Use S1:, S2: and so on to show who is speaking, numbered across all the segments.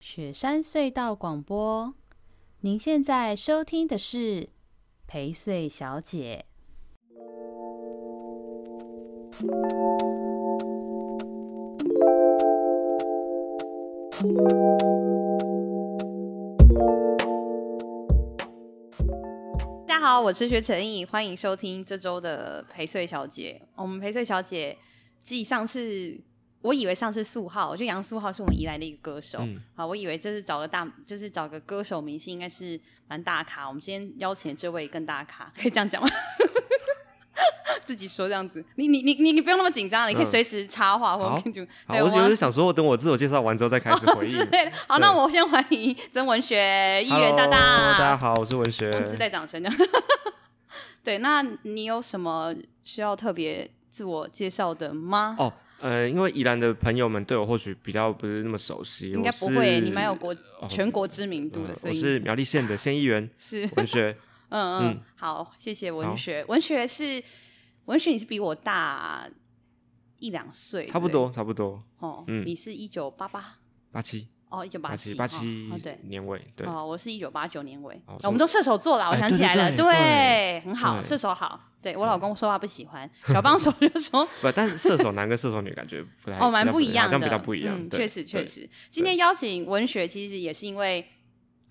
S1: 雪山隧道广播。您现在收听的是陪睡小姐。大家好，我是薛成义，欢迎收听这周的陪睡小姐。我们陪睡小姐继上次，我以为上次素浩，就杨素浩是我们宜兰的一个歌手，
S2: 嗯
S1: 好，我以为这是找个大，就是找个歌手明星，应该是蛮大咖。我们今天邀请的这位更大咖，可以这样讲吗？ 自己说这样子，你你你你你不用那么紧张，你可以
S2: 嗯
S1: 随时插话或者
S2: 好
S1: 跟就。
S2: 好，
S1: 对
S2: 我只
S1: 要
S2: 是想说，我等我自我介绍完之后再开始 回应。
S1: 哦之类的。好，那
S2: 对
S1: 我先欢迎曾文学议员
S2: Hello，
S1: 大
S2: 大家
S1: 大，
S2: 好，我是文学
S1: 我。们自带掌声。 对，那你有什么需要特别自我介绍的吗？
S2: 哦，呃，因为宜兰的朋友们对我或许比较不是那么熟悉，
S1: 应该
S2: 我
S1: 不
S2: 是
S1: 会，你蛮有国
S2: 哦
S1: 全国知名度
S2: 呃
S1: 的，所
S2: 我
S1: 以
S2: 是苗栗县的县 议员
S1: 是
S2: 文学。
S1: 嗯嗯
S2: 嗯，
S1: 好，谢谢文
S2: 好
S1: 学。文学是文学，你是比我大一两岁，
S2: 差不
S1: 对
S2: 多，差不多
S1: 对哦。
S2: 嗯
S1: 你是一九八八
S2: 八七
S1: 哦，一九八
S2: 八
S1: 七
S2: 八
S1: 哦
S2: 七
S1: 哦对。
S2: 年尾，对，
S1: 哦，我是一九八九年尾，
S2: 哦
S1: 哦
S2: 所以
S1: 我们都射手座啦，我
S2: 哎
S1: 想
S2: 对
S1: 起来了，
S2: 对对对
S1: 很好，
S2: 对
S1: 射手好。对我老公说话不喜欢，小帮手就 说
S2: 不，但是射手男跟射手女感觉哎不太
S1: 哦，蛮
S2: 比较
S1: 不一样
S2: 好
S1: 的，
S2: 像比较不一样，
S1: 嗯，
S2: 对
S1: 确实确。
S2: 对
S1: 实。今天邀请文学，其实也是因为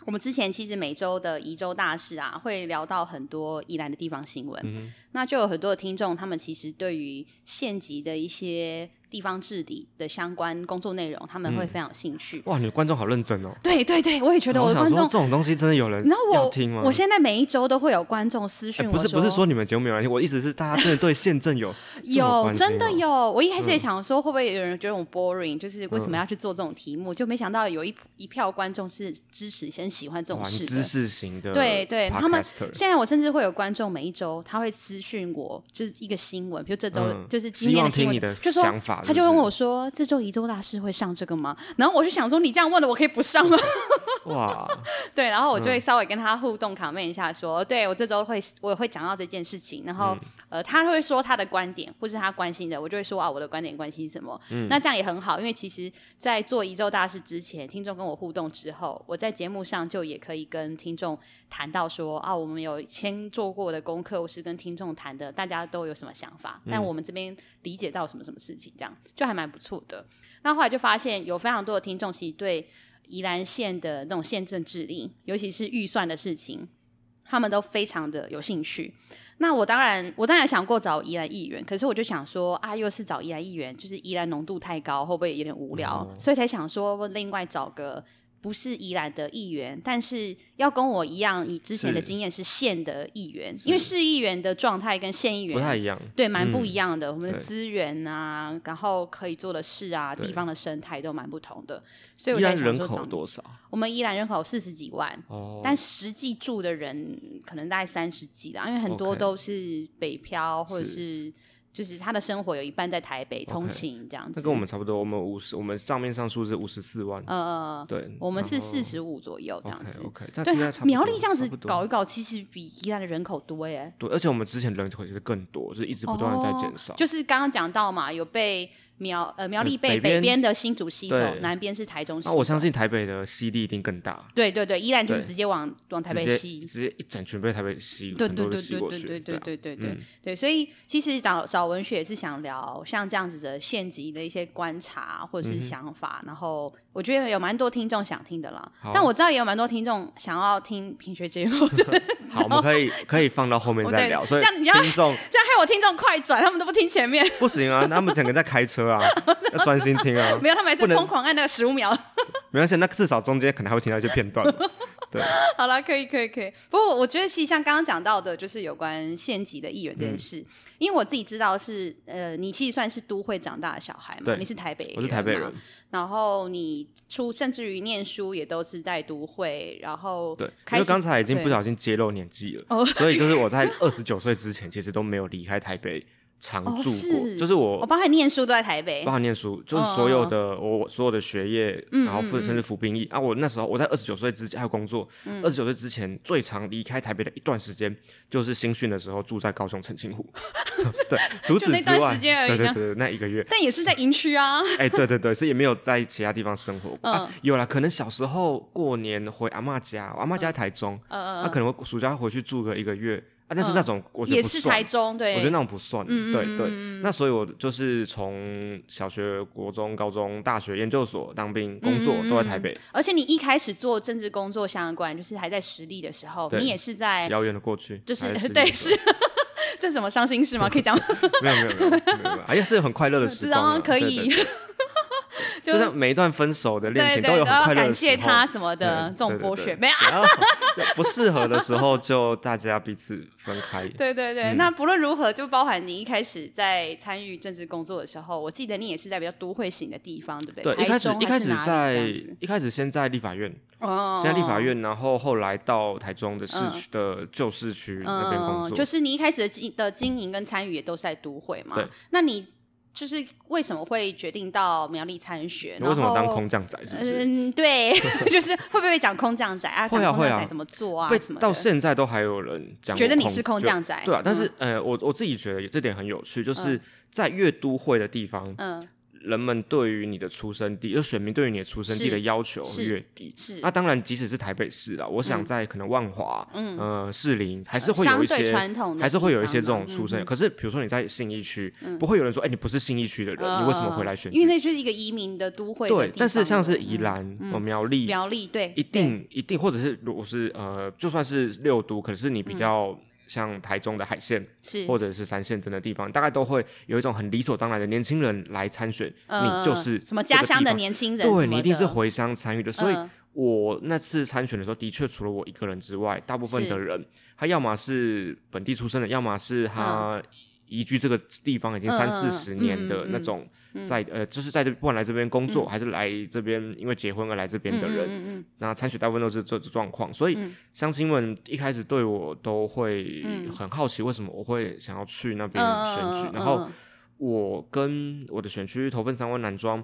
S1: 我们之前其实每周的宜州大事啊，会聊到很多宜兰的地方新闻，
S2: 嗯
S1: 那就有很多的听众，他们其实对于县级的一些地方治理的相关工作内容，他们会非常有兴趣。
S2: 哼，哇，你的观众好认真哦。
S1: 对对对，我也觉得我
S2: 嗯我
S1: 的
S2: 想
S1: 观
S2: 说
S1: 众
S2: 这，种东西真的有人
S1: 然后
S2: 要
S1: 我
S2: 听吗？
S1: 我现在每一周都会有观众私
S2: 哎
S1: 讯我
S2: 不是不是说你们节目没有人听，我意思是大家真的 对宪政有这么
S1: 有
S2: 关心
S1: 真的
S2: 哦，
S1: 有，我一开始也想说会不会有人觉得我 boring，、就是为
S2: 嗯
S1: 什么要去做这种题目，就没想到有一一票观众是支持跟喜欢这种
S2: 玩
S1: 事
S2: 知
S1: 的。
S2: 识型的 podcaster，
S1: 对对他们现在我甚至会有观众每一周他会私讯我，就是一个新闻，比如这周、
S2: 嗯
S1: 就是今
S2: 希
S1: 天的
S2: 望
S1: 新
S2: 听
S1: 闻，
S2: 你的
S1: 就说
S2: 想法，
S1: 他就问我说：“这周一周大事会上这个吗？”然后我就想说：“你这样问的，我可以不上吗
S2: 我哇，？”
S1: 对，然后我就会稍微跟他互动 comment 一下说，哦对我这周会我会讲到这件事情，然后、呃，他会说他的观点或是他关心的，我就会说啊，我的观点关心什么。那这样也很好，因为其实，在做一周大事之前，听众跟我互动之后，我在节目上就也可以跟听众谈到说啊，我们有先做过的功课，我是跟听众谈的，大家都有什么想法，但我们这边理解到什么什么事情，这样就还蛮不错的。那后来就发现有非常多的听众其实对宜兰县的那种县政治理，尤其是预算的事情，他们都非常的有兴趣。那我当然，我当然想过找宜兰议员，可是我就想说啊，又是找宜兰议员，就是宜兰浓度太高，会不会有点无聊？
S2: 哦
S1: 所以才想说另外找个不是宜兰的议员，但是要跟我一样，以之前的
S2: 是
S1: 经验是县的议员，因为市议员的状态跟县议员
S2: 不太一样，
S1: 对，啊蛮不
S2: 嗯
S1: 一样的。我们的
S2: 对
S1: 资源啊，然后可以做的事啊，
S2: 对
S1: 地方的生态都蛮不同的。所以我
S2: 依
S1: 在
S2: 然
S1: 想
S2: 人
S1: 说
S2: 口
S1: 长
S2: 多少？
S1: 我们依然人口四十几万，
S2: 哦，
S1: 但实际住的人可能大概三十几啦，因为很多
S2: OK
S1: 都是北漂或者
S2: 是
S1: 是。就是他的生活有一半在台北通
S2: OK
S1: 勤这样子，
S2: 那跟我们差不多，我们五十，我们上面上数是五十四万，
S1: 呃，
S2: 对，
S1: 我们是
S2: 然后
S1: 四十五左右这样
S2: OK 哦
S1: 子。
S2: OK，但
S1: 对
S2: 应该
S1: 啊
S2: 差，不多
S1: 苗栗这样子
S2: 差不多
S1: 搞一搞，其实比宜兰的人口多耶。
S2: 对，而且我们之前人口其实更多，就是一直不断的在减少
S1: 哦。就是刚刚讲到嘛，有被苗呃苗栗
S2: 嗯
S1: 被
S2: 北边
S1: 北边的新竹吸走，
S2: 对
S1: 南边是台中吸走。
S2: 那我相信台北的吸力一定更大，
S1: 对对对，依然就是
S2: 对
S1: 直接往往台
S2: 直
S1: 北
S2: 接
S1: 吸。
S2: 直接一整群被台北吸，
S1: 对
S2: 很
S1: 对
S2: 多都
S1: 对
S2: 吸
S1: 对
S2: 过
S1: 对
S2: 去，
S1: 对对
S2: 啊
S1: 对对对
S2: 嗯
S1: 对，所以其实找找文学也是想聊像这样子的县级的一些观察或
S2: 嗯
S1: 者是想法，然后我觉得有蛮多听众想听的啦
S2: 好，啊
S1: 但我知道也有蛮多听众想要听品学 结构的，
S2: 好，我们可以可以放到后面
S1: 哦
S2: 再
S1: 对
S2: 聊，所以
S1: 这样你要
S2: 听众
S1: 这样害我听众快转，他们都不听前面，
S2: 不行啊，他们整个在开车啊，要专心听啊。
S1: 没有，他们还是
S2: 不能
S1: 疯狂按那个十五秒，
S2: 没关系，那至少中间可能还会听到一些片 段嘛。对，
S1: 好啦，可以，可以，可以。不过我觉得其实像刚刚讲到的，就是有关县级的议员这件事，因为我自己知道是呃，你其实算是都会长大的小孩嘛，
S2: 对
S1: 你是台北，
S2: 我是台北
S1: 啊
S2: 人，，
S1: 然后你出甚至于念书也都是在都会，然后
S2: 对，
S1: 开
S2: 因
S1: 始
S2: 为刚才已经
S1: 对
S2: 不小心揭露年纪
S1: 哦
S2: 了，所以就是我在二十九岁之前其实都没有离开台北常
S1: 哦
S2: 住过，
S1: 是
S2: 就是我
S1: 我包括念书都在台北
S2: 包，含念书，就是
S1: 嗯
S2: 所有
S1: 哎嗯
S2: 的、我所有的学业，
S1: 嗯
S2: 然后服
S1: 嗯
S2: 甚至服兵役、啊。我那时候我在二十九岁之前还有工作，二十九岁之前最长离开台北的一段时间，就是新训的时候住在高雄澄 清湖。对，除
S1: 就
S2: 此
S1: 那
S2: 之
S1: 段
S2: 外，
S1: 时间而已
S2: 对对
S1: 呢
S2: 对对，那一个月，
S1: 但也是在营区啊。
S2: 哎、对对对，是也没有在其他地方生活过、
S1: 嗯
S2: 啊。有啦，可能小时候过年回阿嬷家，我阿嬷家在台中，那、
S1: 嗯
S2: 可能我暑假回去住个一个月啊，但是那种我觉得
S1: 也
S2: 不
S1: 是
S2: 算
S1: 台中，对，
S2: 我觉得那种不算，
S1: 嗯嗯
S2: 对
S1: 嗯
S2: 对。那所以，我就是从小学、国中、高中、大学、研究所当兵、工
S1: 嗯
S2: 作、都在台北，
S1: 而且你一开始做政治工作相关，就是还在实力的时候，
S2: 对
S1: 你也是在
S2: 遥远的过去，
S1: 哎就是
S2: 还
S1: 对
S2: 十
S1: 是，这什么伤心事吗？可以讲吗，
S2: 没有没有没有没有，哎呀，是很快乐的
S1: 嗯
S2: 时
S1: 知
S2: 光
S1: 道
S2: 啊，
S1: 可
S2: 对
S1: 以
S2: 对，
S1: 就
S2: 就像每一段分手的恋
S1: 对
S2: 情
S1: 对，
S2: 都有
S1: 都
S2: 很
S1: 要
S2: 快乐
S1: 感
S2: 的时
S1: 谢
S2: 候
S1: 他什么
S2: 对
S1: 的，这种
S2: 对对
S1: 剥
S2: 对
S1: 削没有啊。
S2: 然后 不适合的时候就大家彼此分开，
S1: 对对
S2: 嗯
S1: 对，那不论如何，就包含你一开始在参与政治工作的时候，我记得你也是在比较都会型的地方，对不
S2: 对，一
S1: 台
S2: 开始
S1: 中
S2: 一
S1: 还
S2: 开
S1: 是
S2: 始
S1: 哪里
S2: 在
S1: 这样子
S2: 一开始先在立法院，
S1: 哦，
S2: 先在立法院，然后后来到台中的市
S1: 嗯
S2: 区的旧市区那边工
S1: 嗯，
S2: 作，
S1: 就是你一开始的经的经营跟参与也都是在都会嘛
S2: 对。
S1: 那你就是为什么会决定到苗栗参选？
S2: 为什
S1: 然
S2: 么
S1: 后
S2: 当空降仔？是不是？
S1: 嗯，对， 就是会不会讲空降仔啊？
S2: 会啊
S1: 讲空
S2: 会
S1: 降
S2: 啊
S1: 仔怎么做啊？
S2: 被
S1: 什么的
S2: 到现在都还有人讲我
S1: 觉得你是嗯空
S2: 就
S1: 降仔，
S2: 对啊，但是
S1: 嗯
S2: 呃，我我自己觉得这点很有趣，就是在越都会的地方，
S1: 嗯
S2: 人们对于你的出生地，就选民对于你的出生地
S1: 是
S2: 的要求
S1: 是
S2: 越低。
S1: 是嗯
S2: 那当然，即使是台北市啦，我想在可能万华、嗯、呃士林，还是会有
S1: 相
S2: 一
S1: 对
S2: 些，
S1: 传统的地方嘛，
S2: 还是会有一些这种出
S1: 嗯
S2: 生。
S1: 嗯
S2: 可是比如说你在信义区，不会有人说，哎，你不是信义区的人，
S1: 嗯
S2: 你为什么回来选
S1: 因为
S2: 举？
S1: 那就是一个移民的都会的嗯
S2: 对
S1: 地，
S2: 但是
S1: 方
S2: 像
S1: 了
S2: 是宜兰、哦苗栗、
S1: 苗栗，对，
S2: 一定一定，或者是如果是呃，就算是六都，可是你比较像台中的海线、
S1: 嗯是
S2: 或者是山线等的地方，大概都会有一种很理所当然的年轻人来参选，
S1: 呃
S2: 你就是
S1: 什么
S2: 这个
S1: 家乡的
S2: 地方
S1: 年轻人什么的，
S2: 对你一定是回乡参与的，所以。
S1: 嗯
S2: 我那次参选的时候，的确除了我一个人之外，大部分的
S1: 是
S2: 人他要么是本地出生的，要么是他移居这个地方已经
S1: 嗯
S2: 三
S1: 嗯
S2: 四
S1: 嗯
S2: 十
S1: 嗯
S2: 年
S1: 嗯
S2: 的
S1: 嗯
S2: 那种在呃，就是在这不管来这边工作，还是来这边因为结婚而来这边的人，
S1: 嗯嗯
S2: 那参选大部分都是这这状况，所以
S1: 嗯
S2: 乡亲们一开始对我都会
S1: 嗯
S2: 很好奇，为什么我会想要去那
S1: 嗯
S2: 边
S1: 嗯，
S2: 选举
S1: 嗯。
S2: 然后
S1: 嗯
S2: 我跟我的选区投奔三湾男装，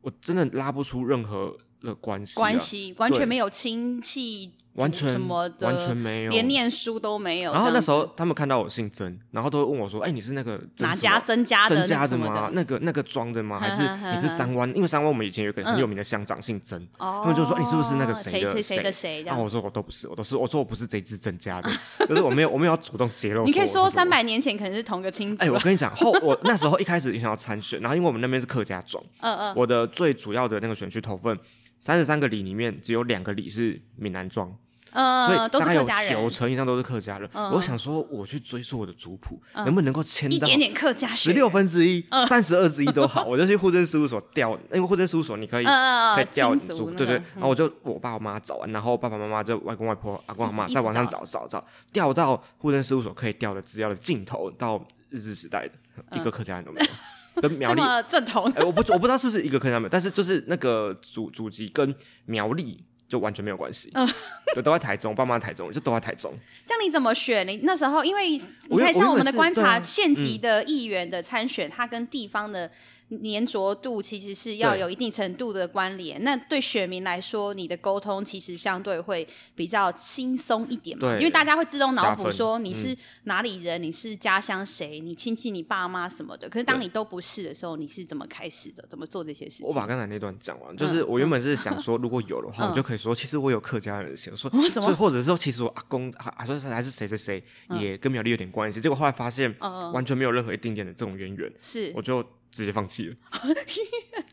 S2: 我真的拉不出任何的关系啊，
S1: 关系完
S2: 对
S1: 全没有亲戚，
S2: 完
S1: 怎么
S2: 全
S1: 怎么的，
S2: 完全没有，
S1: 连念书都没有。
S2: 然后
S1: 这
S2: 那
S1: 样
S2: 时候他们看到我姓曾，然后都会问我说：“哎、你是那个曾
S1: 哪
S2: 什
S1: 家
S2: 么
S1: 增加的
S2: 曾
S1: 那
S2: 家
S1: 个
S2: 的
S1: 什么
S2: 吗？那个那个庄的吗？还是
S1: 哼哼
S2: 你是
S1: 哼
S2: 三湾？因为三湾我们以前有一个很
S1: 嗯
S2: 有名的乡长姓曾，
S1: 哦，
S2: 他们就说哎你是不是那个谁
S1: 谁
S2: 的
S1: 谁
S2: 谁
S1: 的谁这
S2: 然
S1: 样
S2: 后我说我都不是，我都是我说我不是这支曾家的，就是我没有我没有要主动揭露。
S1: 你可以
S2: 说
S1: 说三。百年前可能是同个亲
S2: 哎、
S1: 戚
S2: 我
S1: 吧。
S2: 跟你讲，后我那时候一开始也想要参选，然后因为我们那边是客家庄，
S1: 嗯嗯，
S2: 我的最主要的那个选区投份，三十三个里里面只有两个里是闽南庄，
S1: 嗯，
S2: 所
S1: 嗯
S2: 以
S1: 都是
S2: 大概
S1: 客
S2: 有
S1: 家
S2: 九
S1: 人，嗯
S2: 成以上都是客家人。我想说，我去追溯我的族谱，能不能够迁
S1: 一
S2: 到
S1: 点点嗯客家血
S2: 十六分之一、三十二之一都好，我就去户政事务所调，因为户政事务所你可以
S1: 嗯嗯嗯
S2: 再调
S1: 亲
S2: 你
S1: 族
S2: 族，
S1: 那嗯
S2: 对
S1: 个
S2: 对。然后我就我爸我妈找完，然后爸爸妈妈就外公外婆、阿公阿妈
S1: 一直
S2: 在网上
S1: 找
S2: 找找找，调到户政事务所可以调的资料的尽头，到日治时代的一个客家人都没 有，跟苗
S1: 嗯这
S2: 栗
S1: 么正统
S2: 哎、我不我不知道是不是一个客家没有，但是就是那个祖祖籍跟苗栗就完全没有关系，
S1: 嗯
S2: 对，都在台中，我爸妈在台中，就都在台中。
S1: 这样你怎么选？你那时候，因为你
S2: 我原
S1: 看，像我
S2: 我原本
S1: 们的
S2: 是
S1: 观
S2: 对
S1: 察，
S2: 啊
S1: 县级的议员的参选，它跟地方的粘着度其实是要
S2: 对
S1: 有一定程度的关联。那对选民来说，你的沟通其实相对会比较轻松一点嘛，
S2: 对
S1: 因为大家会自动脑
S2: 加
S1: 补
S2: 分嗯
S1: 说你是哪里人，你是家乡谁，你亲戚、你爸妈什么的。可是当
S2: 对
S1: 你都不是的时候，你是怎么开始的？怎么做这些事情？
S2: 我把刚才那段讲
S1: 嗯
S2: 完，就是我原本是想说，如果有的话，我就可以说，其实我有客家人的血，我说，
S1: 哦嗯什么
S2: 所以或者是说，其实我阿公还还说是还是谁谁谁也跟苗栗有点关系，结果后来发现
S1: 嗯
S2: 完全没有任何一丁点的这种渊源，
S1: 是
S2: 我就直接放 弃了，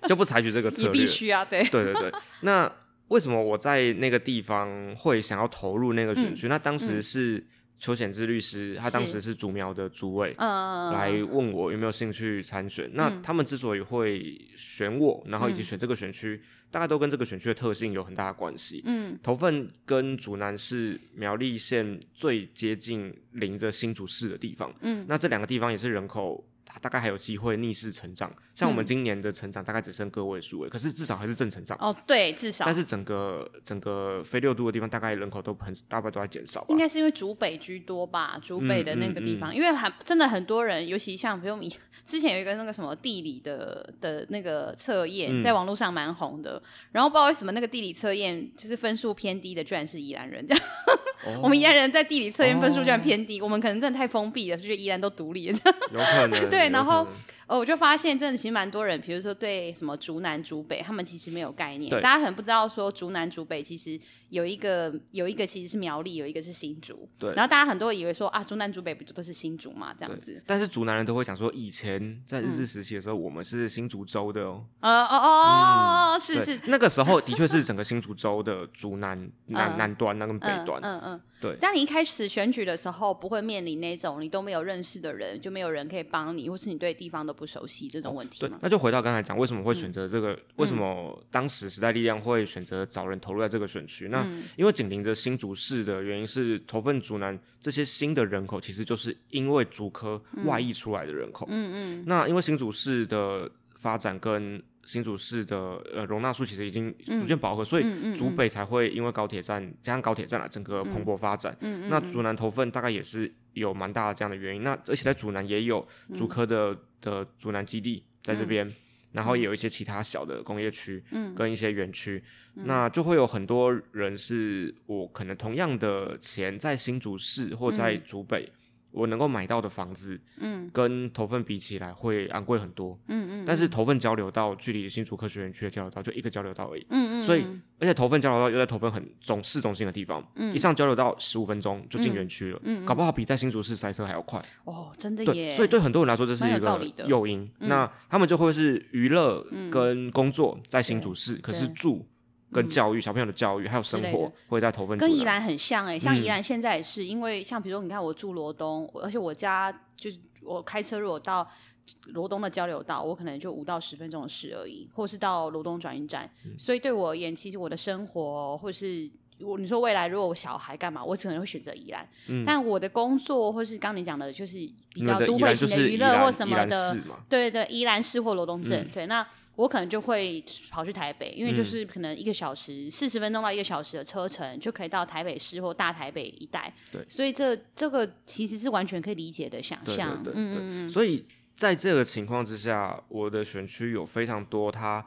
S2: 就不采取这个
S1: 你
S2: 策
S1: 必
S2: 略。
S1: 须啊，对，
S2: 对对 对，那为什么我在那个地方会想要投入那个选
S1: 嗯
S2: 区？那当时是邱显志律师，他当时是竹苗的主委。
S1: 嗯，
S2: 来问我有没有兴趣参选？那他们之所以会选我，然后以及
S1: 嗯
S2: 选这个选区，大概都跟这个选区的特性有很大的关系。
S1: 嗯，
S2: 头份跟竹南是苗栗县最接近邻着新竹市的地方。
S1: 嗯，
S2: 那这两个地方也是人口它大概还有机会逆势成长。像我们今年的成长大概只剩个位数诶，可是至少还是正成长。
S1: 嗯哦，对，至少
S2: 但是整个整个非六都的地方，大概人口都很大部分都在减少吧。
S1: 应该是因为竹北居多吧，竹
S2: 嗯
S1: 北的那个地方，因为还真的很多人，尤其像比如你之前有一个那个什么地理的的那个测
S2: 嗯
S1: 验，在网络上蛮红的，然后不知道为什么那个地理测验就是分数偏低的，居然是宜兰人，这样 我们宜
S2: 哦
S1: 兰人在地理测验分数居然偏低，我们可能真的太封闭了，就觉得宜兰都独立了这样。
S2: 有可 能
S1: 对
S2: 有
S1: 然
S2: 可
S1: 后
S2: 能
S1: 呃，我就发现真的其实蛮多人，比如说对什么竹南、竹北，他们其实没有概念，
S2: 对
S1: 大家可能不知道说竹南、竹北其实有一个有一个其实是苗栗，有一个是新竹，
S2: 对
S1: 然后大家很多以为说啊，竹南、竹北不就都是新竹嘛，这样子。
S2: 但是竹南人都会讲说，以前在日
S1: 嗯
S2: 治时期的时候，我们是新竹州的哦。
S1: 呃哦哦，哦是
S2: 嗯对
S1: 是，
S2: 那个时候的确是整个新竹州的竹南南南端那跟北
S1: 嗯
S2: 端。
S1: 嗯嗯，
S2: 对
S1: 这样你一开始选举的时候，不会面临那种你都没有认识的人，就没有人可以帮你，或是你对地方都不熟悉这种问题
S2: 哦
S1: 嗯
S2: 对
S1: 吗，？
S2: 那就回到刚才讲，为什么会选择这个？为什么当时时代力量会选择找人投入在这个选区？那
S1: 嗯
S2: 因为紧邻着新竹市的原因是，投奔竹南这些新的人口，其实就是因为竹科外溢出来的人口。
S1: 嗯嗯，
S2: 那因为新竹市的发展跟新竹市的呃容纳数其实已经逐渐饱和，所
S1: 嗯嗯嗯
S2: 以竹北才会因为高铁站加上高铁站啊，整个蓬勃发展。
S1: 嗯
S2: 那竹南投份大概也是有蛮大的这样的原因。那而且在竹南也有
S1: 嗯
S2: 竹科的、的竹南基地在这边。然后也有一些其他小的工业区，
S1: 嗯
S2: 跟一些园区，那就会有很多人是我可能同样的钱在新竹市或在竹北，我能够买到的房子，
S1: 嗯
S2: 跟头份比起来会昂贵很多，
S1: 嗯嗯，
S2: 但是头份交流道距离新竹科学园区的交流道就一个交流道而已，
S1: 嗯嗯，
S2: 所以
S1: 嗯
S2: 而且头份交流道又在头份很中市中心的地方，一上交流道十五分钟就
S1: 嗯
S2: 进园区了，搞不好比在新竹市塞车还要快。
S1: 哦，真的
S2: 对，
S1: 耶，
S2: 所以对很多人来说这是
S1: 蛮有
S2: 一
S1: 道
S2: 个
S1: 理的嗯
S2: 诱因，那他们就会是娱乐跟工作在新竹市，可是
S1: 对嗯
S2: 住跟教育小朋友的教育还有生
S1: 之类
S2: 活
S1: 的
S2: 会在头份
S1: 跟
S2: 住
S1: 宜
S2: 的
S1: 兰很像哎、像宜
S2: 嗯
S1: 兰现在也是，因为像比如说你看我住罗东，我而且我家就是我开车如果到罗东的交流道，我可能就五到十分钟的事而已，或是到罗东转运站，
S2: 嗯
S1: 所以对我而言，其实我的生活或是。我你说未来如果我小孩干嘛，我可能会选择宜兰，但我的工作或是刚你讲的，就是比
S2: 嗯你们
S1: 较
S2: 的
S1: 都
S2: 宜
S1: 会
S2: 兰就
S1: 型
S2: 是
S1: 娱
S2: 宜
S1: 乐
S2: 兰
S1: 或
S2: 宜
S1: 什么
S2: 兰
S1: 的，
S2: 市嘛，
S1: 对对，宜兰市或罗东镇，对，那我可能就会跑去台北，因为就
S2: 嗯
S1: 是可能一个小时四十分钟到一个小时的车程就可以到台北市或大台北一带，
S2: 对
S1: 所以这这个其实是完全可以理解的想
S2: 对
S1: 象，
S2: 对对
S1: 嗯
S2: 对
S1: 嗯嗯，
S2: 所以在这个情况之下，我的选区有非常多他。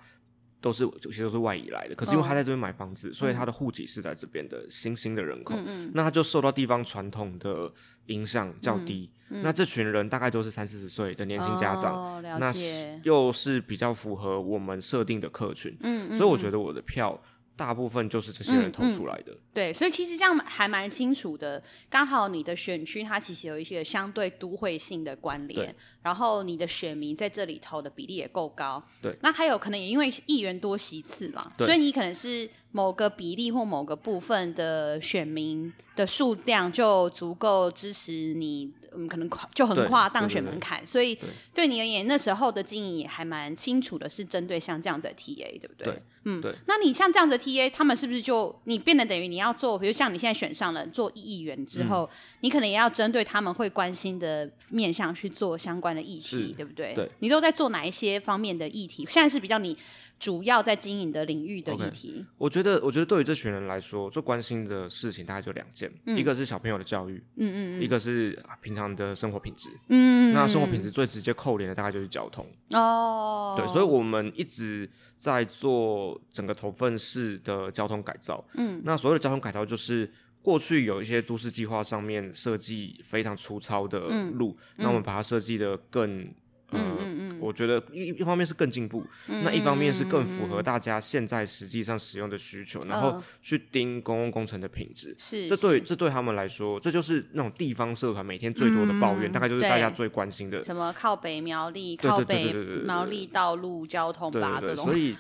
S2: 都是有些都是外移来的，可是因为他
S1: 哦
S2: 在这边买房子，所以
S1: 嗯
S2: 他的户籍是在这边的新兴的人口，那他就受到地方传统的影响
S1: 嗯
S2: 较低。那这群人大概都是三四十岁的年轻家长，
S1: 哦、了
S2: 那
S1: 解
S2: 是，又是比较符合我们设定的客群，
S1: 嗯嗯，
S2: 所以我觉得我的票大部分就是这些人投出来的。
S1: 对，所以其实这样还蛮清楚的。刚好你的选区它其实有一些相对都会性的关联
S2: 对，
S1: 然后你的选民在这里投的比例也够高。
S2: 对，
S1: 那还有可能也因为议员多席次啦，
S2: 对
S1: 所以你可能是某个比例或某个部分的选民的数量就足够支持你，嗯，可能跨就很
S2: 对
S1: 跨
S2: 对
S1: 当
S2: 对
S1: 选
S2: 对
S1: 门槛。所以
S2: 对
S1: 对你而言，那时候的经营也还蛮清楚的，是针对像这样子的 TA，对不对？
S2: 对
S1: 嗯，
S2: 对。
S1: 那你像这样子的 TA，他们是不是就你变得等于你要做，比如像你现在选上了做议员之后，
S2: 嗯
S1: 你可能也要针对他们会关心的面向去做相关的议题
S2: 是，
S1: 对不对？
S2: 对。
S1: 你都在做哪一些方面的议题？现在是比较你主要在经营的领域的议
S2: OK
S1: 题。
S2: 我觉得，我觉得对于这群人来说，最关心的事情大概就两件，一个是小朋友的教育，
S1: 嗯嗯嗯
S2: 一个是啊平常的生活品质。
S1: 嗯，
S2: 那生活品
S1: 质
S2: 质最直接扣连的大概就是交通。
S1: 哦，
S2: 对，所以我们一直在做整个头份市的交通改造。
S1: 嗯，
S2: 那所谓的交通改造就是。过去有一些都市计划上面设计非常粗糙的路，那我们把它设计的更，
S1: 嗯
S2: 呃，
S1: 嗯嗯
S2: 我觉得一一方面是更进步，
S1: 嗯
S2: 那一方面是更符合大家现在实际上使用的需求，然后
S1: 嗯
S2: 去盯公共工程的品质。
S1: 是
S2: 这对
S1: 是
S2: 这对他们来说，这就是那种地方社团每天最多的抱怨，
S1: 嗯
S2: 大概就是大家
S1: 对
S2: 最关心的
S1: 什么靠北苗栗、
S2: 对
S1: 靠
S2: 对对
S1: 北
S2: 对对对对对
S1: 苗栗道路交通
S2: 对
S1: 啦
S2: 对
S1: 这
S2: 对，
S1: 种
S2: 所，以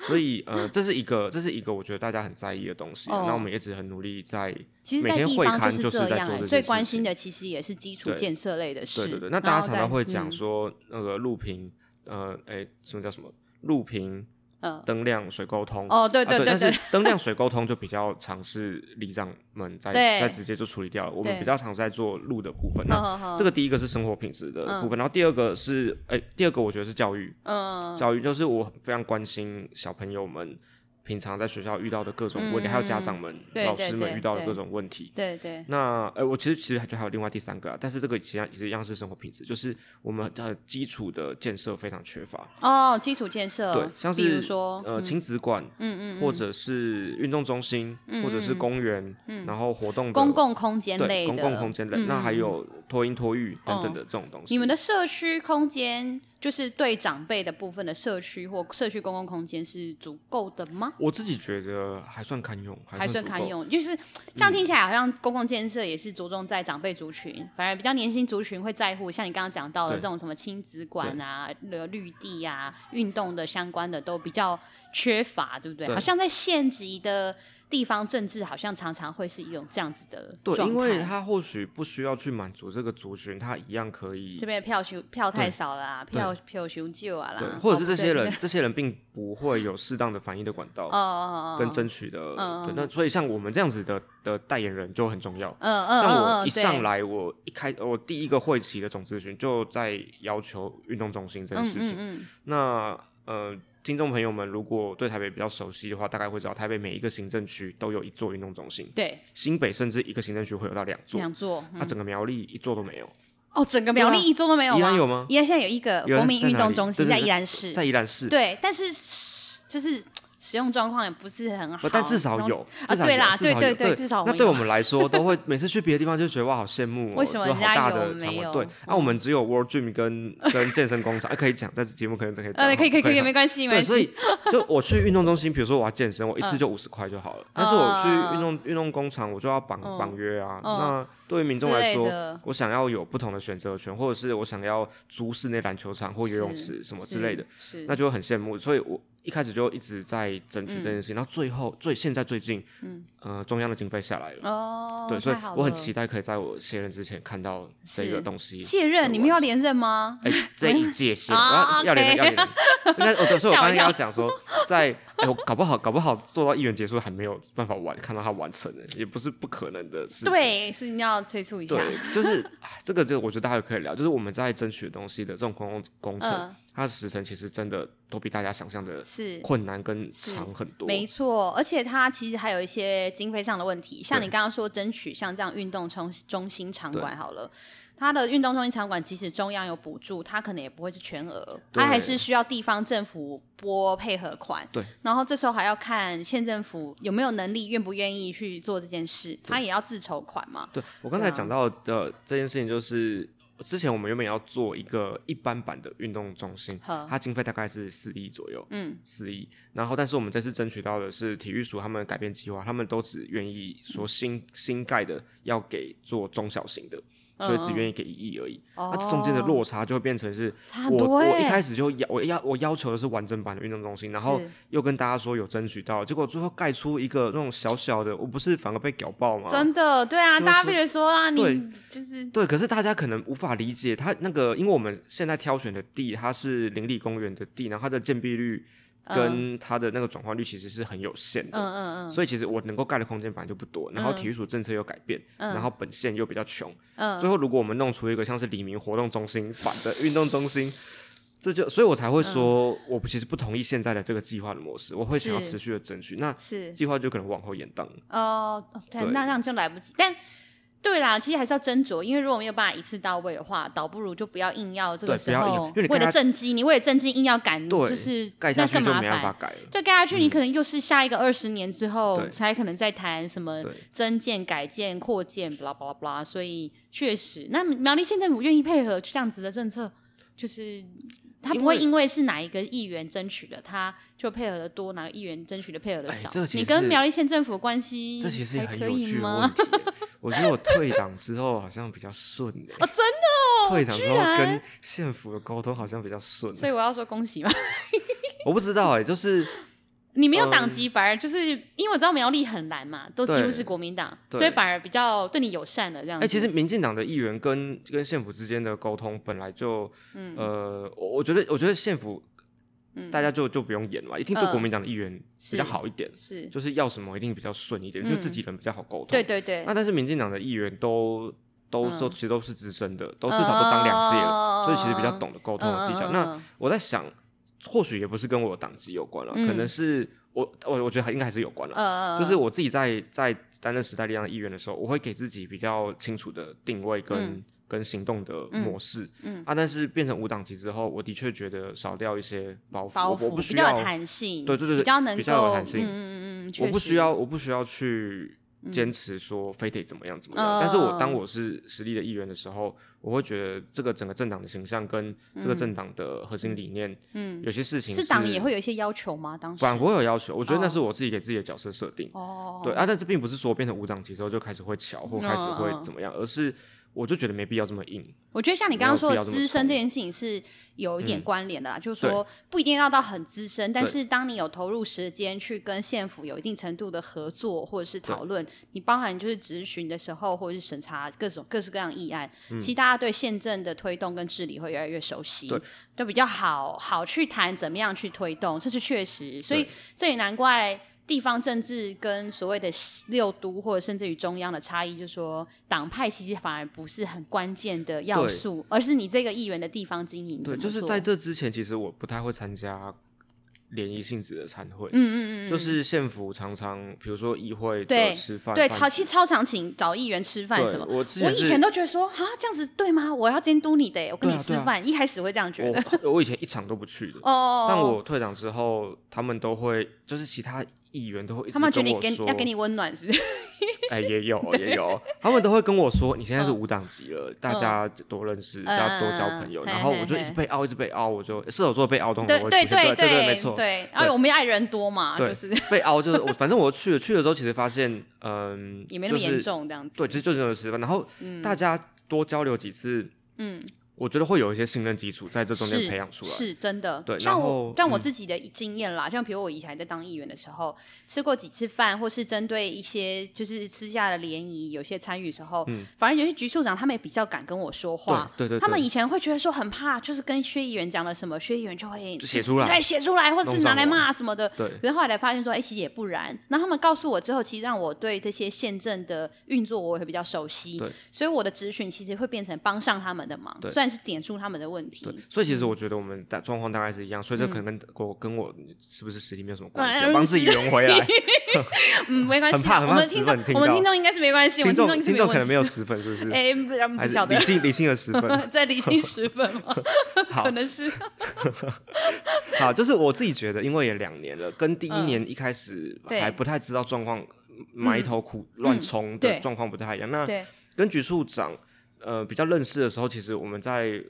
S2: 所以呃，这是一个这是一个我觉得大家很在意的东西啊。
S1: 哦
S2: 那我们一直很努力在
S1: 其实，
S2: 每
S1: 在
S2: 天
S1: 地
S2: 会
S1: 方
S2: 刊
S1: 是
S2: 就是
S1: 这
S2: 在
S1: 样、
S2: 做
S1: 欸，
S2: 这
S1: 最
S2: 件事
S1: 关心
S2: 情
S1: 的其实也是基础
S2: 对
S1: 建设类的事。
S2: 对对对。那
S1: 然
S2: 大家
S1: 后
S2: 常常
S1: 再嗯
S2: 会讲说那个录屏呃，哎，什么叫什么录屏
S1: 嗯，
S2: 灯亮水沟通。
S1: 哦，对
S2: 啊
S1: 对
S2: 对
S1: 对
S2: 但是灯亮水沟通就比较尝试里长们在
S1: 对
S2: 在直接就处理掉了。我们
S1: 对
S2: 比较尝试在做路的部分。
S1: 嗯
S2: 那
S1: 嗯嗯
S2: 这个第一个是生活品质的
S1: 嗯
S2: 部分，然后第二个是，哎，第二个我觉得是教育，
S1: 嗯
S2: 教育就是我非常关心小朋友们平常在学校遇到的各种问题，
S1: 嗯
S2: 还有家长们、
S1: 对
S2: 老
S1: 对
S2: 师们
S1: 对
S2: 遇到的
S1: 对
S2: 各种问题。
S1: 对对，
S2: 那呃，我其实其实就还有另外第三个啊，但是这个其实其实一样是生活品质，就是我们的基础的建设非常缺乏。
S1: 哦，基础建设，
S2: 对，像是
S1: 比如说，
S2: 呃
S1: 嗯
S2: 亲子馆，
S1: 嗯嗯
S2: 或者是运动中心，或者是公园，然后活动的
S1: 嗯，公共空间类
S2: 对
S1: 的，
S2: 公共空间类，
S1: 嗯
S2: 那还。
S1: 嗯嗯
S2: 有托婴托育等等的这种东西。
S1: 你们的社区空间，就是对长辈的部分的社区或社区公共空间是足够的吗？
S2: 我自己觉得还算堪用，
S1: 还算
S2: 足
S1: 堪
S2: 够。嗯
S1: 用，就是这样听起来好像公共建设也是着重在长辈族群，反而比较年轻族群会在乎，像你刚刚讲到的
S2: 对
S1: 这种什么亲子馆啊、呃绿地啊、运动的相关的都比较缺乏，对不对？
S2: 对
S1: 好像在县级的地方政治，好像常常会是一种这样子的
S2: 对，
S1: 状态
S2: 因为他或许不需要去满足这个族群，他一样可以
S1: 这边的票熊票太少了啊，
S2: 对
S1: 票票熊旧啊
S2: 对
S1: 啦，，
S2: 或者是这些
S1: 哦
S2: 人，这些人并不会有适当的反应的管
S1: 哦
S2: 道
S1: 哦哦，
S2: 跟
S1: 真，
S2: 争取的
S1: 嗯，
S2: 对，那所以像我们这样子的的代言人就很重要。
S1: 嗯嗯嗯
S2: 像我
S1: 嗯，
S2: 一上
S1: 对
S2: 来，我一开我第一个会期的总咨询就在要求运动中心这件
S1: 嗯
S2: 事
S1: 嗯
S2: 情。
S1: 嗯，
S2: 那呃，听众朋友们如果对台北比较熟悉的话，大概会知道台北每一个行政区都有一座运动中心，
S1: 对，
S2: 新北甚至一个行政区会有到两座，
S1: 两座，嗯
S2: 它整个苗栗一座都没有。
S1: 哦，整个苗栗
S2: 对啊
S1: 一周都没有
S2: 宜
S1: 吗
S2: 兰？有吗？
S1: 宜兰现在有一个
S2: 宜兰
S1: 国民
S2: 在
S1: 运
S2: 哪
S1: 动
S2: 里
S1: 中心
S2: 对
S1: 在
S2: 对
S1: 宜兰市，
S2: 在宜兰市，
S1: 对，但是是就是使用状况也不是很好
S2: 不，但至
S1: 然
S2: 少
S1: 后。
S2: 有
S1: 啊
S2: 至少
S1: 对
S2: 有
S1: 啦
S2: 至少
S1: 对
S2: 有
S1: 对对至少我
S2: 那
S1: 们
S2: 对
S1: 有
S2: 我们来说，都会每次去别的地方就觉得哇，好羡慕哦，
S1: 为什么人
S2: 就好
S1: 家
S2: 大
S1: 有
S2: 的
S1: 没
S2: 场
S1: 有嗯
S2: 馆？对，啊，我们只有 World Dream 跟跟健身工厂，啊可以讲，在节目可能真可以讲，
S1: 呃，可以可以可以，
S2: 哈
S1: 没关系，没
S2: 对，
S1: 关
S2: 所
S1: 系。
S2: 以就我去运动中心，比如说我要健身，我一
S1: 嗯
S2: 次就五十块就好了。但是我去运动运动工厂，我就要绑
S1: 嗯
S2: 绑约啊。
S1: 嗯
S2: 那对于民众
S1: 之
S2: 来
S1: 类
S2: 说
S1: 的，
S2: 我想要有不同的选择权，或者是我想要租室内篮球场或游泳池什么之类的，
S1: 是，是
S2: 那就很羡慕。所以我一开始就一直在争取这件事情，然后最后最现在最近，嗯
S1: 嗯，
S2: 呃，中央的经费下来了。
S1: 哦，
S2: 对，所以
S1: 太好
S2: 我很
S1: 了
S2: 期待可以在我卸任之前看到这个
S1: 是
S2: 东西。
S1: 卸任，你们要连任吗？
S2: 哎、这一届 先，我
S1: 啊
S2: 要要脸
S1: OK
S2: 的要脸 的。应该我所以我
S1: 吓我
S2: 刚刚
S1: 一跳
S2: 要讲说，在哎、我搞不好搞不好做到议员结束还没有办法完看到它完成的，也不是不可能的事情。
S1: 对，是你要催促一下。
S2: 对，就是哎这个这个，我觉得大家可以聊，就是我们在争取的东西的这种公共工程，
S1: 嗯
S2: 它的时程其实真的都比大家想象的
S1: 是，
S2: 困难跟
S1: 是
S2: 长很多。
S1: 没错，而且它其实还有一些经费上的问题，像
S2: 对
S1: 你刚刚说争取像这样运动中中心场
S2: 对
S1: 馆好了。它的运动中心场馆，即使中央有补助，它可能也不会是全额，
S2: 对
S1: 它还是需要地方政府拨配合款。
S2: 对，
S1: 然后这时候还要看县政府有没有能力，愿不愿意去做这件事，它也要自筹款嘛。
S2: 对我刚才
S1: 对啊
S2: 讲到的这件事情，就是之前我们原本要做一个一般版的运动中心，
S1: 呵，
S2: 它经费大概是四亿左右。
S1: 嗯，
S2: 四亿，然后但是我们这次争取到的是体育署他们改变计划，他们都只愿意说新新盖的要给做中小型的，所以只愿意给一亿而已。
S1: 哦
S2: 那、这中间的落差就会变成是
S1: 差很
S2: 我
S1: 多
S2: 我
S1: 欸
S2: 一开始就要我要我要求的是完整版的运动中心，然后
S1: 是
S2: 又跟大家说有争取到，结果最后盖出一个那种小小的，我不是反而被屌爆吗？
S1: 真的，对啊，
S2: 就
S1: 大
S2: 是
S1: 家被人说啊，
S2: 对
S1: 你就是
S2: 对，可是大家可能无法理解，它那个，因为我们现在挑选的地，它是邻里公园的地，然后它的建蔽率跟它的那个转换率其实是很有限的，
S1: 嗯嗯嗯
S2: 所以其实我能够盖的空间本来就不多，然后体育署政策又改变，然后本县又比较穷，
S1: 嗯，
S2: 最后如果我们弄出一个像是李明活动中心版的运动中心。这就，所以我才
S1: 嗯
S2: 会说，我其实不同意现在的这个计划的模式，我会想要
S1: 是
S2: 持续的争取。那
S1: 是
S2: 计划就可能往后延档。
S1: 哦，哦对，
S2: 对
S1: 那这样就来不及。但对啦，其实还是要斟酌，因为如果没有办法一次到位的话，倒不如就不要硬要这
S2: 对
S1: 个时
S2: 不要硬
S1: 候
S2: 因为
S1: 为
S2: 你，盖下
S1: 了政绩，你为了政绩硬要赶，
S2: 对
S1: 就是
S2: 盖下
S1: 那
S2: 去
S1: 更
S2: 就
S1: 麻
S2: 没办法
S1: 烦。
S2: 改了。
S1: 对，盖下去你可能又是下一个二十年之后
S2: 嗯对
S1: 才可能再谈什么
S2: 对
S1: 增建、改建、扩建，巴拉巴拉巴拉。所以确实，那苗栗县政府愿意配合这样子的政策，就是他
S2: 因
S1: 不会
S2: 为
S1: 因为是哪一个议员争取的，他就配合的多；哪个议员争取的配合的
S2: 哎
S1: 少。
S2: 这个其
S1: 你
S2: 实
S1: 跟
S2: 是
S1: 苗栗县政府关系
S2: 这其实也
S1: 还
S2: 很
S1: 可
S2: 有
S1: 以
S2: 趣的
S1: 吗
S2: 问？题耶。我觉得我退党之后好像比较顺、欸，
S1: 哦，真的，
S2: 退党之后
S1: 然
S2: 跟县府的沟通好像比较顺 欸、
S1: 所以我要说恭喜嘛。
S2: 我不知道哎、就是
S1: 你没有党籍，反而就是因为我知道苗栗很蓝嘛，都几乎
S2: 嗯对
S1: 是国民党，
S2: 对
S1: 所以反而比较对你友善了这样
S2: 哎、
S1: 子。
S2: 其实民进党的议员跟
S1: 嗯
S2: 跟县府之间的沟通本来就，呃，我我觉得我觉得县府大家就就不用演了嘛，一定对
S1: 嗯
S2: 国民党的议员比较
S1: 是
S2: 好一点，
S1: 是，
S2: 就是要什么一定比较顺一点，就自己人比较好沟通。
S1: 对对对，
S2: 那但是民进党的议员都都
S1: 嗯哦
S2: 都其实都是资深的，都至少都当两届了，所以其实比较懂得沟通的技巧。那
S1: 嗯
S2: 我在想，或许也不是跟我党籍有关了，
S1: 嗯
S2: 可能是我我我觉得还应该还是有关了。
S1: 嗯嗯
S2: 就是我自己在在担任时代力量的议员的时候，我会给自己比较清楚的定位跟、
S1: 嗯
S2: 跟行动的模式，
S1: 嗯
S2: 啊，但是变成无党籍之后，我的确觉得少掉一些包袱，
S1: 包
S2: 我我
S1: 袱
S2: 不
S1: 比
S2: 需
S1: 较
S2: 要
S1: 有弹性，
S2: 对对对对
S1: 比较能
S2: 比较有
S1: 够，
S2: 弹性
S1: 嗯嗯嗯嗯，
S2: 我不
S1: 确
S2: 需
S1: 实，
S2: 要，我不需要去坚持说非得怎么样怎么样。
S1: 嗯
S2: 但是我当我是实力的一员的时候，我会觉得这个整个政党的形象跟这个政党的核心理念，
S1: 嗯，
S2: 有些事情
S1: 是党也会有一些要求吗？当时
S2: 反而会有要求。我觉得那
S1: 哦
S2: 是我自己给自己的角色设定。
S1: 哦，
S2: 对啊，但这并不是说变成无党籍之后就开始会巧或开始会
S1: 嗯嗯嗯
S2: 怎么样，而是我就觉得没必要这么硬。
S1: 我觉得像你
S2: 没
S1: 刚刚
S2: 有
S1: 说
S2: 必
S1: 的
S2: 要这么
S1: 资深
S2: 冲嗯
S1: 这件事情是有一点关联的啦，就是
S2: 对
S1: 说不一定要到很资深，但
S2: 对
S1: 是当你有投入时间去跟县府有一定程度的合作或者是讨论，你包含就是质询的时候或者是审查各种各式各样议案，其实大家对宪政的推动跟治理会越来越熟悉，
S2: 嗯对
S1: 就比较好好去谈怎么样去推动，这是确实，所以
S2: 对
S1: 这也难怪。地方政治跟所谓的六都或者甚至于中央的差异，就是说党派其实反而不是很关键的要素，而是你这个议员的地方经营。
S2: 对，
S1: 怎么
S2: 就是
S1: 做
S2: 在这之前，其实我不太会参加联谊性质的餐会。
S1: 嗯嗯嗯嗯，
S2: 就是县府常常，比如说议会
S1: 对
S2: 的吃饭，
S1: 对
S2: 饭
S1: 超其实超常请找议员吃饭
S2: 对
S1: 什么。
S2: 我之
S1: 我
S2: 前
S1: 以
S2: 是
S1: 前都觉得说啊这样子对吗？我要监督你的耶，欸我跟你
S2: 对啊
S1: 吃
S2: 对啊
S1: 饭，一开始会这样觉得。，
S2: 我我以前一场都不去的
S1: 哦，
S2: 但我退党之后，他们都会就是其他议员都会一直
S1: 他
S2: 跟
S1: 们觉得你
S2: 我
S1: 给
S2: 说，
S1: 要给你温暖，是不是？
S2: 哎也有也有，他们都会跟我说你现在是
S1: 嗯
S2: 无党籍了，大家多认识，大家多交朋友，
S1: 嗯
S2: 然后我就一直被凹，一直被凹，我就射手座被凹，通常
S1: 对
S2: 都会出
S1: 对
S2: 现对
S1: 对
S2: 对，没错，
S1: 对。然后我们爱人多嘛，
S2: 对
S1: 就是
S2: 被凹就是我，反正我去了去了之后，其实发现嗯，
S1: 也没那么
S2: 就是
S1: 严重这样子。
S2: 对，其实就是有吃饭，然后大家多交流几次，
S1: 嗯，
S2: 我觉得会有一些信任基础在这中间
S1: 是
S2: 培养出来。
S1: 是真的。
S2: 对
S1: 像
S2: 然
S1: 我
S2: 后
S1: 像我
S2: 嗯
S1: 自己的经验啦，像比如我以前还在当议员的时候，吃过几次饭，或是针对一些就是私下的联谊，有些参与的时候，反正有些局处长他们也比较敢跟我说话。
S2: 嗯对对对，
S1: 他们
S2: 对
S1: 以前会觉得说很怕，就是跟薛议员讲了什么，薛议员就会
S2: 就写出来
S1: 对，写出来，或者是
S2: 弄
S1: 拿
S2: 上
S1: 来
S2: 网
S1: 骂什么的。
S2: 对
S1: 可是后来才发现说，哎、其实也不然。那他们告诉我之后，其实让我对这些宪政的运作我也会比较熟悉
S2: 对，
S1: 所以我的咨询其实会变成帮上他们的忙，
S2: 对
S1: 虽然是点出他们的问题。
S2: 对，所以其
S1: 嗯
S2: 实我觉得我们大状况大概是一样，所以这可能跟我跟我是不是实力没有什么关系，
S1: 嗯
S2: 啊我帮自己圆回 来。
S1: 嗯，没关系，
S2: 很怕很
S1: 我
S2: 怕
S1: 们
S2: 死
S1: 听
S2: 粉
S1: 众，
S2: 听
S1: 我们
S2: 到
S1: 听众应该是没关系，我
S2: 听
S1: 们听众应该是
S2: 众听
S1: 没有
S2: 众可能
S1: 问题。
S2: 没有十分，是不是？
S1: 哎，不然不
S2: 还
S1: 晓
S2: 是
S1: 得。
S2: 理，性理性的十分
S1: 在理 性十分吗？
S2: 好
S1: 可能 是
S2: 好，就是我自己觉得，因为也两年了，跟第一年一开始
S1: 嗯对嗯
S2: 还不太知道状况，埋头苦乱冲
S1: 对
S2: 的状况不太一样。那
S1: 对，
S2: 跟局处长呃比较认识的时候，其实我们在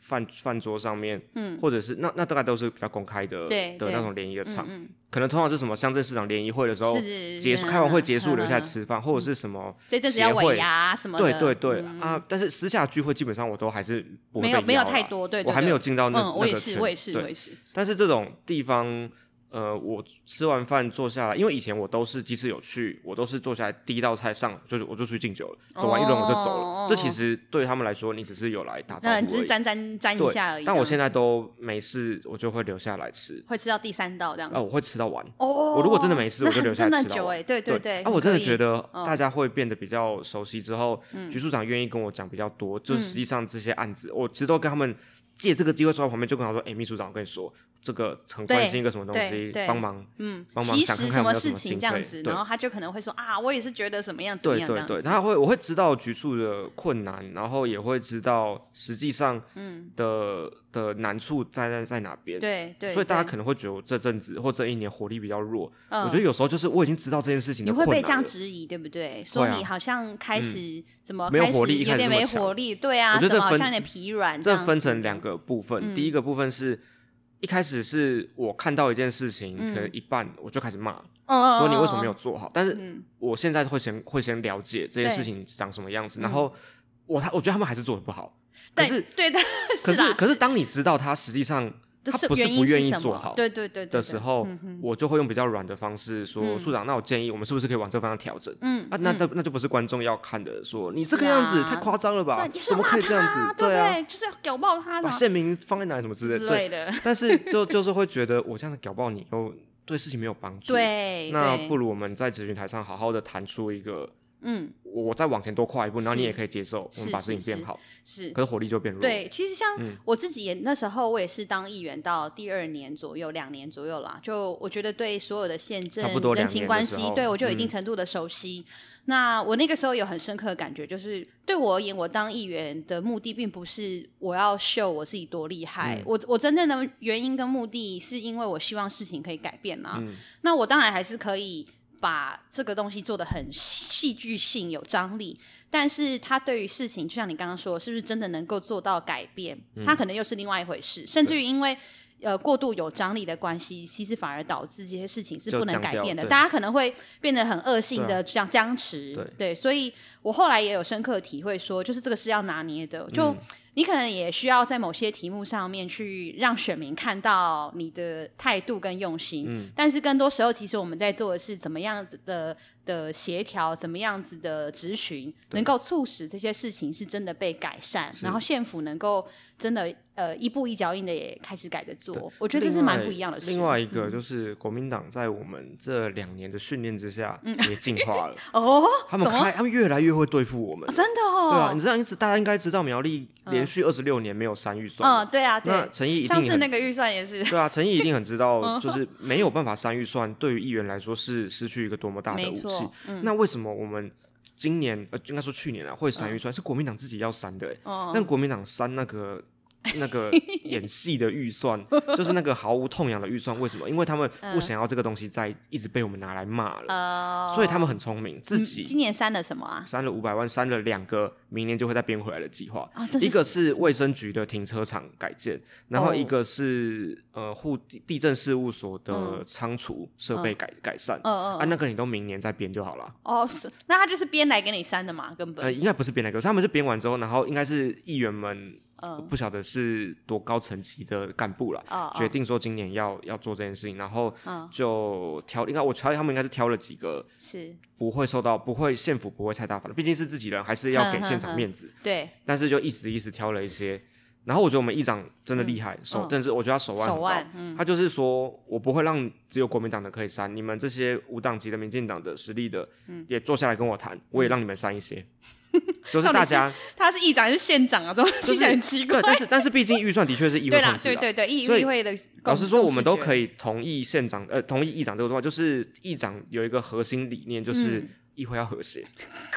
S2: 饭饭桌上面，嗯，或者是那那大概都是比较公开的
S1: 对
S2: 的
S1: 对
S2: 那种联谊的场，
S1: 嗯，
S2: 可能通常是什么乡镇市长联谊会的时候
S1: 是是是
S2: 结束，开完会结
S1: 嗯
S2: 束
S1: 嗯
S2: 留下来
S1: 嗯
S2: 吃饭，或者是什么
S1: 这阵子要
S2: 协会
S1: 尾牙什么的，嗯
S2: 对对对啊，但是私下聚会基本上我都还是不会
S1: 没有
S2: 被
S1: 没有
S2: 邀啦
S1: 太，多，对，
S2: 我
S1: 对
S2: 还没有
S1: 对
S2: 进到那
S1: 嗯，我
S2: 那
S1: 也
S2: 个
S1: 是，
S2: 圈
S1: 我也是，
S2: 对
S1: 我也是，
S2: 但是这种地方，呃，我吃完饭坐下来，因为以前我都是即使有去，我都是坐下来第一道菜上就是我就出去敬酒了，走完一轮我就走了。
S1: 哦
S2: 这其实对他们来说，你只是有来打招呼
S1: 那
S2: 而已，
S1: 只是沾沾沾一
S2: 对
S1: 下而已。
S2: 但我现
S1: 在
S2: 在都没事，我就会留下来吃。
S1: 会吃到第三道这样
S2: 啊，。我会吃到完。
S1: 哦，
S2: 我如果真的没事，
S1: 那
S2: 我就留
S1: 很
S2: 下
S1: 真的
S2: 来
S1: 很
S2: 吃到
S1: 久
S2: 完。
S1: 哎，对
S2: 对
S1: 对，嗯
S2: 啊，我真的觉
S1: 得
S2: 得大家会变得比较熟悉之后，
S1: 嗯
S2: 局处长愿意跟我讲比较多，就实际上这些案子，我其实都跟他们借这个机会坐在旁边，就跟他说：“哎，秘书长，我跟你说，这个很关心一个什么东
S1: 对
S2: 西
S1: 对，
S2: 帮忙。”
S1: 嗯，
S2: 帮忙
S1: 其
S2: 想看
S1: 实
S2: 看有没有
S1: 事
S2: 什么
S1: 情
S2: 经
S1: 这样
S2: 费
S1: 子，
S2: 对
S1: 然后他就可能会说啊，我也是觉得怎么样怎么
S2: 对
S1: 样这
S2: 对
S1: 样子
S2: 对，，他会我会知道局处的困难，然后也会知道实际上的、的难处在在在哪边。
S1: 嗯对对，
S2: 所以大家
S1: 对
S2: 可能会觉得我这阵子或这一年活力比较弱，
S1: 嗯
S2: 我觉得有时候就是我已经知道这件事情
S1: 你
S2: 的
S1: 会
S2: 困难
S1: 被这样
S2: 了
S1: 质疑，对不对？说
S2: 会啊
S1: 你好像开始怎么
S2: 没有
S1: 开始
S2: 活力一开
S1: 有
S2: 始
S1: 点
S2: 那么
S1: 没
S2: 强
S1: 活力，对啊，
S2: 我觉得
S1: 怎么
S2: 这
S1: 好
S2: 分
S1: 像有点疲软样子。嗯
S2: 这分成两个部分，第一个部分是一开始是我看到一件事情，可能一半我就开始骂，
S1: 嗯，
S2: 说你为什么没
S1: 有？
S2: 有做好。但是
S1: 嗯，
S2: 我现在会先会先了解这件
S1: 对嗯
S2: 事情长什么样子，然后我他我觉得他们还是做的不好，可
S1: 对
S2: 是
S1: 对的，
S2: 可
S1: 啦
S2: 是可是当你知道他实际上
S1: 就
S2: 他
S1: 是
S2: 不是
S1: 原因
S2: 不愿意
S1: 什
S2: 做
S1: 么
S2: 好
S1: 对对对对
S2: 的时，候，我就会用比较软的方式说，
S1: 嗯
S2: 处长，那我建议我们是不是可以往这方向调整？
S1: 对嗯
S2: 啊，那
S1: 嗯
S2: 那那就不是观众要看的，说你这个
S1: 是
S2: 样子
S1: 啊
S2: 太夸张了吧
S1: 对，也是
S2: 怎么
S1: 骂
S2: 可以这样
S1: 他啊
S2: 子？
S1: 对不
S2: 啊，
S1: 对，就是要屌爆他
S2: 把
S1: 啦
S2: 县民放在哪里什么之类
S1: 之
S2: 的。
S1: 类
S2: 对，
S1: 的，
S2: 但是就就是会觉得我这样子搞爆你，又对事情没有帮助。，
S1: 对，
S2: 那
S1: 对
S2: 不如我们在咨询台上好好的谈出一个，
S1: 嗯
S2: 我我再往前多跨一步，然后你
S1: 是
S2: 也可以接受，我
S1: 是
S2: 们把
S1: 是
S2: 事情
S1: 是
S2: 变好，
S1: 是
S2: 可是火力就变弱。，
S1: 对，其实像
S2: 嗯
S1: 我自己也那时候，我也是当议员到第二年左右，两年左右啦。就我觉得对所有的宪政
S2: 差不、多
S1: 人
S2: 两
S1: 情
S2: 年的
S1: 关
S2: 时
S1: 系，
S2: 候
S1: 对我就有一定
S2: 嗯
S1: 程度的熟悉。那我那个时候有很深刻的感觉，就是对我而言，我当议员的目的并不是我要秀我自己多厉害，
S2: 嗯
S1: 我我真正的原因跟目的是因为我希望事情可以改变啦。
S2: 嗯
S1: 那我当然还是可以把这个东西做得很戏剧性、有张力，但是他对于事情，就像你刚刚说，是不是真的能够做到改变，
S2: 嗯
S1: 他可能又是另外一回事。甚至于因为呃过度有张力的关系，其实反而导致这些事情是
S2: 就
S1: 不能
S2: 僵
S1: 改
S2: 掉
S1: 变的，
S2: 对
S1: 大家可能会变得很恶性
S2: 对啊
S1: 的这样僵持。
S2: 对
S1: 所以我后来也有深刻体会说，就是这个是要拿捏的，就。
S2: 嗯
S1: 你可能也需要在某些题目上面去让选民看到你的态度跟用心，
S2: 嗯
S1: 但是更多时候，其实我们在做的是怎么样的的协调，怎么样子的咨询，能够促使这些事情是真的被改善，然后县府能够真的呃一步一脚印的也开始改着做，我觉得这是
S2: 另外
S1: 蛮不一样的事。嗯
S2: 另外一个就是国民党在我们这两年的训练之下也进化 了，
S1: 哦，
S2: 他们
S1: 嗯什么
S2: 开他们越来越会对付我们
S1: 啊。真的
S2: 对啊，
S1: 哦
S2: 你，知道，一直大家应该知道苗栗连续二十六年没有删预算
S1: 嗯，，对啊，
S2: 那
S1: 对，
S2: 陈毅一定
S1: 上次
S2: 很
S1: 那个预算也 是，
S2: 对啊，陈毅一定很知
S1: 嗯
S2: 道，就是没有办法删预算，对于议员来说是失去一个多么大的
S1: 没
S2: 武器
S1: 错。嗯
S2: 那为什么我们今年呃应该说去年啊会删预算，是国民党自己要删的欸？
S1: 嗯哦，
S2: 但国民党删那 个。那个演戏的预算，就是那个毫无痛痒的预算，为什么？因为他们
S1: 嗯
S2: 不想要这个东西再一直被我们拿来骂了，
S1: 呃，
S2: 所以他们很聪明，自己
S1: 嗯今年删了什么啊？
S2: 删了五百万，删了两个明年就会再编回来的计划。
S1: 啊，这
S2: 一个是卫生局的停车场改建，然
S1: 哦
S2: 后一个是、呃户地地震事务所的
S1: 嗯
S2: 仓储设备改、改善。
S1: 嗯嗯
S2: 啊，那个你都明年再编就好了。
S1: 哦，是那他就是编来给你删的嘛，根本
S2: 呃，应该不是编那个，他们是编完之后，然后应该是议员们
S1: 嗯
S2: 不晓得是多高层级的干部啦，
S1: 哦
S2: 决定说今年要要做这件事情，然后
S1: 嗯
S2: 就挑，应该我猜他们应该是挑了几个
S1: 是
S2: 不会受到不会县府不会太大反的，毕竟是自己人，还是
S1: 嗯
S2: 要给现场面子。
S1: 对
S2: 但是就一时一时挑了一些。然后我觉得我们议长真的厉害，手，但是我觉得他手腕
S1: 嗯
S2: 很
S1: 手
S2: 高
S1: 腕，嗯
S2: 他就是说我不会让只有国民党的可以删，你们这些无党籍的、民进党的实力的，
S1: 嗯
S2: 也坐下来跟我谈，我也让你们删 一些，就是大家，
S1: 他是议长还是县长啊？怎么听
S2: 就是
S1: 起来很奇怪
S2: 对，？但是但是毕竟预算的确是议
S1: 对
S2: 会
S1: 啦
S2: 控，制
S1: 对
S2: 的。
S1: 对对，议
S2: 所以
S1: 议会的
S2: 老实说，我们都可
S1: 以
S2: 以同意县长，呃，同意议长这个做法，就是议长有一个核心理念，就是
S1: 嗯
S2: 议会要和谐，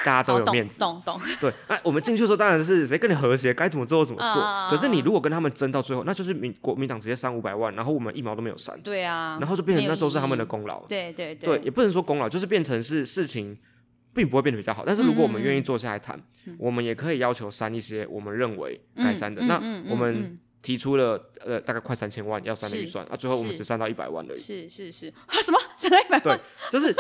S2: 大家都有面子。
S1: 哦懂懂懂，
S2: 对，那我们进去的时候当然是谁跟你和谐，该怎么做就怎么做。
S1: 啊
S2: 可是你如果跟他们争到最后，那就是民国民党直接删五百万，然后我们一毛都没有删，
S1: 对啊，
S2: 然后就变成
S1: 没有
S2: 那都是他们的
S1: 意义，
S2: 功劳。
S1: 对对
S2: 对，也不能说功劳，就是变成是事情并不会变得比较好。但是如果我们
S1: 嗯
S2: 愿意坐下来谈，我们也可以要求删一些我们认为该删的。
S1: 嗯嗯
S2: 那
S1: 嗯嗯
S2: 我们
S1: 嗯
S2: 提出了呃大概快三千万要删的预
S1: 是
S2: 算，啊，最后我们
S1: 是
S2: 只删到一百万而已。
S1: 嗯是是是啊，什么删了一百
S2: 对
S1: 万？，
S2: 就是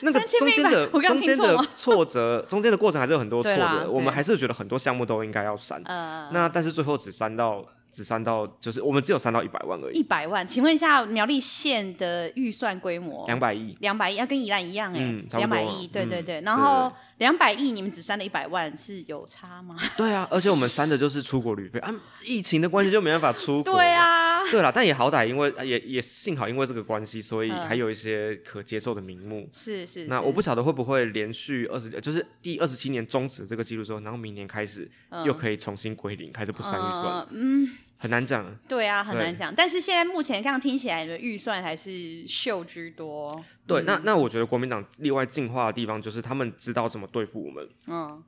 S2: 那个
S1: 3000
S2: 中间的
S1: 100我刚
S2: 中
S1: 刚听
S2: 间
S1: 错
S2: 的
S1: 吗
S2: 挫折，中间的过程还是有很多挫
S1: 对啦
S2: 折，我们
S1: 对
S2: 还是觉得很多项目都应该要删。
S1: 呃，
S2: 那但是最后只删到只删到，就是我们只有删到一百万而
S1: 一
S2: 已，
S1: 百万，请问一下苗栗县的预算规模？
S2: 两百亿。
S1: 两百亿要跟宜兰一样哎、
S2: 嗯差不
S1: 两
S2: 多
S1: 百
S2: 啊
S1: 亿，对对
S2: 嗯
S1: 对，然后两百亿你们只删了一百万是有差吗？
S2: 对啊，而且我们删的就是出国旅费啊，疫情的关系就没办法出国。
S1: 对。啊，
S2: 对啦，但也好歹因为也也幸好因为这个关系，所以
S1: 嗯
S2: 还有一些可接受的名目。
S1: 是是，
S2: 那
S1: 是
S2: 我不晓得会不会连续二十，就是第二十七年终止这个记录之后，然后明年开始又可以重新归零，开始不删预算，
S1: 呃嗯，
S2: 很难讲。
S1: 对啊，很
S2: 对
S1: 难讲。但是现在目前这样听起来的预算还是秀居多。
S2: 对，那那我觉得国民党另外进化的地方就是他们知道怎么对付我们，
S1: 嗯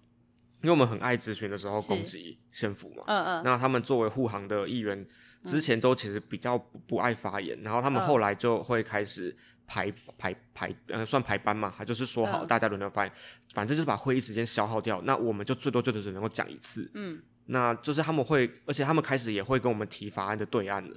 S2: 因为我们很爱咨询的时候
S1: 是
S2: 攻击县府嘛。
S1: 嗯嗯，
S2: 那他们作为护航的议员，之前都其实比较不不爱发言，然后他们
S1: 嗯
S2: 后来就会开始排排排，呃，算排班嘛，他就是说好
S1: 嗯
S2: 大家轮流发言，反正就是把会议时间消耗掉，那我们就最多就只能够讲一次。
S1: 嗯，
S2: 那就是他们会，而且他们开始也会跟我们提法案的对岸了，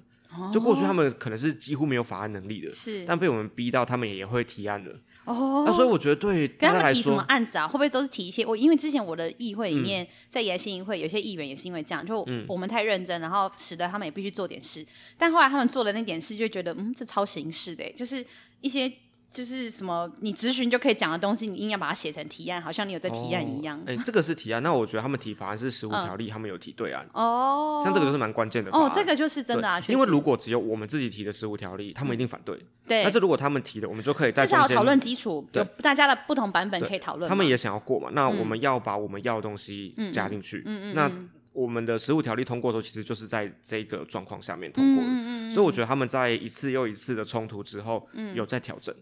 S2: 就过去他们可能是几乎没有法案能力的，
S1: 哦是
S2: 但被我们逼到，他们也会提案的。
S1: 哦
S2: 那所以我觉得对
S1: 跟
S2: 大
S1: 他
S2: 家
S1: 们
S2: 来
S1: 提什么
S2: 说，嗯
S1: 案子啊？会不会都是提一些？我因为之前我的议会里面，在宜兰县议会，有些议员也是因为这样，就我们太认真，然后使得他们也必须做点事。但后来他们做的那点事，就觉得嗯，这超形式的欸，就是一些就是什么你咨询就可以讲的东西，你硬要把它写成提案，好像你有在提案一样嗯
S2: 哦。哎、这个是提案。那我觉得他们提法案是十五条例，他们有提对案，
S1: 哦，
S2: 像这个就是蛮关键的法案。
S1: 哦，这个就是真的啊，
S2: 对因为
S1: 确实嗯
S2: 如果只有我们自己提的十五条例，他们一定反对。但
S1: 对
S2: 是如果他们提的，我们就可以在
S1: 至
S2: 中
S1: 少
S2: 间
S1: 讨论基础，有
S2: 对
S1: 大家的不同版本
S2: 对
S1: 可以讨论嘛。嗯
S2: 他们也想要过嘛，那我们要把我们要的东西加进去。
S1: 嗯嗯
S2: 那
S1: 嗯
S2: 我们的十五条例通过的时候，其实就是在这个状况下面通过
S1: 嗯
S2: 的。所以我觉得他们在一次又一次的冲突之后，
S1: 嗯
S2: 有在调整。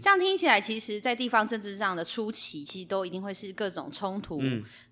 S1: 这样听起来，其实，在地方政治上的初期，其实都一定会是各种冲突，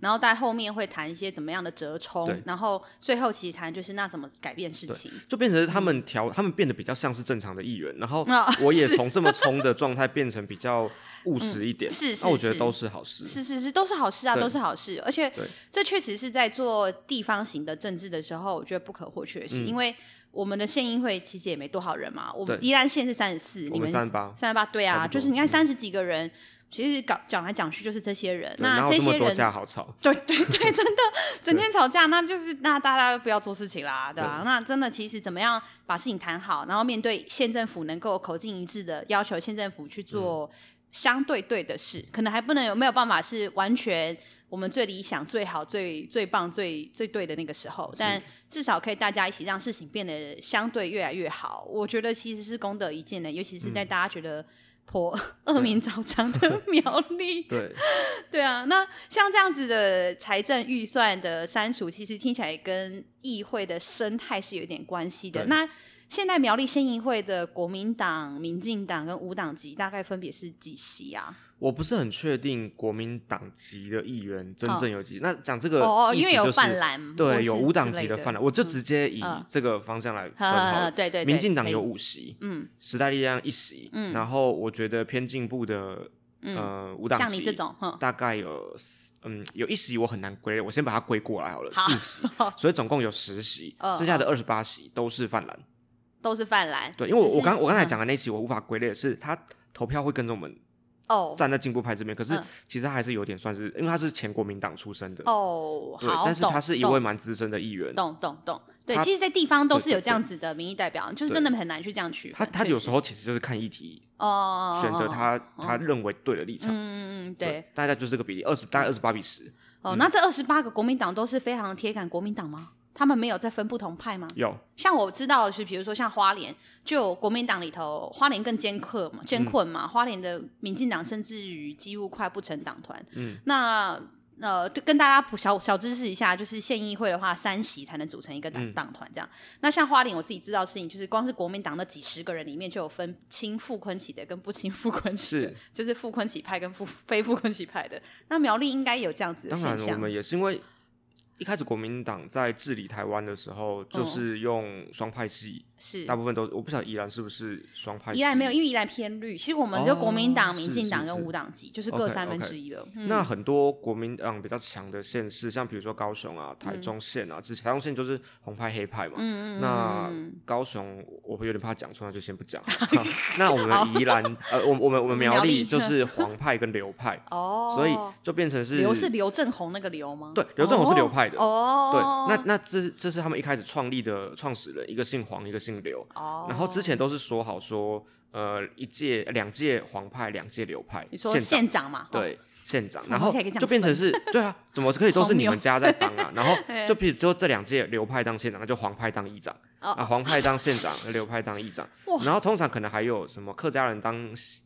S1: 然后在后面会谈一些怎么样的折冲
S2: 嗯对，
S1: 然后最后其实谈就是那怎么改变事情。
S2: 就变成是他们调，他们变得比较像是正常的议员，然后
S1: 啊
S2: 我也从这么冲的状态变成比较务实一点。
S1: 嗯是是
S2: 那我觉得
S1: 是
S2: 都是好事。
S1: 是是是，都是好事啊，
S2: 对
S1: 都是好事。而且
S2: 对
S1: 这确实是在做地方型的政治的时候，我觉得不可或
S2: 嗯
S1: 缺的事，因为我们的县议会其实也没多少人嘛，我们
S2: 对
S1: 宜兰县是三十四，
S2: 我
S1: 你
S2: 们
S1: 们
S2: 三十八，
S1: 三十八，对
S2: 差
S1: 啊，
S2: 不多嗯
S1: 就是你看三十几个人，其实讲讲来讲去就是这些人，
S2: 对哪
S1: 那
S2: 有
S1: 这
S2: 这么
S1: 些
S2: 多
S1: 人
S2: 架好吵？
S1: 对对对，真的 整天吵架，那就是那大家不要做事情啦，对吧、那真的其实怎么样把事情谈好，然后面对县政府能够口径一致的要求县政府去做相对对的事，可能还不能有没有办法是完全我们最理想、最好、最最棒、最最对的那个时候，但至少可以大家一起让事情变得相对越来越好。我觉得其实是功德一件的，尤其是在大家觉得颇 恶名昭彰的 苗 栗。
S2: 对，
S1: 对啊，那像这样子的财政预算的删除，其实听起来跟议会的生态是有点关系的。
S2: 对
S1: 那现在苗栗县议会的国民党、民进党跟无党籍大概分别是几席啊？
S2: 我不是很确定国民党籍的议员真正有几。那讲这个
S1: 嗯哦哦，
S2: 意思
S1: 因为有
S2: 就是
S1: 泛蓝，或
S2: 对，
S1: 是
S2: 有无党
S1: 之
S2: 籍
S1: 类的
S2: 泛蓝，我就直接以
S1: 嗯
S2: 这个方向来分
S1: 呵呵
S2: 好
S1: 呵
S2: 了。
S1: 对对对，
S2: 民进党
S1: 可以
S2: 有五席，
S1: 嗯
S2: 时代力量一席，然后我觉得偏进步的
S1: 嗯，
S2: 呃无党
S1: 像你
S2: 籍
S1: 这种，哼，
S2: 大概有四嗯有一席我很难归类，我先把它归过来好了，
S1: 好
S2: 四席，所以总共有十席
S1: 嗯，
S2: 剩下的二十八席都是泛蓝。
S1: 都是泛蓝。
S2: 对，因为我
S1: 只是嗯
S2: 我刚我刚才讲的那席我无法归类的是，他投票会跟着我们
S1: 哦
S2: 站在进步派这边，可是
S1: 嗯
S2: 其实他还是有点算是，因为他是前国民党出身的，
S1: 哦，
S2: 对，
S1: 好，
S2: 但是
S1: 懂
S2: 他是一
S1: 懂
S2: 位蛮资深的议员，
S1: 懂懂懂，对，
S2: 他
S1: 其实，在地方都是有
S2: 对对
S1: 这样子的民意代表，就是
S2: 对
S1: 真的很难去这样区
S2: 他
S1: 分。
S2: 他
S1: 确
S2: 有
S1: 实
S2: 时候其实就是看议题，
S1: 哦，
S2: 选择他他
S1: 哦
S2: 认为对的嗯立场，
S1: 嗯嗯嗯，对。，
S2: 大概就是这个比例，二十大概二十八比十，
S1: 哦，那这二十八个国民党都是非常铁杆国民党吗？他们没有在分不同派吗？
S2: 有
S1: 像我知道的是，比如说像花莲，就有国民党里头，花莲更艰困
S2: 嗯
S1: 嘛，艰困嘛，花莲的民进党甚至于几乎快不成党团。嗯，那呃，对跟大家普小小知识一下，就是县议会的话，三席才能组成一个党、
S2: 嗯
S1: 党团这样。那像花莲，我自己知道的事情，就是光是国民党那几十个人里面，就有分亲傅昆萁的跟不亲傅昆萁的
S2: 是，
S1: 就是傅昆萁派跟傅非傅昆萁派的。那苗栗应该有这样子的
S2: 当
S1: 现
S2: 然，我
S1: 象。
S2: 们也是因为一开始国民党在治理台湾的时候，就是用双派系，
S1: 嗯是
S2: 大部分都我不晓得宜兰是不是双派系，
S1: 宜兰没有，因为宜兰偏绿。其实我们就国民党、
S2: 哦
S1: 民进党
S2: 是
S1: 跟
S2: 是是
S1: 无党籍，就是
S2: OK，
S1: 各三分
S2: OK
S1: 之一了。嗯
S2: 那很多国民党比较强的县市，像比如说高雄啊、台中县啊，之前台中县就是红派黑派嘛。
S1: 嗯嗯嗯嗯
S2: 那
S1: 嗯
S2: 高雄我会有点怕讲错，那就先 不讲。好那我们的宜兰，呃，我我们我们
S1: 苗
S2: 苗
S1: 栗
S2: 栗就是黄派跟流派，
S1: 哦，
S2: 所以就变成是
S1: 刘是刘正宏那个刘吗？
S2: 对刘正宏是流派的。对，
S1: 哦，
S2: 那那这这是他们一开始创立的创始人，一个姓黄，一个姓刘。
S1: 那哦，
S2: 然后之前都是说好说，呃，一届两届黄派，两届流派，
S1: 你说
S2: 县长
S1: 县长嘛，哦，
S2: 对县长，
S1: 怎么
S2: 然后
S1: 可以这样
S2: 就变成是，对啊，怎么可以都是你
S1: 荒
S2: 们
S1: 谬
S2: 家在当 啊？然后
S1: 对
S2: 就比如就这两届流派当县长，那就黄派当议长
S1: 哦
S2: 啊，黄派当县 长，流派当议长
S1: 哇，
S2: 然后通常可能还有什么客家人当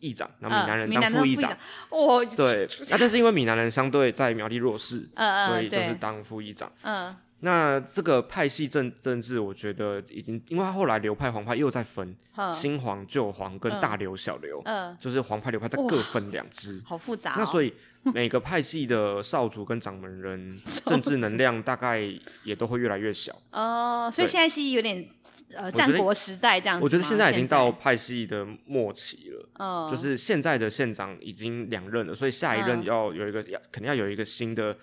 S2: 议长，然后闽南
S1: 呃
S2: 人
S1: 闽
S2: 当
S1: 南
S2: 副
S1: 副
S2: 议
S1: 议
S2: 长
S1: 长，，哦，
S2: 对，那但是因为闽南人相对在苗栗弱势，
S1: 呃
S2: 所
S1: 呃
S2: 以就是
S1: 对，
S2: 当副议长。
S1: 嗯，
S2: 那这个派系政政治，我觉得已经，因为他后来流派、黄派又在分
S1: 嗯
S2: 新黄、旧黄跟大流、小流，
S1: 嗯，
S2: 就是黄派、流派再各分两支。
S1: 好复杂哦。
S2: 那所以每个派系的少主跟掌门 人政治能量大概也都会越来越小。
S1: 哦，所以
S2: 对
S1: 现在是有点呃
S2: 我觉
S1: 战
S2: 得
S1: 国时代这样子吗。
S2: 我觉得现在已经到派系的末期了，
S1: 嗯，
S2: 就是现在的县长已经两任了，所以下一任
S1: 嗯
S2: 要有一个要肯定要有一个新的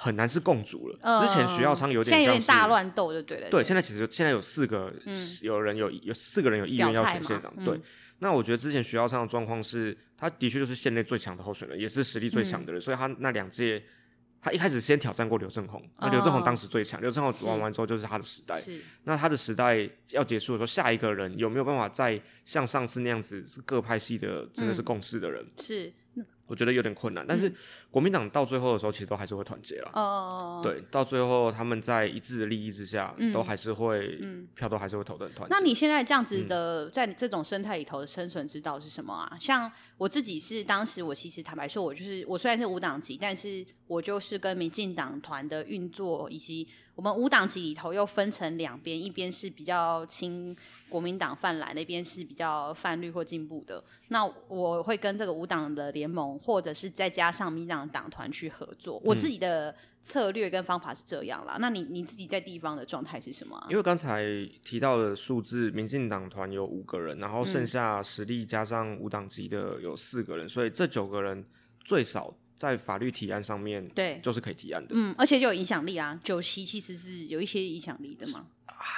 S2: 很难是共主了。
S1: 呃
S2: 之前徐耀昌有
S1: 现在
S2: 点
S1: 有
S2: 像
S1: 点
S2: 是
S1: 大乱斗，就对了。
S2: 对，现在其实现在有四个，
S1: 嗯
S2: 有人有有四个人有意愿
S1: 表
S2: 要
S1: 态
S2: 选县长
S1: 嘛。
S2: 对
S1: 嗯，
S2: 那我觉得之前徐耀昌的状况是，他的确就是县内最强的候选人，也是实力最
S1: 嗯
S2: 强的人，所以他那两届，他一开始先挑战过刘正宏，那刘正宏
S1: 哦
S2: 当时最强，刘正宏
S1: 是
S2: 玩完之后就是他的时代。
S1: 是
S2: 那他的时代要结束的时候，下一个人有没有办法再像上次那样子是各派系的真的是
S1: 嗯
S2: 共识的人？
S1: 是，
S2: 我觉得有点困难。但是国民党到最后的时候，其实都还是会团结啦。
S1: 哦，。
S2: 对，到最后他们在一致的利益之下，
S1: 嗯
S2: 都还是会、
S1: 嗯
S2: 票都还是会投的很团结。
S1: 那你现在这样
S2: 嗯
S1: 子的，在你这种生态里头的生存之道是什么啊？像我自己是当时，我其实坦白说，我就是我虽然是无党籍，但是我就是跟民进党团的运作，以及我们无党籍里头又分成两边，一边是比较亲国民党泛蓝，那边是比较泛绿或进步的。那我会跟这个无党的联盟，或者是再加上民进党的党团去合作。我
S2: 嗯
S1: 自己的策略跟方法是这样啦。那你你自己在地方的状态是什么啊、
S2: 因为刚才提到的数字，民进党团有五个人，然后
S1: 嗯
S2: 剩下实力加上无党籍的有四个人，所以这九个人最少在法律提案上面
S1: 对，
S2: 就是可以提案的。
S1: 嗯，而且就有影响力啊。九席其实是有一些影响力的嘛。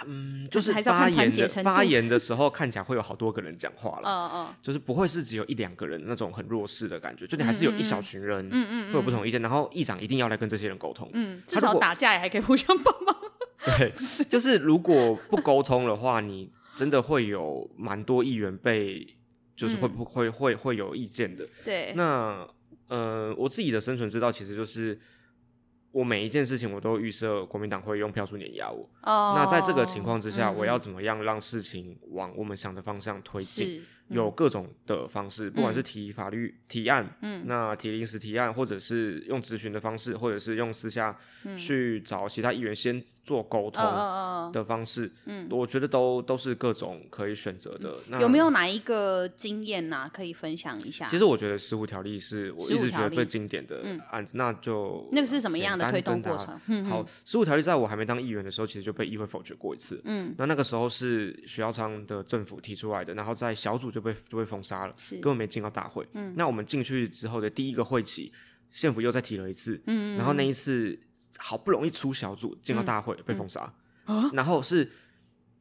S2: 嗯，就
S1: 但是
S2: 是
S1: 还是要看
S2: 发言
S1: 团结
S2: 的
S1: 程度
S2: 发言的时候，看起来会有好多个人讲话了。
S1: 嗯嗯
S2: 就是不会是只有一两个人那种很弱势的感觉，就你还是有一小群人
S1: 嗯嗯嗯
S2: 会有不同意见，然后议长一定要来跟这些人沟通。
S1: 嗯，至
S2: 他如
S1: 少
S2: 果
S1: 打架也还可以互相帮 忙。
S2: 对，就是如果不沟通的话，你真的会有蛮多议员被，就是会不会会会有意见的。
S1: 对，
S2: 那呃，我自己的生存之道其实就是。我每一件事情我都预设国民党会用票数碾压我，
S1: 哦
S2: 那在这个情况之下，
S1: 嗯
S2: 我要怎么样让事情往我们想的方向推进？
S1: 是
S2: 有各种的方式，不管是提法律提案，
S1: 嗯
S2: 那提临时提案，或者是用咨询的方式，或者是用私下去找其他议员先做
S1: 嗯
S2: 沟通
S1: 嗯嗯
S2: 的方式，
S1: 嗯
S2: 我觉得都都是各种可以选择的。那
S1: 嗯，有没有？哪一个经验呐、可以分享一下？
S2: 其实我觉得十五条例是我一
S1: 15
S2: 直觉
S1: 条
S2: 得
S1: 例
S2: 最经典的
S1: 嗯
S2: 案子，那就
S1: 那个是什么
S2: 简
S1: 样的
S2: 单
S1: 推动
S2: 跟
S1: 过
S2: 大家
S1: 程？嗯
S2: 好，十五条例在我还没当议员的时候，其实就被议会否决过一次。
S1: 嗯，
S2: 那那个时候是徐耀昌的政府提出来的，然后在小组就被就被封杀了，
S1: 是
S2: 根本没进到大会。嗯，那我们进去之后的第一个会期，县府又再提了一次，嗯，然后那一次好不容易出小组进到大会、
S1: 嗯
S2: 被封杀，
S1: 啊
S2: 然后是。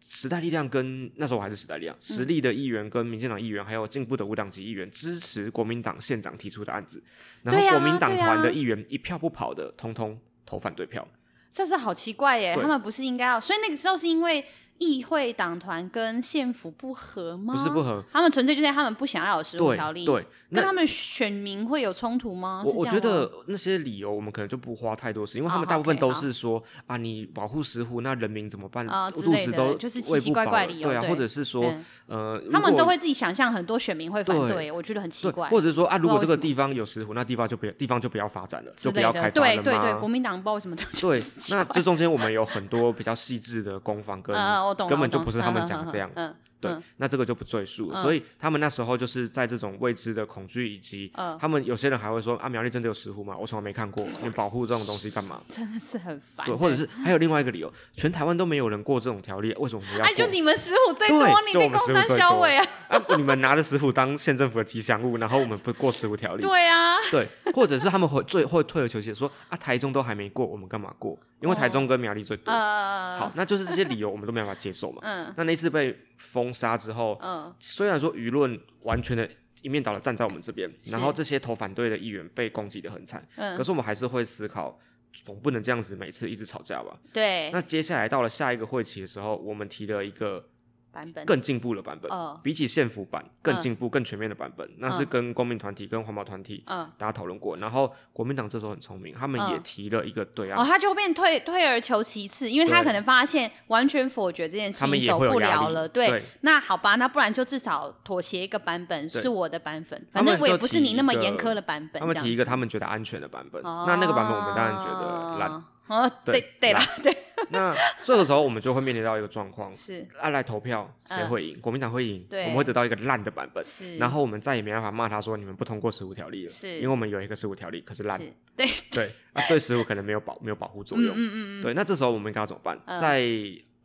S2: 时代力量跟那时候我还是时代力量，
S1: 嗯
S2: 实力的议员跟民进党议员，还有进步的无党籍议员支持国民党县长提出的案子，然
S1: 对
S2: 后
S1: 啊
S2: 国民党
S1: 对啊
S2: 团的议员一票不跑的，通通投反对票。
S1: 这是好奇怪耶，
S2: 对
S1: 他们不是应该要？所以那个时候是因为议会党团跟县府不合吗？
S2: 不是不，合，
S1: 他们纯粹就是他们不想要有十五
S2: 对
S1: 条例，，
S2: 对，
S1: 跟
S2: 那
S1: 他们选民会有冲突吗？
S2: 我
S1: 哦是
S2: 我
S1: 这样
S2: 觉
S1: 吗
S2: 得那些理由我们可能就不花太多时间，因为他
S1: 哦
S2: 们大部分
S1: OK，
S2: 都
S1: 好
S2: 是说啊，你保护石虎，那人民怎么办？
S1: 啊之
S2: 肚
S1: 类
S2: 子
S1: 的
S2: 都
S1: 就是奇
S2: 喂
S1: 奇
S2: 不
S1: 怪
S2: 饱
S1: 怪
S2: 了
S1: 理由
S2: 对啊，
S1: 对
S2: 或者是说
S1: 嗯
S2: 呃，
S1: 他
S2: 如
S1: 们都
S2: 果
S1: 会自己想象很多选民会反
S2: 对
S1: 对，我觉得很奇
S2: 对，
S1: 怪。
S2: 或者是说啊，
S1: 不知
S2: 如
S1: 道
S2: 果
S1: 为
S2: 这
S1: 什
S2: 个
S1: 么
S2: 地方有石虎，那地方就不要地方就不要发展了，
S1: 之类
S2: 就不
S1: 的，
S2: 要开发
S1: 对
S2: 了
S1: 对对，国
S2: 吗？
S1: 民党不知道为 什么东西。，
S2: 对那这 中间我们有很多比较细致的攻防跟
S1: 嗯，我懂了，
S2: 根本就
S1: 我懂
S2: 不是他们
S1: 嗯
S2: 讲的这样，
S1: 嗯
S2: 对
S1: 嗯，
S2: 那这个就不赘述了。所以他们那时候就是在这种未知的恐惧，以及
S1: 嗯
S2: 他们有些人还会说啊，苗栗真的有石虎吗？我从来没 看过，你保护这种东西干嘛？
S1: 真的是很烦。
S2: 对，或者是还有另外一个理由，全台湾都没有人过这种条例，为什么我们要
S1: 哎，就
S2: 过
S1: 你们十五最
S2: 对
S1: 多，你
S2: 就
S1: 在
S2: 我们
S1: 工
S2: 15
S1: 山
S2: 最
S1: 小
S2: 多
S1: 伟啊，
S2: 啊？你们拿着石虎当县政府的吉祥物，然后我们不过十五条例，
S1: 对啊，
S2: 对，或者是他们会最会退而求其次说啊，台中都还没过，我们干嘛过？因为台中跟苗栗最多。
S1: 呃，
S2: 好，，那就是这些理由我们都没办法接受嘛。
S1: 嗯
S2: 那那次被封杀之后，
S1: 嗯，
S2: 虽然说舆论完全的一面倒的站在我们这边，然后这些投反对的议员被攻击的很惨，
S1: 嗯
S2: 可是我们还是会思考，总不能这样子每次一直吵架吧？
S1: 对，
S2: 那接下来到了下一个会期的时候，我们提了一个
S1: 版本
S2: 更进步的版本，
S1: 嗯哦
S2: 比起县府版更
S1: 嗯
S2: 进步、更全面的版本，那是
S1: 嗯
S2: 跟公民团体、跟环保团体
S1: 嗯。
S2: 大家讨论过。然后国民党这时候很聪明，他们也
S1: 嗯
S2: 提了一个对啊
S1: 哦，
S2: 岸，
S1: 他就变退退而求其次，因为他
S2: 对
S1: 可能发现完全否决这件事
S2: 他们
S1: 情
S2: 也
S1: 走
S2: 会有
S1: 不
S2: 压
S1: 了
S2: 力
S1: 了，
S2: 对
S1: 那好吧，那不然就至少妥协一个版本
S2: 对
S1: 是我的版本，
S2: 他
S1: 反
S2: 们
S1: 正我也
S2: 就
S1: 不是
S2: 提
S1: 你那么
S2: 一个
S1: 严苛的版本。哦
S2: 他们
S1: 这样
S2: 提一
S1: 子
S2: 个他们觉得安全的版本。那那个版本我们当然觉得烂。
S1: 哦。哦，对
S2: 对
S1: 对啦，对，
S2: 那这个时候我们就会面临到一个状况
S1: 是嗯
S2: 按来投票谁会赢？国民党会赢，我
S1: 对
S2: 们会得到一个烂的版本。
S1: 是，
S2: 然后我们再也没办法骂他说你们不通过十五条例了，
S1: 是
S2: 因为我们有一个十五条例，可是烂
S1: 是对，
S2: 对，啊，对食物可能没有保没有保护作用。
S1: 嗯嗯嗯，
S2: 对，那这时候我们应该要怎么办？
S1: 嗯
S2: 在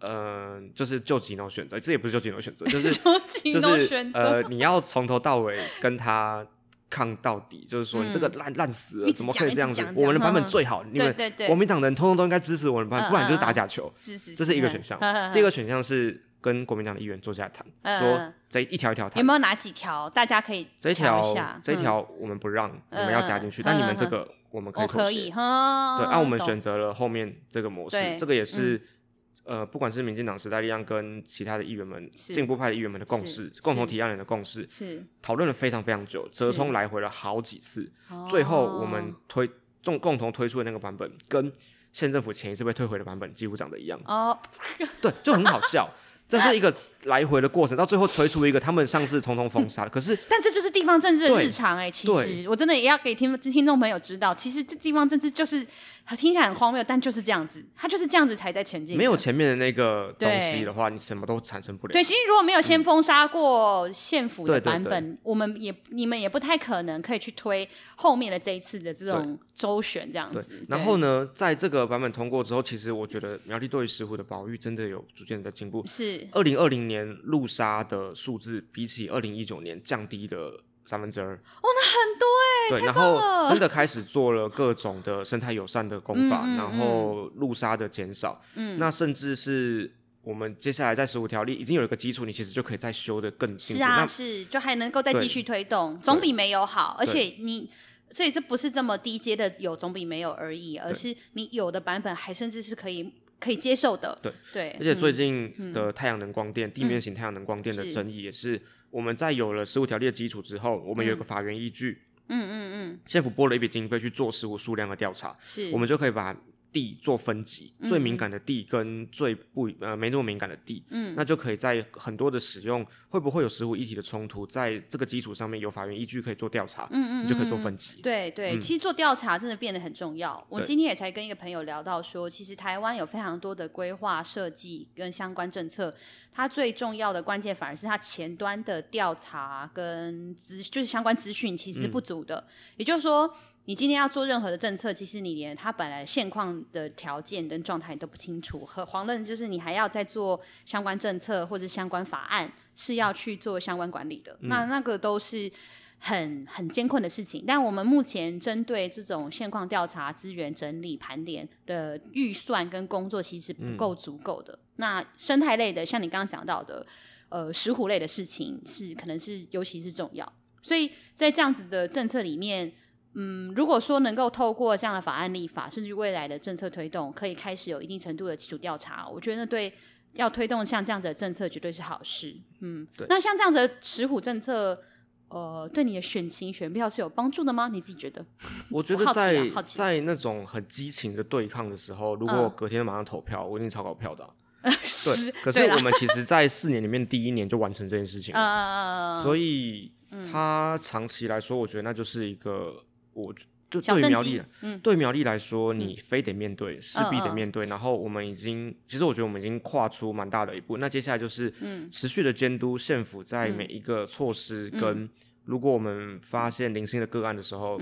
S2: 呃，就是就几种选 择，这也不是就几种选择，就呃是
S1: 究竟
S2: 就
S1: 都
S2: 是
S1: 选择
S2: 呃，你要从头到尾跟他抗到底，就是说你这个烂烂死了，
S1: 嗯一直
S2: 怎么
S1: 讲
S2: 可以
S1: 一
S2: 这
S1: 直
S2: 样子
S1: 讲？
S2: 我们
S1: 讲
S2: 的版本
S1: 嗯
S2: 最好，你
S1: 对
S2: 们
S1: 对对，
S2: 国民党的人通通都应该支持我们
S1: 嗯
S2: 班，不然就是打
S1: 嗯
S2: 假球。
S1: 支持
S2: 这是一个选项
S1: 嗯嗯嗯
S2: 第二个选项是跟国民党的议员坐下来谈，
S1: 嗯嗯
S2: 说
S1: 嗯
S2: 这一条一条谈
S1: 有，没有哪几条大家可以
S2: 这一
S1: 瞧一
S2: 条
S1: 下
S2: 这一
S1: 嗯
S2: 条我们不让，你们要加进去，
S1: 嗯
S2: 但你们
S1: 嗯
S2: 这个我们可
S1: 我
S2: 以妥
S1: 可
S2: 协
S1: 以。哈，
S2: 对，按啊我们
S1: 哦懂
S2: 选择了后面这个模式
S1: 对，嗯
S2: 这个也是呃，不管是民进党时代力量跟其他的议员们、
S1: 是
S2: 进步派的议员们的共
S1: 是
S2: 识，共同
S1: 是
S2: 提案人的共识，
S1: 是
S2: 讨论了非常非常久，折
S1: 是
S2: 冲来回了好几次，最后我们
S1: 哦
S2: 推共共同推出的那个版本跟。县政府前一次被退回的版本几乎长得一样，
S1: 哦，
S2: 对，就很好 笑。这是一个来回的过程，到最后推出一个他们上次通通封杀了，可是
S1: 但这就是地方政治的
S2: 对
S1: 日常哎、其
S2: 对
S1: 实我真的也要给听听众朋友知道，其实这地方政治就是听起来很荒谬，但就是这样子，它就是这样子才在前进的。
S2: 没有前面的那个东西
S1: 对
S2: 的话，你什么都产生不了。
S1: 对，其实如果没有先封杀过县府的
S2: 对对
S1: 版
S2: 对
S1: 本，我们也你们也不太可能可以去推后面的这一次的这种周旋这样
S2: 对
S1: 子。，
S2: 然后呢，在这个版本通过之后，其实我觉得苗栗对于石虎的保育真的有逐渐的进步
S1: 对。是
S2: 二零二零年路杀的数字比起二零一九年降低了三分之二。哦，
S1: 欸
S2: 那很多哎、对，然后真的开始做了各种的生态友善的工法，
S1: 嗯嗯
S2: 然后路杀的减少，嗯，那甚至是我们接下来在十五条例已经有一个基础，你其实就可以再修的更进
S1: 是
S2: 步。
S1: 啊，
S2: 那
S1: 是就还能够再继续推动，总比没有好。而且你，所以这不是这么低阶的有总比没有而已，而是你有的版本还甚至是可以可以接受的。
S2: 对
S1: 对，
S2: 而且最
S1: 嗯
S2: 近的太阳能光电、地面型太阳能光电的
S1: 是
S2: 争议，也是我们在有了十五条例的基础之后，我们有一个法源依据，
S1: 嗯嗯嗯，
S2: 县府拨了一笔经费去做食物数量的调查，
S1: 是嗯
S2: 我们就可以把地做分级，最敏感的地跟最不呃没那么敏感的地，嗯，那就可以在很多的使用会不会有食物议题的冲突，在这个基础上面有法源依据可以做调查，嗯嗯你就可以做分级，
S1: 对对，其实做调查真的变得很重要。我
S2: 对
S1: 今天也才跟一个朋友聊到说，其实台湾有非常多的规划设计跟相关政策，它最重要的关键反而是它前端的调查跟资，就是相关资讯其实是不足的。也就是说，你今天要做任何的政策，其实你连它本来现况的条件跟状态都不清楚，和遑论就是你还要再做相关政策或者相关法案是要去做相关管理的，那那个都是。很很艰困的事情，但我们目前针对这种现况调查、资源整理、盘点的预算跟工作，其实不够足够的。那生态类的，像你刚刚讲到的，呃，石虎类的事情是可能是尤其是重要，所以在这样子的政策里面，嗯，如果说能够透过这样的法案立法，甚至未来的政策推动，可以开始有一定程度的基础调查，我觉得那对要推动像这样子的政策绝对是好事。嗯，
S2: 对
S1: 那像这样子的石虎政策，呃，对你的选情选票是有帮助的吗？你自己觉得？
S2: 我觉
S1: 我
S2: 得
S1: 好奇啊
S2: 在、
S1: 好奇嗯
S2: 在那种很激情的对抗的时候，如果我隔天马上投票，我一定超高票的啊、 对，可是
S1: 对啦
S2: 我们其实，在四年里面，第一年就完成这件事情了，
S1: 呃，
S2: 所以它长期来说，我觉得那就是一个，我觉就
S1: 小
S2: 对于
S1: 政
S2: 苗
S1: 绩
S2: 栗，对于苗栗来说，你非得面对，势必
S1: 嗯
S2: 得
S1: 嗯
S2: 面对。然后我们已经，其实我觉得我们已经跨出蛮大的一步。那接下来就是，
S1: 嗯
S2: 持续的监督县府在每一个措施
S1: 嗯
S2: 跟，如果我们发现零星的个案的时候，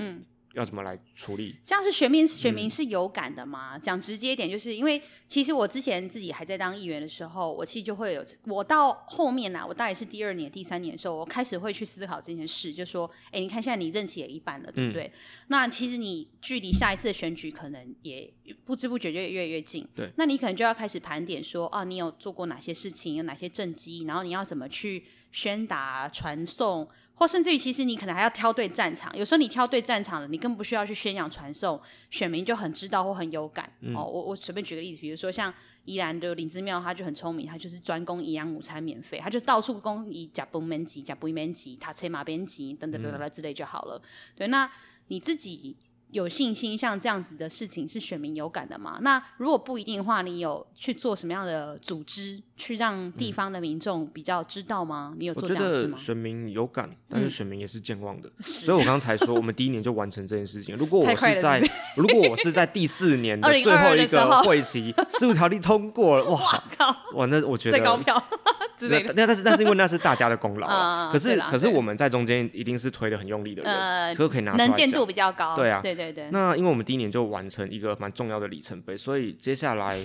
S2: 要怎么来处理？
S1: 这样是选民选
S2: 嗯
S1: 民是有感的吗？讲直接一点，就是因为其实我之前自己还在当议员的时候，我其实就会有，我到后面啊，我大概是第二年、第三年的时候，我开始会去思考这件事，就说，哎，你看现在你任期也一半了，
S2: 嗯
S1: 对不对？那其实你距离下一次的选举可能也不知不觉就越来越近，
S2: 对，
S1: 那你可能就要开始盘点说，哦，你有做过哪些事情，有哪些政绩，然后你要怎么去宣达、传送。或甚至于，其实你可能还要挑对战场。有时候你挑对战场了，你更不需要去宣扬传送，选民就很知道或很有感。
S2: 嗯
S1: 哦，我我随便举个例子，比如说像宜兰的林之妙，他就很聪明，他就是专攻营养午餐免费，他就到处攻以甲不免级、甲不免级、塔车马边级等等等
S2: 嗯
S1: 等之类就好了。对，那你自己有信心像这样子的事情是选民有感的吗？那如果不一定的话，你有去做什么样的组织去让地方的民众比较知道吗？你有
S2: 嗯我
S1: 呃做
S2: 觉
S1: 这样的事
S2: 得
S1: 吗？嗯
S2: 选民有感，但是选民也是健 忘的，所以我刚才说，我们第一年就完成这件事情。如果我
S1: 太快了
S2: 是在，
S1: 是
S2: 如果我是在第四年的
S1: 2022
S2: 最后
S1: 的
S2: 一
S1: 时候
S2: 个 会期，十五条例通过了，哇
S1: 靠，
S2: 哇，那我觉得
S1: 最高票 之类的
S2: 那。那但是但是因为那是大家的功劳
S1: 啊
S2: 啊，可
S1: 对
S2: 是
S1: 啦
S2: 可是
S1: 对
S2: 我们在中间一定是推的很用力的
S1: 呃
S2: 人，可可以拿出来
S1: 能见
S2: 讲
S1: 度比较高，
S2: 对啊
S1: 对对对，
S2: 那因为我们第一年就完成一个蛮重要的里程碑，所以接下来，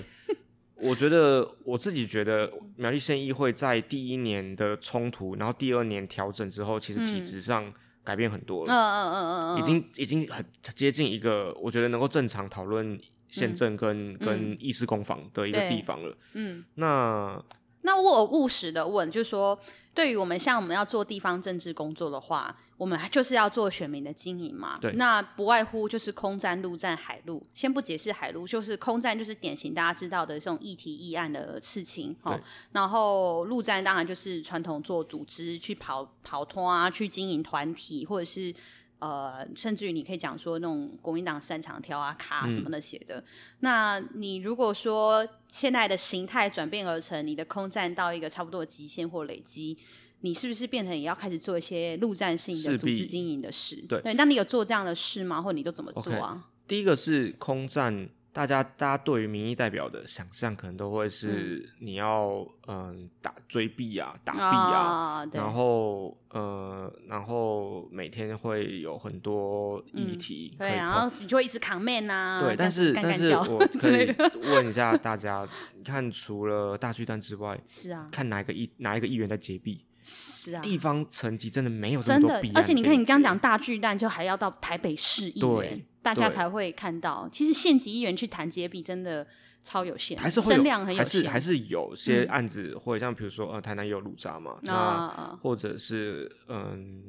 S2: 我觉得我自己觉得苗栗县议会在第一年的冲突，然后第二年调整之后，其实体制上改变很多
S1: 嗯
S2: 了，
S1: 嗯嗯嗯，
S2: 已经已经很接近一个我觉得能够正常讨论宪政跟、跟意识攻防的一个
S1: 嗯对
S2: 地方了。
S1: 嗯。
S2: 那
S1: 那我有务实的问，就是说，对于我们像我们要做地方政治工作的话，我们还就是要做选民的经营嘛。
S2: 对
S1: 那不外乎就是空战、陆战、海陆。先不解释海陆，就是空战就是典型大家知道的这种议题议案的事情哦
S2: 对。
S1: 然后陆战当然就是传统做组织去跑跑通啊，去经营团体或者是。呃，甚至于你可以讲说那种国民党擅长挑啊、
S2: 嗯
S1: 卡什么那些的。那你如果说现在的形态转变而成，你的空战到一个差不多的极限或累积，你是不是变成也要开始做一些陆战性
S2: 势
S1: 的
S2: 必
S1: 组织经营的事？
S2: 对
S1: 那你有做这样的事吗？或者你都怎么做啊
S2: 第一个是空战，大家大家对于民意代表的想象可能都会是你要嗯打追避啊、打弊啊，
S1: 啊，对，
S2: 然后呃，然后每天会有很多议题可
S1: 嗯对，
S2: 以
S1: 然
S2: 碰。
S1: 后你就会一直扛面呐，
S2: 对，但
S1: 是
S2: 是
S1: 干
S2: 但
S1: 干
S2: 是
S1: 叫
S2: 我
S1: 之
S2: 可
S1: 类
S2: 以
S1: 的，
S2: 问一下大家，你看除了大巨蛋之外，
S1: 是啊，
S2: 看哪一个议哪一个议员在结币？
S1: 是啊。
S2: 地方层级真的没有这么
S1: 真
S2: 多
S1: 的
S2: 弊，
S1: 而
S2: 案
S1: 且你
S2: 可
S1: 看，
S2: 以
S1: 你刚刚
S2: 结
S1: 讲大巨蛋，就还要到台北市议员
S2: 对，
S1: 大家
S2: 对
S1: 才会看到。其实县级议员去谈接币真的超有限，
S2: 还是会有
S1: 声量很有
S2: 还是
S1: 限，
S2: 还是有些
S1: 嗯
S2: 案子会像比如说呃，台南也有路渣嘛，
S1: 啊
S2: 那
S1: 啊，啊
S2: 或者是嗯，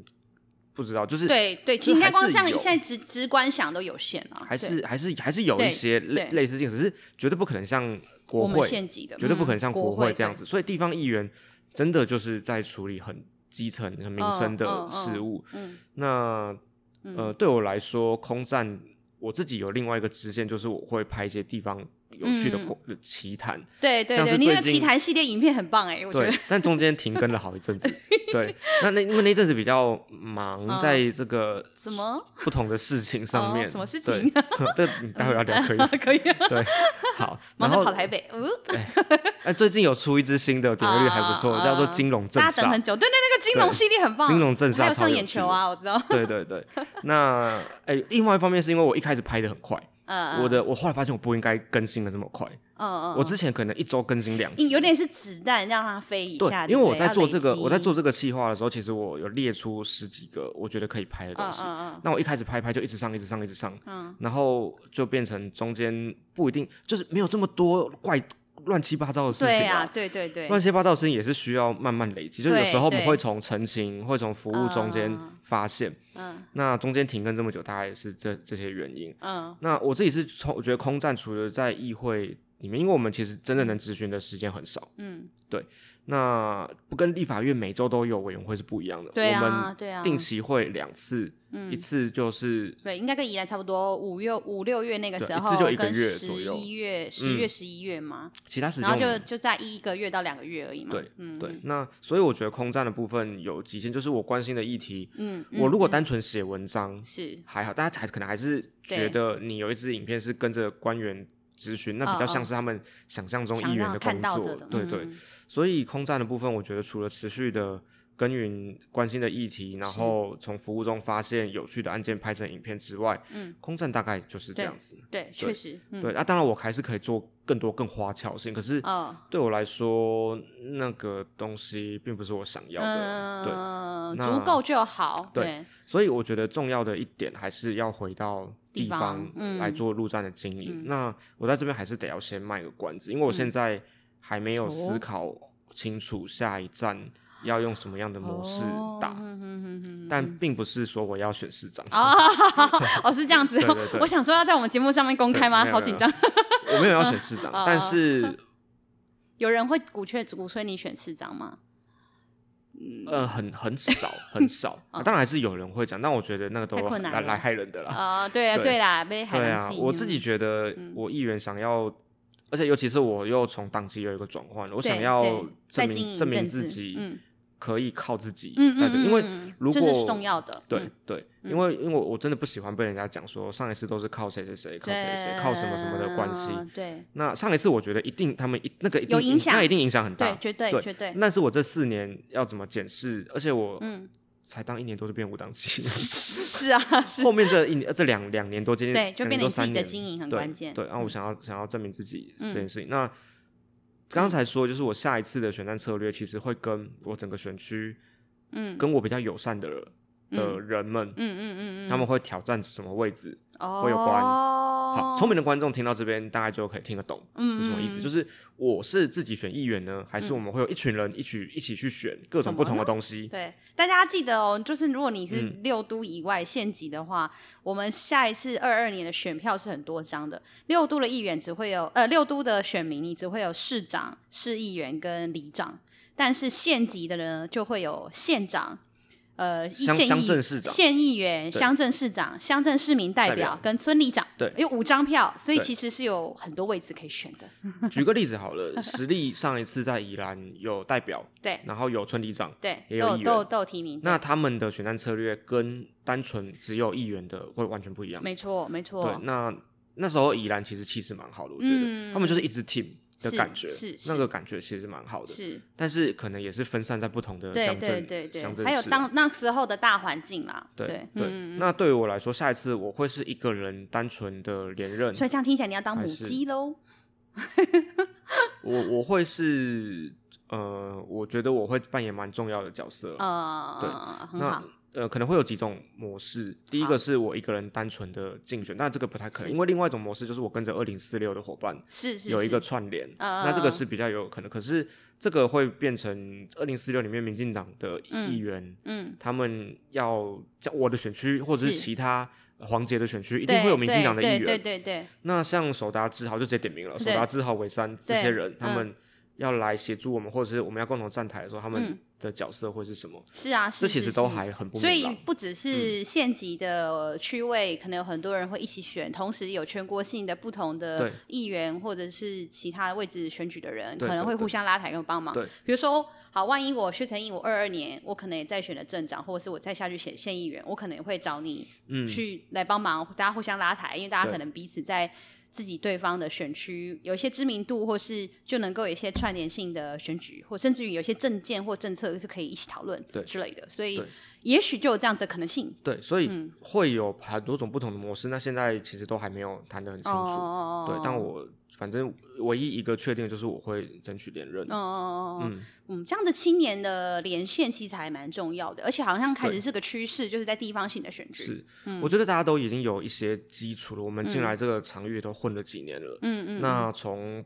S2: 不知道，就是
S1: 对对，
S2: 这
S1: 其实应该
S2: 还
S1: 光
S2: 是
S1: 像
S2: 有
S1: 现在直直观想都有限啊，
S2: 还
S1: 对
S2: 是还是还是有
S1: 对
S2: 一些类
S1: 对
S2: 类似性，只是绝对不可能像国
S1: 我们
S2: 会，
S1: 县级的，
S2: 绝对不可能像
S1: 嗯
S2: 国
S1: 会
S2: 会这样子，所以地方议员真的就是在处理很基层、很民生
S1: 嗯
S2: 的
S1: 嗯
S2: 事务。
S1: 对嗯
S2: 那
S1: 嗯
S2: 呃，对我来说，空战我自己有另外一个支线，就是我会拍一些地方有趣的
S1: 嗯
S2: 公的奇谈，
S1: 对对
S2: 像
S1: 对，
S2: 是
S1: 你那
S2: 最
S1: 个奇
S2: 近
S1: 谈系列影片很棒哎，我觉得
S2: 对，但中间停更了好一阵子。 对，那那因为那一阵子比较忙，
S1: 嗯
S2: 在这个
S1: 什么
S2: 不同的事情上面，
S1: 哦什么事
S2: 对
S1: 情？？
S2: 这你待会要聊可以吗
S1: 可以啊，
S2: 对，好，
S1: 忙着
S2: 然后
S1: 跑台北，呃
S2: 哎，最近有出一支新的，点阅率还不错，
S1: 啊
S2: 叫做《金融镇
S1: 大家等
S2: 煞
S1: 很》。久，对对，那个金融
S2: 对
S1: 系列很棒，
S2: 金融镇
S1: 还
S2: 煞
S1: 有
S2: 超
S1: 上
S2: 有
S1: 眼
S2: 趣
S1: 球
S2: 的！
S1: 啊，我知道，
S2: 对 对对，那哎，另外一方面是因为我一开始拍的很快，
S1: 嗯，
S2: 我的我后来发现我不应该更新的这么快，
S1: 嗯嗯，
S2: 我之前可能一周更新两次
S1: 你，有点是子弹让它飞一
S2: 对
S1: 下，，
S2: 因为
S1: 对不
S2: 我
S1: 对
S2: 在
S1: 要
S2: 做
S1: 累
S2: 这个
S1: 积
S2: 我在做这个企划的时候，其实我有列出十几个我觉得可以拍的东
S1: 嗯
S2: 西，
S1: 嗯
S2: 那我一开始拍一拍就一直上，一直上，一直上，
S1: 嗯
S2: 然后就变成中间不一定就是没有这么多怪乱七八糟的
S1: 嗯，
S2: 事情
S1: 对
S2: 啊
S1: 呀，。对对对，
S2: 乱七八糟的事情也是需要慢慢累积，就是
S1: 对
S2: 有时候我们
S1: 对
S2: 会从澄清，会从服务中间
S1: 嗯
S2: 发现。
S1: 嗯
S2: 那中间停更这么久，大概也是这这些原因。
S1: 嗯
S2: 那我自己是从我觉得空战除了在议会里面，因为我们其实真的能咨询的时间很少，
S1: 嗯，
S2: 那不跟立法院每周都有委员会是不一样的。
S1: 对
S2: 我
S1: 啊
S2: 们
S1: 对啊，
S2: 定期会两次，
S1: 嗯
S2: 一次就是
S1: 对，应该跟宜兰差不多，五六五六月那个
S2: 嗯对
S1: 时
S2: 一次
S1: 候，
S2: 就一个
S1: 跟
S2: 月
S1: 十
S2: 左右
S1: 一月、十月、
S2: 嗯
S1: 十一月嘛，
S2: 其他时间
S1: 然
S2: 我
S1: 后就
S2: 们
S1: 就在一个月到两个月而已嘛。
S2: 对
S1: 嗯，
S2: 对，那所以我觉得空战的部分有极限，就是我关心的议题，
S1: 嗯，嗯
S2: 我如果
S1: 嗯
S2: 单纯写文章
S1: 是
S2: 还好，大家还可能还是觉
S1: 对
S2: 得你有一支影片是跟着官员咨询，那比较
S1: 嗯
S2: 像是他们想象中
S1: 想
S2: 议员
S1: 让看
S2: 工
S1: 到
S2: 作
S1: 的，，
S2: 对
S1: 嗯
S2: 对。
S1: 嗯
S2: 所以空战的部分，我觉得除了持续的耕耘关心的议题，然后从服务中发现有趣的案件拍成影片之外，
S1: 嗯，
S2: 空战大概就是这
S1: 对
S2: 样子。
S1: 对，确实，嗯，
S2: 对，那、啊当然我还是可以做更多更花俏的事情，可是
S1: 哦，
S2: 对我来说，那个东西并不是我想要的。对，
S1: 嗯，
S2: 那
S1: 足够就好，
S2: 对
S1: 对，
S2: 所以我觉得重要的一点还是要回到地
S1: 地
S2: 方
S1: 方嗯
S2: 来做陆战的经营。那我在这边还是得要先卖个关子，因为我
S1: 嗯
S2: 现在还没有
S1: 哦
S2: 思考清楚下一站要用什么样的模式打，
S1: 哦嗯嗯嗯嗯
S2: 但并不是说我要选市长，
S1: 啊，哦，是这样子
S2: 对对对，
S1: 我想说要在我们节目上面公开吗？
S2: 对没有
S1: 好紧张，
S2: 我没有要选市长，
S1: 哦
S2: 但是
S1: 有人会鼓吹鼓吹你选市长 吗？
S2: 呃，很很少 很少，啊当然还是有人会讲，但我觉得那个都
S1: 哦太困难
S2: 来
S1: 了
S2: 来害人的啦。
S1: 啊，对啊，
S2: 对
S1: 对啦，被海
S2: 对
S1: 南
S2: 啊，
S1: 吸
S2: 我
S1: 引
S2: 自己觉得
S1: 嗯
S2: 我议员想要，而且尤其是我又从党籍有一个转换，我
S1: 对
S2: 想要
S1: 对在
S2: 证
S1: 经营
S2: 明证明
S1: 政
S2: 自
S1: 治
S2: 己
S1: 嗯
S2: 可以靠自己
S1: 嗯
S2: 在这，
S1: 嗯，
S2: 因为
S1: 嗯嗯
S2: 如
S1: 这是重
S2: 果
S1: 要的，
S2: 对
S1: 嗯
S2: 对，因为因为我我真的不喜欢被人家讲说上一次都是靠谁谁谁靠谁谁靠什么什么的关系。
S1: 对对
S2: 那上一次我觉得一定他们一那个一定
S1: 有影响
S2: 那一定影响很大
S1: 对，。绝对
S2: 对
S1: 绝对，
S2: 但是我这四年要怎么检视？而且我
S1: 嗯，
S2: 才当一年多就变无 党籍，
S1: 是是啊，是
S2: 后面这一年这两两年多接近
S1: 对，就
S2: 两
S1: 变得你
S2: 年多
S1: 自
S2: 三
S1: 己的
S2: 年
S1: 经营很
S2: 对
S1: 关键，
S2: 对，然后我
S1: 嗯
S2: 想要想要证明自己这
S1: 嗯
S2: 件事情。那刚才说，就是我下一次的选战策略，其实会跟我整个选区，
S1: 嗯
S2: 跟我比较友善的的人们，
S1: 嗯嗯嗯嗯，
S2: 他们会挑战什么位置？
S1: 会
S2: 有关
S1: 哦，
S2: 好，聪明的观众听到这边大概就可以听得懂
S1: 嗯
S2: 是什么意思。就是我是自己选议员呢，还是我们会有一群人一起一起去选各
S1: 什
S2: 种
S1: 么
S2: 不同
S1: 呢
S2: 的东西？
S1: 对，大家记得哦，就是如果你是
S2: 嗯
S1: 六都以外县级的话，我们下一次二二年的选票是很多张的。六都的议员只会有呃，六都的选民你只会有市长、市议员跟里长，但是县级的呢就会有县长。呃，一
S2: 乡
S1: 县
S2: 乡
S1: 议
S2: 镇市长
S1: 县议员、
S2: 对
S1: 乡镇市长、乡镇市民代
S2: 代
S1: 表
S2: 表
S1: 跟村里长，
S2: 对
S1: 有五张票，所以
S2: 对
S1: 其实是有很多位置可以选的。
S2: 举个例子好了，实力上一次在宜兰有代表，
S1: 对
S2: 然后有村里长，
S1: 对，都
S2: 也有
S1: 有
S2: 议
S1: 都有
S2: 员
S1: 都有提名。
S2: 那他们的选战策略跟单纯只有议员的会完全不一样。
S1: 没错，没错。
S2: 对，那那时候宜兰其实气势蛮好的，我觉得、
S1: 嗯
S2: 他们就是一支 team 的
S1: 是
S2: 感觉，
S1: 是
S2: 那
S1: 是
S2: 个感觉其实是蛮好的，
S1: 是，
S2: 但是可能也是分散在不同的
S1: 对
S2: 乡
S1: 对
S2: 镇、
S1: 对
S2: 乡
S1: 对，
S2: 镇
S1: 还有
S2: 市
S1: 当那时候的大环境啦，
S2: 对
S1: 对
S2: 对、
S1: 嗯
S2: 那对于我来说，下一次我会是一个人单纯的连任，
S1: 嗯所以这样听起来你要当母
S2: 还是
S1: 鸡喽，
S2: 我我会是呃，我觉得我会扮演蛮重要的角
S1: 哦
S2: 色。
S1: 呃，很
S2: 那
S1: 好，
S2: 呃，可能会有几种模式。第一
S1: 好
S2: 个是我一个人单纯的竞选，但这个不太可能，
S1: 是
S2: 因为另外一种模式就是我跟着二零四六的伙伴
S1: 是是
S2: 有一个
S1: 是
S2: 串联，
S1: 呃
S2: 那这个是比较有可能。可是这个会变成二零四六里面民进党的议员，
S1: 嗯，
S2: 他们要叫我的选区或者是
S1: 是
S2: 其他呃黄杰的选区，一
S1: 一
S2: 定会有民进党的
S1: 对
S2: 议员。
S1: 对对
S2: 那像首达志豪就直接点名了，首
S1: 对
S2: 达志豪、伟山这些
S1: 对
S2: 人，
S1: 嗯
S2: 他们要来协助我们，或者是我们要共同站台的时候，他们
S1: 嗯
S2: 的角色会是什么？
S1: 是啊，是
S2: 这其
S1: 是
S2: 实都
S1: 是
S2: 还很不
S1: 所
S2: 明
S1: 以
S2: 朗。嗯
S1: 不只是县级的区位，可能有很多人会一起选，同时有全国性的不同的
S2: 对
S1: 议员或者是其他位置选举的人，
S2: 对
S1: 可能会
S2: 对对
S1: 互相拉抬跟帮忙。
S2: 对
S1: 比如说，好，万一我薛成义，我二二年我可能也再选了镇长，或者是我再下去选县议员，我可能也会找你
S2: 嗯
S1: 去来帮忙，大家互相拉抬，因为大家
S2: 对
S1: 可能彼此在。自己对方的选区有一些知名度，或是就能够有一些串联性的选举，或甚至于有一些政见或政策是可以一起讨论
S2: 对
S1: 之类的，所以
S2: 对
S1: 也许就有这样子的可能性。
S2: 对，所
S1: 嗯
S2: 以会有很多种不同的模式。那现在其实都还没有谈得很清楚。
S1: 哦
S2: 对，但我反正唯一一个确定的就是我会争取连任。
S1: 哦哦哦哦
S2: 嗯，
S1: 嗯，这样子青年的连线其实还蛮重要的，而且好像开始
S2: 对
S1: 是个趋势，就是在地方性的选举。
S2: 是，我觉得大家都已经有一些基础了。我们进来这个场域也都混了几年了。
S1: 嗯嗯，
S2: 那从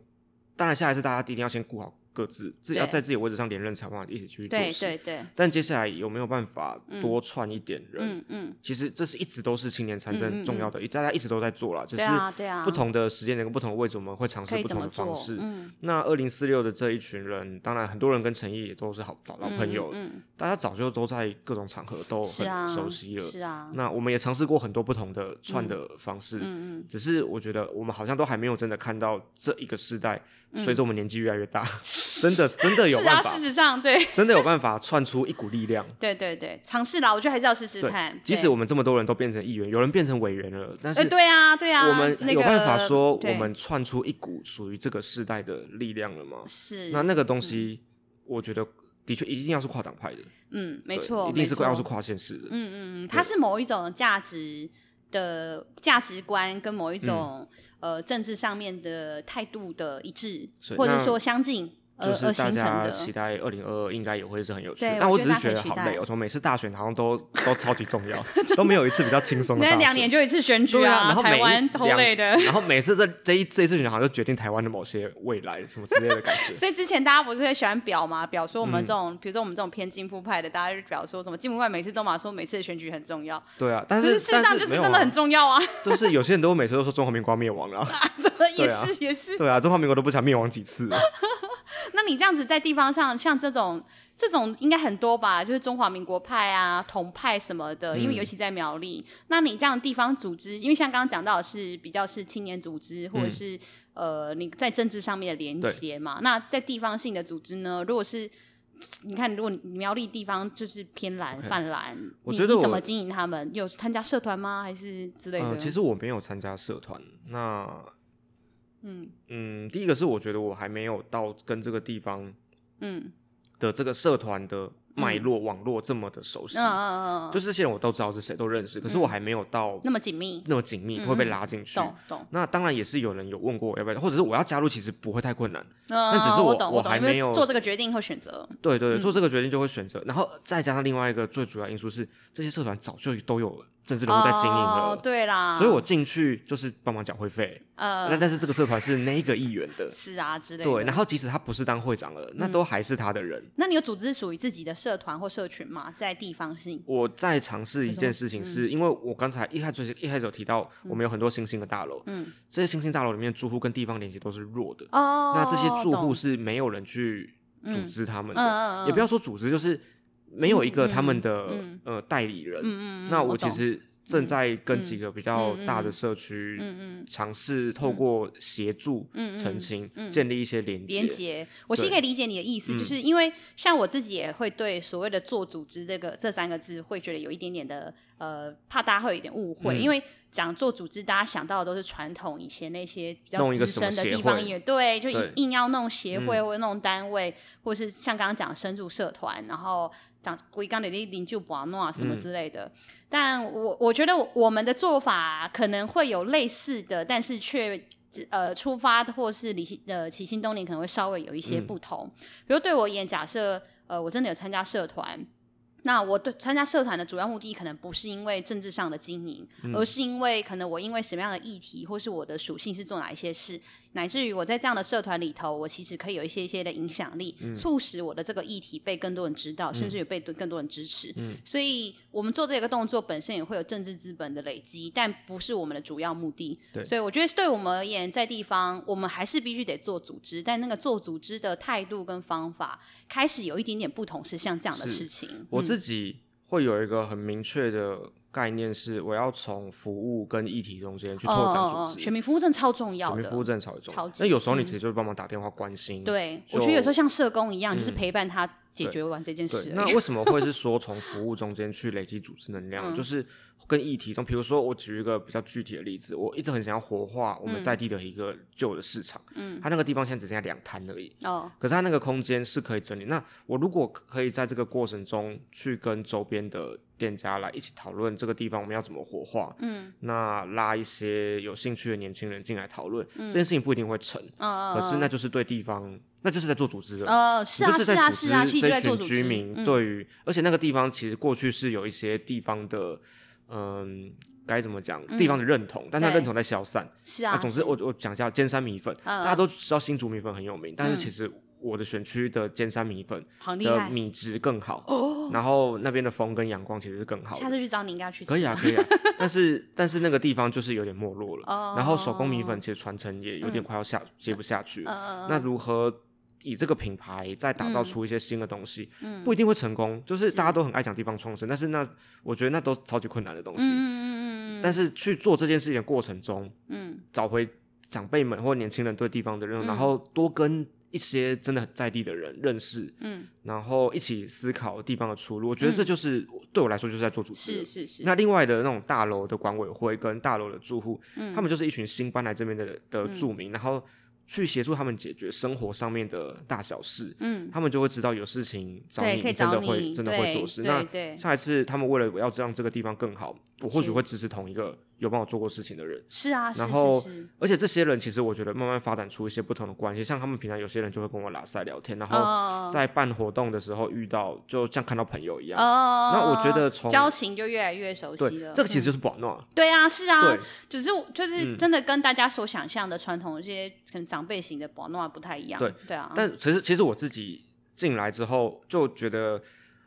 S2: 当然下一次大家一定要先顾好各自，自己要
S1: 对
S2: 在自己的位置上连任，才有办法一起去做
S1: 对
S2: 事。
S1: 对对，
S2: 但接下来有没有办法多串一点人？
S1: 嗯嗯，
S2: 其实这是一直都是青年参
S1: 嗯嗯
S2: 政
S1: 嗯
S2: 重要的，大家一直都在做啦，只
S1: 对
S2: 是
S1: 啊对啊，
S2: 不同的时间点跟不同的位置，我们会尝试
S1: 可以
S2: 不
S1: 怎
S2: 同
S1: 么
S2: 的
S1: 做
S2: 方式。
S1: 嗯，
S2: 那二零四六的这一群人，当然很多人跟陈毅也都是好老老朋友，
S1: 嗯，嗯
S2: 大家早就都在各种场合都
S1: 嗯是
S2: 很
S1: 啊，
S2: 熟悉了。
S1: 是啊，
S2: 那我们也尝试过很多不同的串的方式，
S1: 嗯 嗯，
S2: 只是我觉得我们好像都还没有真的看到这一个世代，随着我们年纪越来越 大，真的真的有
S1: 嗯是啊，
S2: 办法，
S1: 事实上，对
S2: 真的有办法串出一股力量。
S1: 对对对，尝试啦，我觉得还是要试试看。
S2: 即使
S1: 对
S2: 我们这么多人都变成议员，有人变成委员了，但
S1: 呃，
S2: 是
S1: 对啊对啊，
S2: 我们
S1: 那
S2: 有
S1: 个
S2: 办法说我
S1: 对
S2: 们串出一股属于这个世代的力量了吗？
S1: 是
S2: 那那个东西，我觉得的确一定要是跨党派的，
S1: 嗯，没
S2: 对
S1: 错，
S2: 一定
S1: 没
S2: 是
S1: 错
S2: 要是跨县市的。
S1: 嗯嗯，嗯，它是某一种价值的价值观跟某一种、
S2: 嗯
S1: 呃政治上面的态度的一致
S2: 是，
S1: 或者
S2: 那
S1: 说相近而
S2: 就是
S1: 而
S2: 大
S1: 形成
S2: 家
S1: 的。
S2: 期待二零二二应该也会是很有趣
S1: 对
S2: 的，但
S1: 我
S2: 我
S1: 觉
S2: 只
S1: 得
S2: 是觉
S1: 大
S2: 得
S1: 家可以
S2: 好
S1: 期待
S2: 累哦，我从每次大选好像 都都超级重要，都没有一次比较轻松的
S1: 那
S2: 大
S1: 两
S2: 选
S1: 年。就一次选举啊
S2: 对啊然后每
S1: 台
S2: 一
S1: 湾头
S2: 两。
S1: 累的
S2: 然后每次这这一这一次选好像就决定台湾的某些未来什么之类的感 觉。
S1: 所以之前大家不是会喜欢表嘛？表说我
S2: 嗯
S1: 们这种，比如说我们这种偏进步派的，大家就表说什么进步派每次都嘛说每次的选举很重要，
S2: 对啊，但
S1: 可
S2: 是
S1: 事实上就是真的很，重要啊！
S2: 但没有啊就是有些人都每次都说中华民国灭亡了，
S1: 真的也
S2: 对啊
S1: 是也是。
S2: 对啊，中华民国都不想灭亡几次了。
S1: 那你这样子在地方上，像这种这种应该很多吧，就是中华民国派啊、同派什么
S2: 嗯
S1: 的，因为尤其在苗栗，那你这样地方组织，因为像刚刚讲到的是比较是青年组织，
S2: 嗯
S1: 或者是、呃你在政治上面的连接嘛，那在地方性的组织呢，如果是你看，如果你苗栗地方就是偏蓝、
S2: OK
S1: 泛蓝，
S2: 我
S1: 你
S2: 觉得
S1: 你怎
S2: 我
S1: 么经营他们？有参加社团吗？还是之类的？
S2: 嗯，其实我没有参加社团。那，
S1: 嗯
S2: 嗯，第一个是我觉得我还没有到跟这个地方
S1: 嗯
S2: 的这个社团的脉络、网络这么的熟悉
S1: 嗯，嗯嗯，
S2: 就是这些人我都知道是谁，都认识，可是我还没有到
S1: 那么紧密，
S2: 那么紧密，
S1: 嗯
S2: 会被拉进去。
S1: 懂懂。
S2: 那当然也是有人有问过我要不要，或者是我要加入，其实不会太困难。
S1: 那
S2: 只是
S1: 嗯我
S2: 我
S1: 懂
S2: 我
S1: 懂，
S2: 还
S1: 因为
S2: 没有
S1: 做这个决定和选择，
S2: 对对对，
S1: 嗯
S2: 做这个决定就会选择，然后再加上另外一个最主要因素是，这些社团早就都有政治人物在经营
S1: 哦
S2: 了，
S1: 对啦，
S2: 所以我进去就是帮忙缴会费。
S1: 呃，
S2: 那但是这个社团是那一个议员 的
S1: 是啊之类的。嗯
S2: 对，然后即使他不是当会长了，那都还是他的人。
S1: 那你有组织属于自己的社团或社群吗？在地方性，
S2: 我在尝试一
S1: 为什么嗯
S2: 件事情是，因为我刚才一开始一开始有提到，我们有很多新兴的大楼，
S1: 嗯，
S2: 这些新兴大楼里面住户跟地方连接都是弱的，
S1: 哦，
S2: 那这些住户
S1: 懂，
S2: 是没有人去组
S1: 嗯
S2: 织他们
S1: 嗯
S2: 的，
S1: 嗯嗯，
S2: 也不要说组织，就是没有一个他们的、
S1: 嗯
S2: 呃代理人。
S1: 嗯，嗯嗯，
S2: 那
S1: 我
S2: 我其
S1: 懂，嗯
S2: 实正在跟几个比较
S1: 嗯嗯
S2: 大
S1: 嗯
S2: 的社区
S1: 嗯嗯
S2: 尝试透过协助
S1: 嗯嗯
S2: 澄清，
S1: 嗯
S2: 建立一些连接。
S1: 连结，我是
S2: 对
S1: 可以理解你的意思，
S2: 嗯
S1: 就是因为像我自己也会对所谓的做组织这个这三个字，会觉得有一点点的呃，怕大家会有一点误会，
S2: 嗯
S1: 因为讲做组织，大家想到的都是传统以前那些比较
S2: 弄一个
S1: 资
S2: 什么
S1: 深的
S2: 协
S1: 地方
S2: 会
S1: 也对，就
S2: 对
S1: 硬硬要弄协会
S2: 嗯
S1: 或者弄单位，或是像刚刚讲深入社团，然后讲归刚的邻居不弄啊什么
S2: 嗯
S1: 之类的。但我我觉得我我们的做法可能会有类似的，但是却呃出发或是理性呃起心动念可能会稍微有一
S2: 嗯
S1: 些不同。比如对我而言，假设呃我真的有参加社团。那我对参加社团的主要目的，可能不是因为政治上的经营，
S2: 嗯
S1: 而是因为可能我因为什么样的议题，或是我的属性是做哪一些事，乃至于我在这样的社团里头，我其实可以有一些一些的影响力，
S2: 嗯
S1: 促使我的这个议题被更多人知道，甚至于被更多人支持。
S2: 嗯
S1: 所以我们做这个动作本身也会有政治资本的累积，但不是我们的主要目的。
S2: 对
S1: 所以我觉得对我们而言，在地方我们还是必须得做组织，但那个做组织的态度跟方法开始有一点点不同，是像这样的
S2: 是
S1: 事情。
S2: 我
S1: 嗯
S2: 自己会有一个很明确的概念，是我要从服务跟议题中间去拓
S1: 哦
S2: 展
S1: 哦哦
S2: 组织。
S1: 选民服务证超重要
S2: 选民
S1: 的
S2: 服。务真的超级
S1: 超
S2: 重要。
S1: 级
S2: 那有时候你
S1: 嗯
S2: 其实就是帮忙打电话关心。
S1: 对，我
S2: 就
S1: 觉得有时候像社工一样，就是
S2: 嗯
S1: 陪伴他解决完这件事而
S2: 对，
S1: 已。
S2: 那为什么 会是说从服务中间去累积组织能量？
S1: 嗯
S2: 就是跟议题中，比如说我举一个比较具体的例子，我一直很想要活化我们
S1: 嗯
S2: 在地的一个旧的市场，嗯，它那个地方现在只剩下两摊而已，
S1: 哦，
S2: 可是它那个空间是可以整理。那我如果可以在这个过程中去跟周边的店家来一起讨论这个地方我们要怎么活化，
S1: 嗯，
S2: 那拉一些有兴趣的年轻人进来讨论，
S1: 嗯
S2: 这件事情不一定会成，
S1: 呃，
S2: 可是那就是对地方，那就是在做组织了。
S1: 呃，是
S2: 你
S1: 啊，
S2: 就是在
S1: 啊，
S2: 组
S1: 是啊，其实
S2: 织
S1: 就在做
S2: 群
S1: 组
S2: 居
S1: 织。
S2: 民
S1: 嗯
S2: 对于，而且那个地方其实过去是有一些地方的，嗯，该怎么讲，地方的认同，但它
S1: 嗯对
S2: 认同在消散。
S1: 是啊，
S2: 总
S1: 是
S2: 之我我讲一下尖山米粉，
S1: 嗯
S2: 大家都知道新竹米粉很有名，但
S1: 嗯
S2: 是其实我的选区的尖山米粉
S1: 好厉
S2: 的
S1: 害。哦
S2: 米质更好，然后那边的风跟阳光其实是更好
S1: 下
S2: 的。
S1: 次去找你应该要去吃。
S2: 可以啊，可以啊，但是但是那个地方就是有点没落了，
S1: 哦嗯
S2: 然后手工米粉其实传承也有点快要下、接不下去了，
S1: 呃，
S2: 那如何以这个品牌再打
S1: 嗯
S2: 造出一些新的东西，不一定会成功。就是大家都很爱讲地方创生，但是那我觉得那都超级困难的东西。
S1: 嗯嗯嗯嗯嗯
S2: 但是去做这件事情的过程中，
S1: 嗯，
S2: 找回长辈们或年轻人对地方的认识，然后多跟一些真的很在地的人认识，
S1: 嗯，
S2: 然后一起思考地方的出路。我觉得这就是、对我来说就是在做组织
S1: 是
S2: 了。
S1: 是是。
S2: 那另外的那种大楼的管委会跟大楼的住户，
S1: 嗯
S2: 他们就是一群新搬来这边的的住民，然后去协助他们解决生活上面的大小事，
S1: 嗯，
S2: 他们就会知道有事情找
S1: 对，
S2: 你，
S1: 可以
S2: 你真
S1: 找
S2: 的会
S1: 你，
S2: 真的会
S1: 对
S2: 做事。
S1: 对
S2: 那
S1: 对，
S2: 下一次他们为了我要让这个地方更好，我或许
S1: 是
S2: 会支持同一个有帮我做过事情的人。
S1: 是啊，是
S2: 然后
S1: 是是。
S2: 而且这些人其实我觉得慢慢发展出一些不同的关系，像他们平常有些人就会跟我拉塞聊天，然后
S1: 哦
S2: 在办活动的时候遇到，就像看到朋友一样。
S1: 哦，
S2: 那我觉得从
S1: 交情就越来越熟
S2: 对
S1: 悉，了。
S2: 这个其
S1: 嗯
S2: 实就是保暖。
S1: 对啊，是啊，
S2: 对，
S1: 只是
S2: 嗯
S1: 就是真的跟大家所想象的传统这些可能长辈型的保诺不太一样。
S2: 对
S1: 对啊，
S2: 但其实其实我自己进来之后就觉得，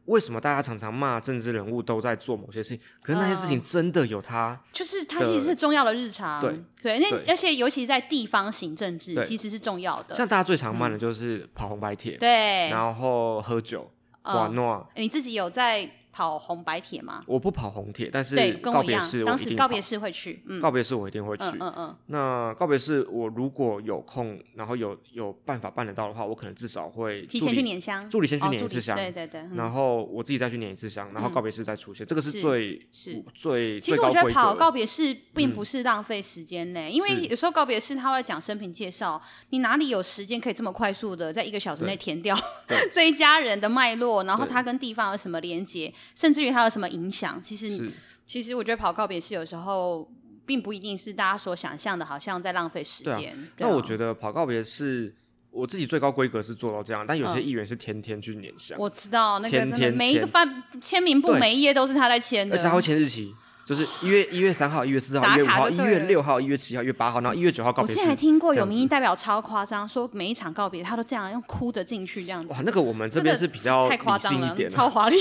S2: 为什么大家常常骂政治人物都在做某些事情，可是那些事情真的有他，
S1: 就是它其实是重要的日常。
S2: 对
S1: 对，那
S2: 对
S1: 而且尤其在地方行政治
S2: 对
S1: 其实是重要的。
S2: 像大家最常骂的就是跑红白帖，
S1: 嗯对，
S2: 然后喝酒、玩
S1: 嗯，
S2: 闹、
S1: 你自己有在跑红白铁吗？
S2: 我不跑红铁，但是
S1: 对，跟
S2: 告
S1: 我一
S2: 别
S1: 样
S2: 式，我
S1: 当
S2: 一
S1: 时
S2: 定
S1: 告
S2: 跑
S1: 别式会去，嗯
S2: 告别式我一定会去。
S1: 嗯嗯嗯，
S2: 那告别式我如果有空，然后有有办法办得到的话，我可能至少会
S1: 提
S2: 助
S1: 前
S2: 理
S1: 去捻香，
S2: 助理先去
S1: 哦
S2: 捻一
S1: 助
S2: 次
S1: 理
S2: 香
S1: 对对对，嗯
S2: 然后我自己再去捻一次香，然后告别式再出现，这个是
S1: 是
S2: 最
S1: 是
S2: 最
S1: 其
S2: 最
S1: 实我
S2: 高
S1: 觉得
S2: 规
S1: 跑
S2: 格。
S1: 告别式并不是浪费时间呢、因为
S2: 是
S1: 有时候告别式他会讲生平介绍，你哪里有时间可以这么快速的在一个小时内填掉
S2: 对
S1: 这一家人的脉络，然后
S2: 对
S1: 他跟地方有什么连接，甚至于他有什么影响？其实
S2: 是
S1: 其实我觉得跑告别式有时候并不一定是大家所想象的，好像在浪费时
S2: 对啊
S1: 间。
S2: 那我觉
S1: 得
S2: 得跑告别是我自己最高规格是做到这样，但有些
S1: 嗯
S2: 议员是天天去捻香，
S1: 我知道那个
S2: 天
S1: 真的
S2: 天
S1: 每一个
S2: 签
S1: 范签名簿
S2: 对
S1: 每一页都是他在签
S2: 而
S1: 的
S2: 且，还会签日期，就是一月一月三号、一月四号、
S1: 打
S2: 一月五
S1: 卡
S2: 号、
S1: 就
S2: 一
S1: 对
S2: 月
S1: 了
S2: 六号、一月七号、一月八号，然后一月九号告
S1: 我
S2: 别
S1: 之前还
S2: 式。
S1: 听过
S2: 这
S1: 有
S2: 样子
S1: 民意代表超夸张，说每一场告别他都这样用哭着进去这样子
S2: 哇，。那个我们这边
S1: 真的
S2: 是比较
S1: 太夸
S2: 哦理
S1: 张
S2: 性一
S1: 了，
S2: 点
S1: 超
S2: 啊，
S1: 华 丽，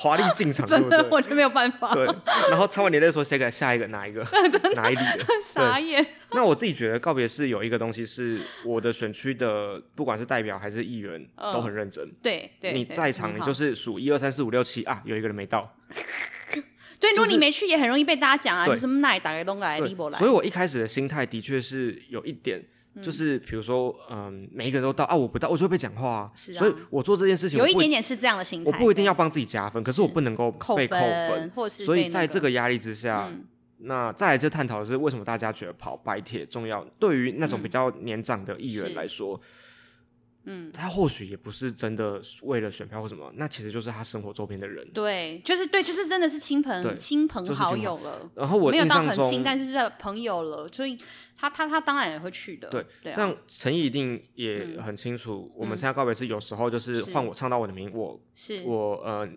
S2: 华丽进场，对
S1: 真
S2: 不
S1: 的，
S2: 对？
S1: 我就没有办法，
S2: 对，然后唱完年泪说下一个下一个 哪一个哪一里的？
S1: 傻
S2: 对，
S1: 眼。
S2: 那我自己觉得告别式有一个东西是我的选区的，不管是代表还是议员
S1: 嗯
S2: 都很认真。
S1: 对对，
S2: 你
S1: 对
S2: 在场，你就。
S1: 很好
S2: 是数一二三四五六七啊，有一个人没到，
S1: 对，如果
S2: 就是
S1: 你没去，也很容易被大家讲啊，
S2: 对
S1: 就是那打给弄来，
S2: 对
S1: 李博来
S2: 所以，我一开始的心态的确是有一点，
S1: 嗯
S2: 就是比如说，嗯，每一个人都到啊，我不到，我就会被讲话啊。
S1: 是啊
S2: 所以我做这件事情，
S1: 有
S2: 我
S1: 一
S2: 不
S1: 点点是这样的心态。
S2: 我不一定
S1: 对
S2: 要帮自己加分，可是我不能够
S1: 扣
S2: 被扣分。
S1: 或是
S2: 所以
S1: 被
S2: 在
S1: 那嗯
S2: 这个压力之下，那再来这探讨的是为什么大家觉得跑白铁重要？对于那种比较年长的议员
S1: 嗯是
S2: 来说，
S1: 嗯，
S2: 他或许也不是真的为了选票或什么，那其实就是他生活周边的人。
S1: 对，就是对，就是真的是亲朋
S2: 对
S1: 亲朋
S2: 就是亲
S1: 好
S2: 朋
S1: 友了，
S2: 然后我
S1: 没有
S2: 印
S1: 到
S2: 象
S1: 很
S2: 中，
S1: 亲，但是是朋友了，所以他他他当然也会去的。
S2: 对，
S1: 对啊，嗯
S2: 像陈毅一定也很清楚，我们现在告别式有时候就是
S1: 是
S2: 换我唱到我的名，我
S1: 是，
S2: 我呃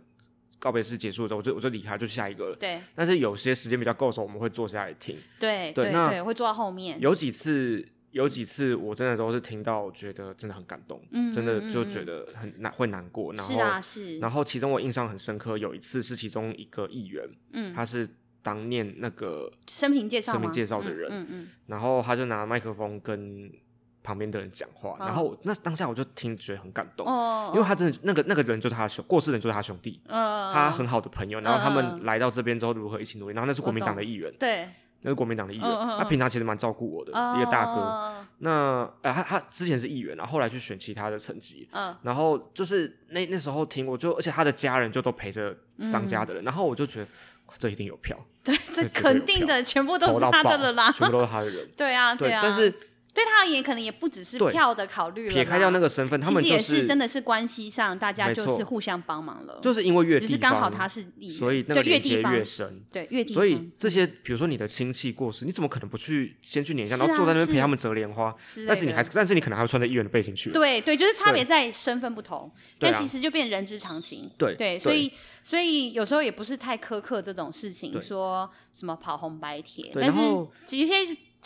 S2: 告别式结束之后，我就我就离开，就下一个了。
S1: 对
S2: 但是有些时间比较够的时候，我们会坐下来听。
S1: 对
S2: 对
S1: 对
S2: 那
S1: 对，会坐到后面。
S2: 有几次，有几次我真的都是听到，觉得真的很感动，
S1: 嗯
S2: 真的就
S1: 嗯嗯
S2: 觉得很难会难过。然后，
S1: 是啊，是，
S2: 然后其中我印象很深刻，有一次是其中一个议员，
S1: 嗯，
S2: 他是当念那个
S1: 生平介绍
S2: 生平
S1: 吗
S2: 介绍的
S1: 嗯
S2: 人
S1: 嗯嗯，
S2: 然后他就拿麦克风跟旁边的人讲话，
S1: 嗯
S2: 然后我那当下我就听觉得很感动，
S1: 哦，
S2: 因为他真的那个那个人就是他的兄，过世的人就是他兄弟，
S1: 呃，
S2: 他很好的朋友，然后他
S1: 嗯
S2: 们
S1: 嗯哦
S2: 来到这边之后如何一起努力，然后那是国民党的议员，
S1: 对
S2: 那是国民党的议员，
S1: 嗯嗯嗯
S2: 他平常其实蛮照顾我的、一个大哥。，那呃他他之前是议员，然后后来去选其他的层级。
S1: 嗯，
S2: 然后就是那那时候听，我就而且他的家人就都陪着商家
S1: 嗯
S2: 的人，然后我就觉得哇这一定有票，
S1: 对，这
S2: 这绝对
S1: 肯
S2: 有
S1: 定
S2: 票
S1: 的，全部都
S2: 投
S1: 是
S2: 到
S1: 他
S2: 爆
S1: 的了啦。
S2: 全部都是他的人。
S1: 对啊，
S2: 对，
S1: 啊，
S2: 但是
S1: 对他而言，可能也不只是
S2: 对
S1: 票的考虑了啦，
S2: 撇开掉那个身份，他们
S1: 其
S2: 就
S1: 实也是真
S2: 的
S1: 的是关系上，大家
S2: 没
S1: 就
S2: 错
S1: 是互相帮忙了，
S2: 就是因为越
S1: 只
S2: 地
S1: 是
S2: 方，
S1: 刚好他是议员，
S2: 所以那
S1: 对
S2: 个
S1: 越
S2: 连
S1: 地
S2: 接
S1: 方，
S2: 越深。
S1: 对越地方，
S2: 所以这些，比如说你的亲戚过世，你怎么可能不去先去捻香，
S1: 是啊
S2: 然后坐在那
S1: 是
S2: 边陪他们折莲花？
S1: 之
S2: 但
S1: 类
S2: 是你
S1: 的
S2: 还是，但是你可能还会穿着议员的背心去。
S1: 对对，就是差
S2: 对
S1: 别在身份不同，
S2: 对
S1: 但
S2: 啊
S1: 其实就变人之常情。
S2: 对
S1: 对，
S2: 对
S1: 所以所以有时候也不是太苛刻这种事情，
S2: 对
S1: 说什么跑红白帖，
S2: 对
S1: 但是
S2: 然后
S1: 这些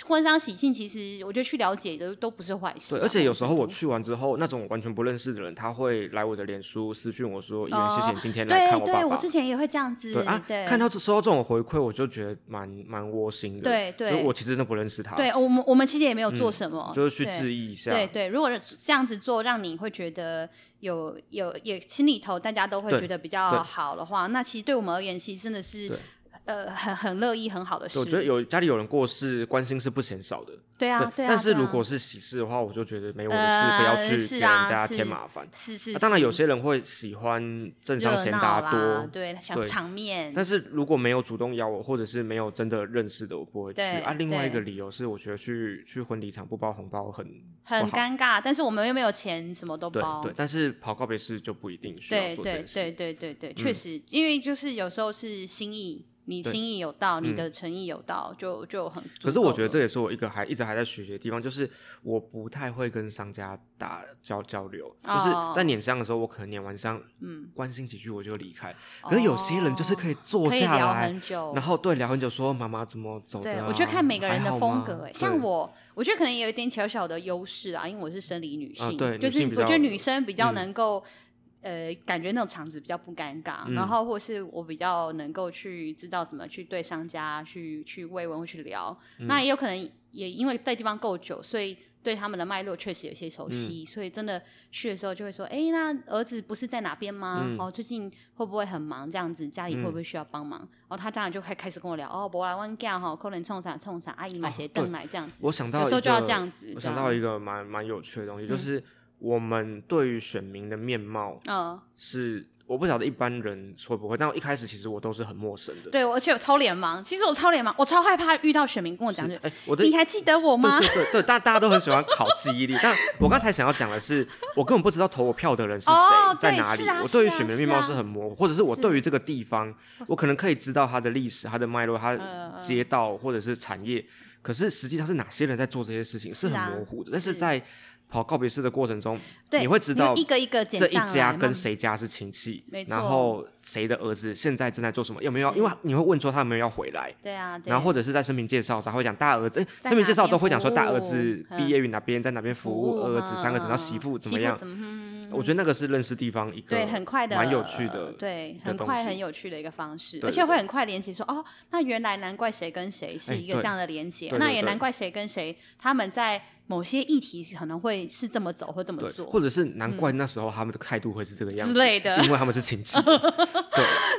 S1: 婚丧喜庆，其实我觉得去了解的都不是坏事啊、
S2: 对，而且有时候我
S1: 对
S2: 去完之后，那种完全不认识的人，他会来我的脸书私讯我说：“议员，谢谢你今天来看
S1: 哦对
S2: 爸
S1: 对，我
S2: 爸。
S1: 之前也会这样”子，
S2: 对啊，
S1: 对
S2: 看到这收到这种回馈，我就觉得蛮蛮窝心的。
S1: 对对
S2: 就是我其实真的不认识他，
S1: 对，我们我们其实也没有做什么，
S2: 就是去
S1: 对
S2: 致意一下。
S1: 对对，如果这样子做，让你会觉得有有也心里头大家都会
S2: 对
S1: 觉得比较
S2: 对
S1: 好的话，那其实对我们而言，其实真的是
S2: 对
S1: 呃很很乐意很好的事。
S2: 对我觉得有家里有人过世，关心是不嫌少的。
S1: 对啊，对啊。
S2: 但
S1: 对
S2: 是
S1: 啊
S2: 如果是喜事的话，我就觉得没我的事，
S1: 呃
S2: 不要去
S1: 是
S2: 给人
S1: 啊
S2: 家
S1: 是
S2: 添麻烦。
S1: 是是
S2: 啊
S1: 是、
S2: 当然，有些人会喜欢政商
S1: 热
S2: 贤
S1: 闹
S2: 达
S1: 啦
S2: 多，，
S1: 对，想
S2: 对
S1: 场面，
S2: 但是如果没有主动邀我，或者是没有真的认识的，我不会去。
S1: 对
S2: 啊，另外一
S1: 对
S2: 个理由是，我觉得去去婚礼场不包红包很
S1: 很
S2: 不好
S1: 尴尬。但是我们又没有钱，什么都
S2: 对
S1: 包
S2: 对，。但是跑告别式就不一定需要
S1: 对
S2: 做这
S1: 对对
S2: 件事。嗯
S1: 对对对，确实，因为就是有时候是心意，你
S2: 对
S1: 心意有到，你
S2: 嗯
S1: 的诚意有到，就就很足够了。
S2: 可是我觉得这也是我一个还一直还在学习的地方，就是我不太会跟商家打交交流，
S1: 哦
S2: 就是在捻香的时候，我可能捻完香
S1: 嗯，
S2: 关心几句我就离开。可是有些人就是可以坐
S1: 哦可以
S2: 下
S1: 聊
S2: 来，
S1: 很久，
S2: 然后对聊很久说妈妈怎么走的、
S1: 对，
S2: 啊，
S1: 我觉得看每个人的
S2: 还好
S1: 风
S2: 吗
S1: 格、欸，
S2: 对
S1: 像我，我觉得可能有一点小小的优势啊，因为我是生理女性，
S2: 啊对
S1: 就
S2: 女
S1: 是
S2: 性比
S1: 我觉得
S2: 较嗯
S1: 女生比较能够呃，感觉那种场子比较不尴尬，
S2: 嗯
S1: 然后或是我比较能够去知道怎么去对商家去去慰问或去聊。那
S2: 嗯
S1: 也有可能也因为在地方够久，所以对他们的脉络确实有些
S2: 嗯
S1: 熟悉，所以真的去的时候就会说，哎、那儿子不是在哪边吗？
S2: 嗯
S1: 哦，最近会不会很忙？这样子家里会不会需要帮忙？然后他当然就开开始跟我聊，哦，博来湾干哈，可能冲啥冲啥，阿姨买鞋凳来这样子。
S2: 哦我想到
S1: 有时候
S2: 一
S1: 就要
S2: 个
S1: 这样子
S2: 我
S1: 这
S2: 想
S1: 样
S2: 到一个蛮蛮有趣的东西，就是我们对于选民的面貌
S1: 嗯，
S2: 是，我不晓得一般人会不会，但我一开始其实我都是很陌生的。
S1: 对，我而且我超脸盲，其实我超脸盲，我超害怕遇到选民跟我讲
S2: 是，
S1: 就
S2: 哎、我的
S1: 你还记得我吗？
S2: 对对对对，大大家都很喜欢考记忆力。但我刚才想要讲的是，我根本不知道投我票的人是谁，
S1: 哦
S2: 在
S1: 对
S2: 哪里。
S1: 是啊
S2: 我
S1: 是
S2: 对于
S1: 啊
S2: 选民
S1: 是
S2: 面貌
S1: 啊
S2: 是很模糊，或者是我
S1: 是
S2: 对于这个地方，我可能可以知道它的历史、它的脉络、它
S1: 嗯嗯
S2: 街道或者是产业，可是实际上是哪些人在做这些事情是
S1: 是啊
S2: 很模糊的。但是
S1: 是
S2: 在跑告别式的过程中，
S1: 对，
S2: 你会知道
S1: 们一个一个减
S2: 这一
S1: 上来
S2: 家
S1: 嘛
S2: 跟谁家是亲戚
S1: 没，错
S2: 然后谁的儿子现在正在做什么，有没有？
S1: 是
S2: 因为你会问说他有没有要回来，
S1: 对啊，对
S2: 然后或者是在生平介绍上会讲大儿子，诶
S1: 在
S2: 生平介绍
S1: 哪边
S2: 都会讲说
S1: 服务
S2: 大儿子
S1: 嗯
S2: 毕业于哪边，在哪边服务，儿子、
S1: 嘛
S2: 三个子，
S1: 嗯
S2: 然后媳妇怎么
S1: 媳
S2: 样
S1: 妇？怎么嗯
S2: 我觉得那个是认识地方一个
S1: 对，很快的，
S2: 蛮有趣的
S1: 呃对，
S2: 的
S1: 很
S2: 东
S1: 快
S2: 西
S1: 很有趣的一个方式，
S2: 对
S1: 而且
S2: 对
S1: 会很快连接说，哦，那原来难怪谁跟谁是
S2: 哎
S1: 一个
S2: 对
S1: 这样的连接
S2: 对，
S1: 那
S2: 对
S1: 也
S2: 对
S1: 难怪谁跟谁他们在某些议题可能会是这么走或这么
S2: 对，
S1: 做
S2: 或者是难怪那时候他们的态度会是这个
S1: 嗯
S2: 样
S1: 之
S2: 子，
S1: 类的。
S2: 因为他们是亲 戚。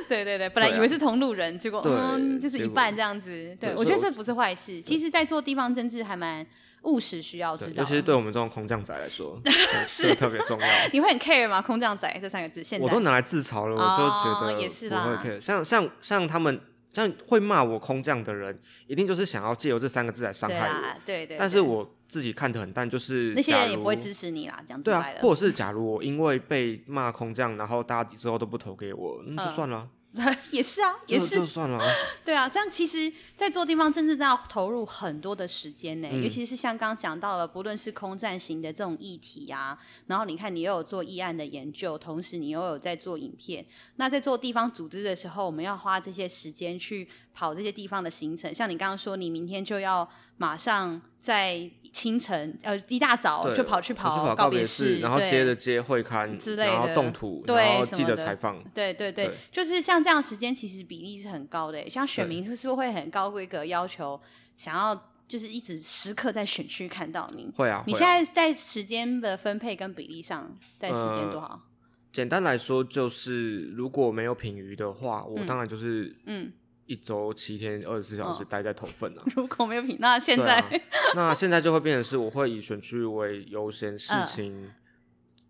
S1: 对对对，本来
S2: 对啊
S1: 以为是同路人，结果
S2: 对
S1: 嗯，就是
S2: 结
S1: 一
S2: 果
S1: 半这样子。对，
S2: 对
S1: 我
S2: 所
S1: 觉
S2: 以
S1: 得这不是坏事。其实，在做地方政治还蛮务实，需要
S2: 对
S1: 知，道
S2: 尤其。是对我们这种空降仔来说，对这个特别重要。
S1: 你会很 care 吗？空降仔这三个字，现在
S2: 我都拿来自嘲了，我就觉
S1: 哦
S2: 得
S1: 也是
S2: 不会
S1: 啦
S2: care。像像像他们像会骂我空降的人，一定就是想要借由这三个字来伤
S1: 对
S2: 害我。
S1: 啦，对对。
S2: 但
S1: 对
S2: 是我自己看得很淡，就是
S1: 那些
S2: 假
S1: 人也
S2: 如
S1: 不会支持你啦，讲直
S2: 对啊
S1: 白，了。
S2: 或者是假如我因为被骂空降，然后大家之后都不投给我，那、就算了啊，
S1: 也是啊，嗯也
S2: 就是就算了啊。
S1: 对啊，这样其实，在做地方政治，真的要投入很多的时间
S2: 嗯
S1: 呢、尤其是像刚刚讲到了，不论是空战型的这种议题啊，然后你看，你又有做议案的研究，同时你又有在做影片。那在做地方组织的时候，我们要花这些时间去跑这些地方的行程。像你刚刚说，你明天就要马上在清晨，呃，一大早
S2: 对
S1: 就跑去
S2: 我去
S1: 跑
S2: 跑
S1: 告
S2: 别
S1: 室，
S2: 然后
S1: 对
S2: 接着接会刊
S1: 之类
S2: 然后
S1: 的
S2: 动土，
S1: 对
S2: 然后
S1: 什
S2: 记
S1: 么
S2: 者
S1: 的
S2: 采访，
S1: 对对对，
S2: 对
S1: 就是像这样时间其实比例是很高的欸，像选民是不是会很高规格要求，想要就是一直时刻在选区看到你？
S2: 会啊。
S1: 你
S2: 会
S1: 现
S2: 啊呃
S1: 在在时间的分配跟比例上，在时间多少？
S2: 简单来说就是，如果没有品鱼的话，我当然就是
S1: 嗯，
S2: 一周七天二十四小时待在投份啊。
S1: 如果没有比，那现
S2: 对
S1: 在、
S2: 啊那现在就会变成是，我会以选区为优先，事
S1: 嗯
S2: 情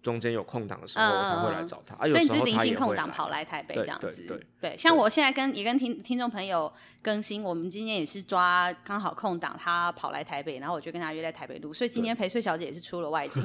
S2: 中间有空档的时候，
S1: 嗯
S2: 我才会来
S1: 嗯嗯
S2: 找他。啊，有
S1: 所以
S2: 时
S1: 你就
S2: 候
S1: 是零
S2: 他
S1: 星
S2: 也
S1: 空
S2: 会
S1: 档跑
S2: 来。啊
S1: 来台北
S2: 对
S1: 这样
S2: 对
S1: 子。
S2: 对
S1: 像
S2: 对
S1: 我现在跟也跟听听众朋友更新，我们今天也是抓刚好空档，他跑来台北，然后我就跟他约在台北录，所以今天陪睡小姐也是出了外 景。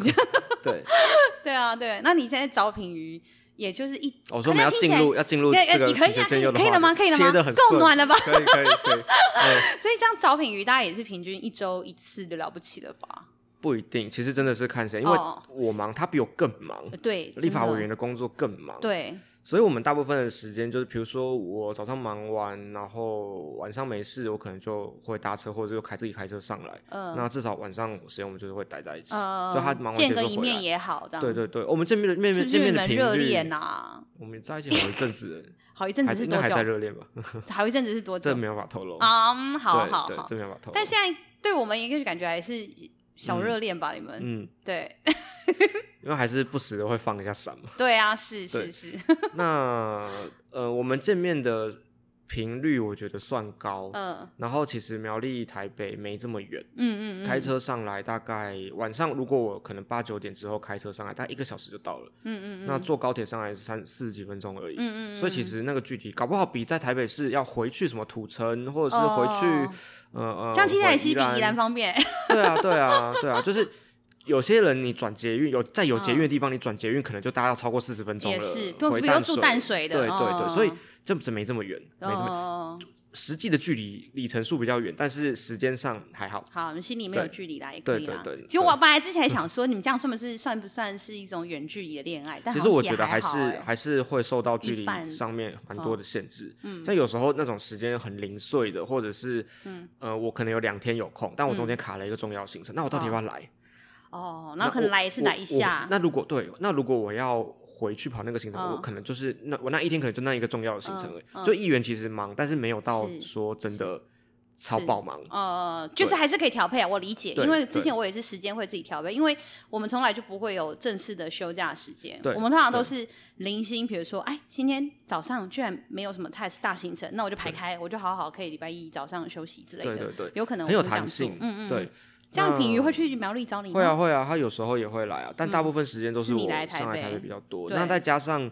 S2: 对，
S1: 对啊，对，那你现在招品鱼，也就是一，
S2: 哦我说
S1: 可
S2: 我们
S1: 能
S2: 要
S1: 啊听起
S2: 进
S1: 来
S2: 入要进入
S1: 可以
S2: 这个
S1: 你可以
S2: 品学
S1: 啊
S2: 兼优的
S1: 可以
S2: 话
S1: 了吗
S2: 题
S1: 可以了
S2: 切
S1: 吗
S2: 得很
S1: 够
S2: 顺
S1: 暖了吧
S2: 可以可以可以， 哎
S1: 所以这样招品鱼大家也是平均一周一次的了不起了吧？
S2: 不一定，其实真的是看谁，因为
S1: 哦
S2: 我忙，他比我更忙，
S1: 呃对，
S2: 立法
S1: 真的
S2: 委员的工作更忙，
S1: 对，
S2: 所以我们大部分的时间就是，比如说我早上忙完，然后晚上没事，我可能就会搭车或者就开自己开车上来，
S1: 嗯、
S2: 那至少晚上时间我们就是会待在一起，
S1: 呃，
S2: 就他忙完
S1: 见
S2: 结
S1: 个
S2: 束
S1: 一
S2: 回
S1: 面
S2: 来。
S1: 也好，这样
S2: 对对对，我们见面的面
S1: 是
S2: 面
S1: 不
S2: 见
S1: 是
S2: 面
S1: 你
S2: 的
S1: 们
S2: 频
S1: 热
S2: 率
S1: 恋，呐？
S2: 我们在一起好一阵子了，
S1: 好 一阵
S2: 还
S1: 子
S2: 是
S1: 是
S2: 应该
S1: 多
S2: 还在
S1: 久？
S2: 热恋吧？
S1: 好一阵子是多
S2: 这
S1: 久？
S2: 没有办法透露。
S1: 啊嗯，好
S2: 对
S1: 好
S2: 对，
S1: 好。
S2: 这没有办法透露。
S1: 但现在对我们一个感觉还是小热恋吧，你们、
S2: 嗯，
S1: 对
S2: 因为还是不时的会放一下闪嘛。
S1: 对啊，是是
S2: 对
S1: 是，
S2: 那呃，我们见面的频率我觉得算高。
S1: 嗯
S2: 然后其实苗栗台北没这么远，
S1: 嗯嗯
S2: 开
S1: 嗯
S2: 车上来大概晚上，如果我可能八九点之后开车上来，大概一个小时就到了。
S1: 嗯嗯嗯
S2: 那坐高铁上来是三四十几分钟而已。
S1: 嗯嗯，
S2: 所以其
S1: 嗯
S2: 实那个距离，搞不好比在台北市要回去什么土城，或者是回去、
S1: 哦
S2: 呃呃，
S1: 这样听起来
S2: 回
S1: 也是比宜兰方便。
S2: 对啊，对啊，对啊，就是有些人你转捷运，有在有捷运的地方，你转捷运可能就搭要超过四十分钟
S1: 嗯
S2: 了。
S1: 也是，
S2: 回
S1: 比如
S2: 淡
S1: 住
S2: 水
S1: 淡水的，
S2: 对对对，
S1: 哦
S2: 所以这这没这么远，没这么
S1: 哦，
S2: 实际的距离里程数比较远，但是时间上还好。
S1: 好，我们心里没有
S2: 对
S1: 距离啦，也可
S2: 对
S1: 以啦。
S2: 对对
S1: 其实我本来之前还想说，你们这样算不是算不算是一种远距离的恋爱？但
S2: 其
S1: 好
S2: 实
S1: 像
S2: 我
S1: 也
S2: 觉得还
S1: 还好
S2: 是
S1: 欸
S2: 还是会受到距
S1: 一半嗯
S2: 离上面蛮多的限制，像有时候那种时间很零碎的，或者是，
S1: 嗯
S2: 呃，我可能有两天有空，但我中间卡了一个重要
S1: 哦
S2: 行程，那我到底要不要来？
S1: 哦，那
S2: 我
S1: 可能来也是来一
S2: 我
S1: 下，
S2: 那如果对，那如果我要回去跑那个行程，
S1: 嗯
S2: 我可能就是那我那一天可能就那一个重要的行程而已。
S1: 嗯嗯
S2: 就议员其实忙，但是没有到
S1: 是
S2: 说真的超爆忙。
S1: 呃，就是还是可以调配啊，我理解，
S2: 对
S1: 因为之
S2: 对
S1: 前我也是时间会自己调配，因为我们从来就不会有正式的休假时间，
S2: 对
S1: 我们通常都是零星，比如说，哎，今天早上居然没有什么太大行程，那我就排开，我就好好可以礼拜一早上休息之类
S2: 对
S1: 的，
S2: 对对，
S1: 有可能
S2: 很有
S1: 我们这样
S2: 弹
S1: 做
S2: 性。
S1: 嗯嗯，
S2: 对，，
S1: 这样品瑜
S2: 那
S1: 会去苗栗找你吗，嗯
S2: 会啊会啊，他有时候也会来啊，但大部分时间都
S1: 是
S2: 我
S1: 你
S2: 上
S1: 来
S2: 来
S1: 台
S2: 台
S1: 北
S2: 比较多。
S1: 对
S2: 那再加上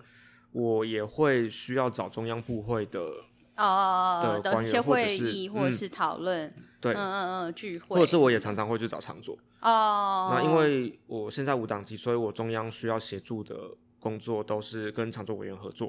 S2: 我也会需要找中央部会的，
S1: 呃
S2: 的官
S1: 一
S2: 员
S1: 些
S2: 或者
S1: 会
S2: 是
S1: 议或者
S2: 嗯
S1: 是讨论，
S2: 对
S1: 嗯嗯嗯，聚会，
S2: 或者是我也常常会去找常佐。
S1: 哦，
S2: 那因为我现在无党籍，所以我中央需要协助的工作都是跟常佐委员合作。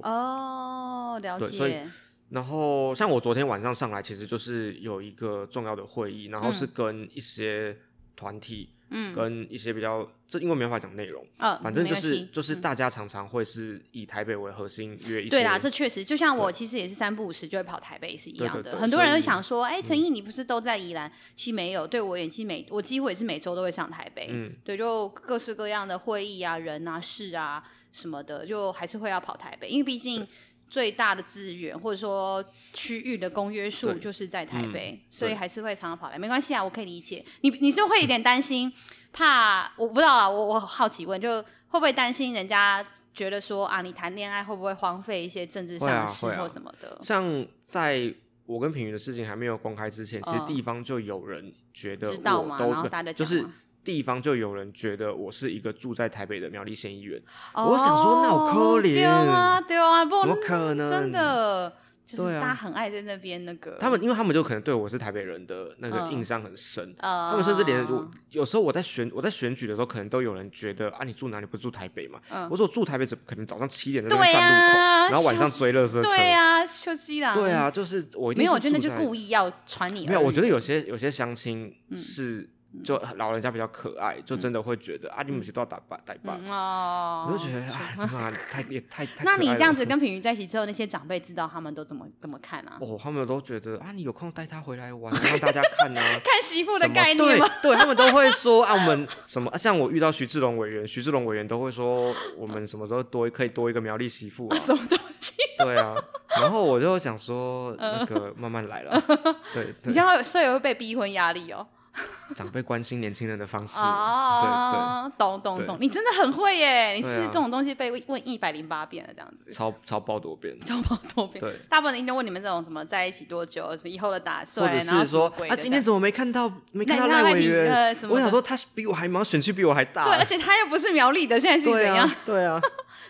S1: 哦了
S2: 对所以
S1: 解，
S2: 然后像我昨天晚上上来，其实就是有一个重要的会议，然后是跟一些团体、
S1: 嗯
S2: 跟一些比较，这因为没办法讲内容，
S1: 呃，
S2: 反正
S1: 没
S2: 就
S1: 关
S2: 是
S1: 系
S2: 就是
S1: 嗯
S2: 大家常常会是以台北为核心约一些，
S1: 对啦，这确实就像我其实也是三不五时就会跑台北是一样的。
S2: 对对对
S1: 很多人
S2: 所
S1: 会
S2: 以嗯
S1: 想说，哎，陈毅你不是都在宜兰？其实没有，对我也其实每我几乎也是每周都会上台北，
S2: 嗯
S1: 对，就各式各样的会议啊、人啊、事啊什么的，就还是会要跑台北，因为毕竟。最大的资源或者说区域的公约数
S2: 对嗯
S1: 就是在台北，
S2: 对
S1: 所以还是会常常跑来，没关系啊，我可以理解。你你是不是会有点担心，怕我不知道啊，我我好奇问，就会不会担心人家觉得说啊，你谈恋爱会不会荒废一些政治上
S2: 会
S1: 的
S2: 啊
S1: 事
S2: 会啊
S1: 或什么的？
S2: 像在我跟品瑜的事情还没有公开之前，其实
S1: 嗯
S2: 地方就有人觉得
S1: 知道
S2: 我
S1: 嘛
S2: 都
S1: 然后大家
S2: 就
S1: 讲
S2: 是
S1: 嘛
S2: 地方就有人觉得我是一个住在台北的苗栗县议员，
S1: 哦
S2: 我想说那有可怜
S1: 对啊，对啊，不
S2: 怎么可能？
S1: 真，的就是
S2: 对啊
S1: 大家很爱在那边那个
S2: 他们因为他们就可能对我是台北人的那个
S1: 嗯
S2: 印象很深。
S1: 呃，
S2: 他们甚至连我有时候我在选我在选举的时候，可能都有人觉得啊，你住哪里？不住台北嘛？
S1: 嗯
S2: 我说我住台北，怎么可能早上七点在那边
S1: 对
S2: 站路口，
S1: 啊，
S2: 然后晚上追垃圾车？
S1: 对啊，休息啦，
S2: 对，啊，就是我一定
S1: 没有，我
S2: 是
S1: 觉得那
S2: 住
S1: 就
S2: 在
S1: 故意要传你而已，啊嗯
S2: 没有，我觉得有些有些相亲是、就老人家比较可爱，就真的会觉得、啊，你们是都要打扮打扮，
S1: 嗯哦，
S2: 我就觉得哎妈，太也 太太。
S1: 那你这样子。 跟品瑜在一起之后，那些长辈知道他们都怎么怎么看啊？
S2: 哦，他们都觉得啊，你有空带他回来玩，让大家看啊，
S1: 看媳妇
S2: 什
S1: 的
S2: 么
S1: 概念吗？？
S2: 对对，他们都会说啊，我们什么，像我遇到徐志龙委员，徐志龙委员都会说，我们什么时候多可以多一个苗栗媳妇啊
S1: 什么东西？
S2: 对啊，然后我就想说，那个慢慢来了，对
S1: 你
S2: 对，
S1: 知道舍友会被逼婚压力哦。
S2: 长辈关心年轻人的方式，对
S1: 哦，懂懂
S2: 对
S1: 懂，你真的很会耶！你是
S2: 对啊
S1: 这种东西被问一百零八遍了，这样
S2: 对，
S1: 子，
S2: 超超包多变，
S1: 超爆多遍。
S2: 对。
S1: 大部分人都问你们这种什么在一起多久，什么以后的打算，
S2: 或者
S1: 然后
S2: 是
S1: 什么
S2: 说
S1: 鬼的
S2: 啊，今天怎么没看到没看到
S1: 赖赖
S2: 委
S1: 皮呃
S2: 员
S1: 什？么的
S2: 我想说他是比我还忙，选区比我还大
S1: 对，而
S2: 欸。
S1: 且他又不是苗栗的，现在是怎
S2: 对
S1: 样？
S2: 啊，对啊，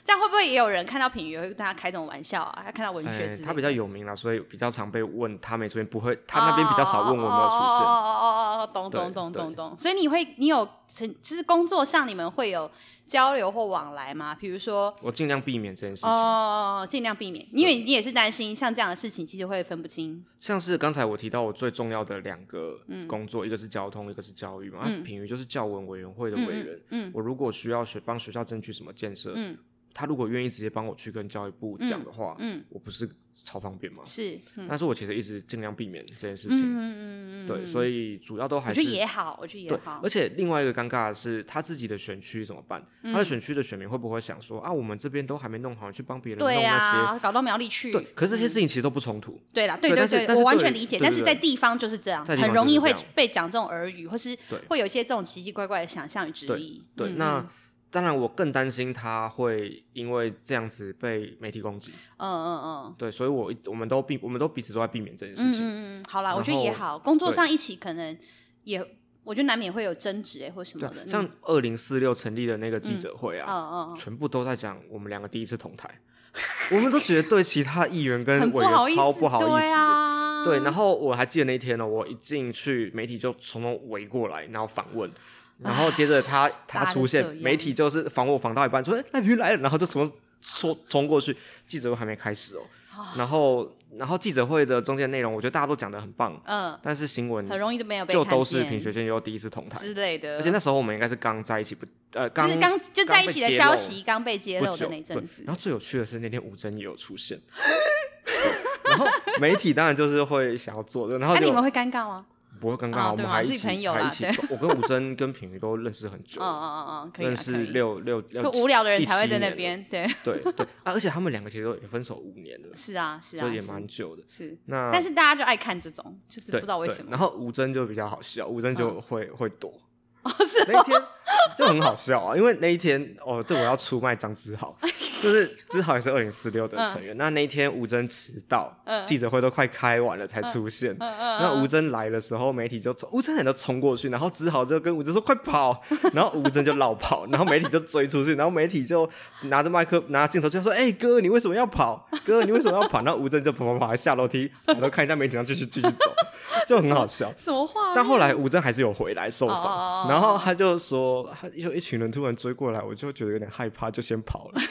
S1: 这样会不会也有人看到品语会跟大家开这种玩笑啊？他看到 文学之类
S2: 哎
S1: 的，
S2: 他比较有名啦，所以比较常被问他没出现，不会他那边比较少问我有没有
S1: 哦
S2: 出
S1: 哦
S2: 现。
S1: 哦哦哦哦，懂懂
S2: 对
S1: 懂
S2: 对
S1: 懂懂。所以你会，你有成，就是工作上你们会有交流或往来吗？比如说，
S2: 我尽量避免这件事情。
S1: 哦，尽量避免，因为你也是担心像这样的事情，其实会分不清。
S2: 像是刚才我提到我最重要的两个工作，一个是交通，一个是教育嘛。啊
S1: 嗯
S2: 品瑜就是教文委员会的
S1: 嗯
S2: 委员，
S1: 嗯
S2: 我如果需要学帮学校争取什么建设，
S1: 嗯
S2: 他如果愿意直接帮我去跟教育部讲的话，
S1: 嗯，
S2: 我不是超方便吗？
S1: 是，嗯
S2: 但是我其实一直尽量避免这件事
S1: 嗯
S2: 情。
S1: 嗯嗯嗯，
S2: 对，
S1: 以
S2: 所以主要都还
S1: 我
S2: 是
S1: 觉得也好，我觉得也
S2: 对
S1: 好，
S2: 而。且另外一个尴尬的是，他自己的选区怎么办？他
S1: 嗯
S2: 的选区的选民会不会想说啊，我们这边都还没弄好，你去帮别人弄
S1: 对
S2: 那些？
S1: 啊，嗯搞到苗栗去。
S2: 对，可是这些事情其实都不冲突。
S1: 对啦，对
S2: 对但是
S1: 对，
S2: 但是
S1: 我完
S2: 对
S1: 全理解。
S2: 对
S1: 但
S2: 对
S1: 是
S2: 对
S1: 在地方就是这样，
S2: 在地
S1: 很
S2: 方
S1: 容
S2: 就是
S1: 易
S2: 这
S1: 会
S2: 样
S1: 被讲这种耳语，或是
S2: 对
S1: 会有一些这种奇奇怪怪的想象与质
S2: 对
S1: 疑。
S2: 对，
S1: 嗯
S2: 那当然我更担心他会因为这样子被媒体攻击。
S1: 嗯嗯嗯。
S2: 对，所以我我们都避，我们都彼此都在避免这件事
S1: 嗯
S2: 情。
S1: 嗯嗯，好啦，
S2: 然
S1: 我觉得也
S2: 后
S1: 好，工作
S2: 对
S1: 上一起可能也，我觉得难免会有争执哎、或什么
S2: 对啊
S1: 的。，
S2: 像二零四六成立的那个记者会
S1: 嗯
S2: 啊，
S1: 嗯
S2: 全部都在讲我们两个第一次同台，我们都觉得对其他议员
S1: 嗯，
S2: 跟
S1: 很
S2: 委员
S1: 好意
S2: 啊超不好意思的。
S1: 对啊，
S2: 对，然后我还记得那一天呢、哦我一进去，媒体就从我围过来，然后访问，然后接着他他
S1: 啊大家都
S2: 出现
S1: 这，样
S2: 媒体就是访我访到一半，说哎赖皮鱼来了，然后就从冲冲过去，记者会还没开始哦，
S1: 啊
S2: 然后然后记者会的中间内容，我觉得大家都讲的很棒，
S1: 嗯，
S2: 但是新闻
S1: 很容易就没有被
S2: 就
S1: 看
S2: 都是
S1: 见
S2: 品学兼优第一次同台，
S1: 之类的，
S2: 而且那时候我们应该是刚在一起不呃
S1: 就
S2: 刚
S1: 是刚就在一起的
S2: 被揭
S1: 消
S2: 露
S1: 息刚被揭
S2: 不
S1: 露的
S2: 久
S1: 那
S2: 对
S1: 阵子
S2: 然，后最有趣的是那天吴真也有出现。 对然后媒体当然就是会想要做，然后
S1: 那、
S2: 就
S1: 啊你们会尴尬吗？
S2: 不会尴尬，
S1: 啊
S2: 我
S1: 对
S2: 们
S1: 嘛
S2: 还
S1: 自
S2: 一
S1: 己
S2: 起
S1: 朋友
S2: 还
S1: 啦
S2: 一起
S1: 对
S2: 走。我跟吴真跟品瑜都认识很久
S1: 嗯
S2: 了，
S1: 嗯嗯，可以啦，
S2: 认
S1: 可
S2: 识
S1: 以
S2: 六六六
S1: 就
S2: 七
S1: 无聊的人
S2: 第
S1: 才会
S2: 七
S1: 在那
S2: 年了
S1: 边，对，
S2: 对对啊，而且他们两个其实都也分手五年了，
S1: 是啊， 是啊，
S2: 所以也
S1: 是
S2: 蛮久的。
S1: 是，
S2: 那
S1: 但是大家就爱看这种，就是不
S2: 对
S1: 知道为
S2: 对
S1: 什么。嗯
S2: 然后吴真就比较好笑，吴真就会、会躲。
S1: 哦，是
S2: 那一天就很好笑啊，因为那一天哦，这我要出卖张之 豪，就是之豪也是二零四六的成员。那那一天吴真迟到，
S1: 嗯
S2: 记者会都快开完了才出现。
S1: 嗯 嗯，
S2: 那吴真来的时候，媒体就冲，吴真很多冲过去，然后只好就跟吴真说快跑， 然后吴真就老跑，然后媒体就追出去，然后媒体就拿着麦克拿着镜头就说：“哎、哥，你为什么要跑？哥，你为什么要跑？”然后吴真就跑跑跑还下楼梯，然后看一下媒体，然后继续继续走，就很好笑。
S1: 什么话？
S2: 但后来吴真还是有回来受
S1: 哦哦哦
S2: 访，
S1: 哦
S2: 然后他就说，他就一群人突然追过来，我就觉得有点害怕，就先跑了，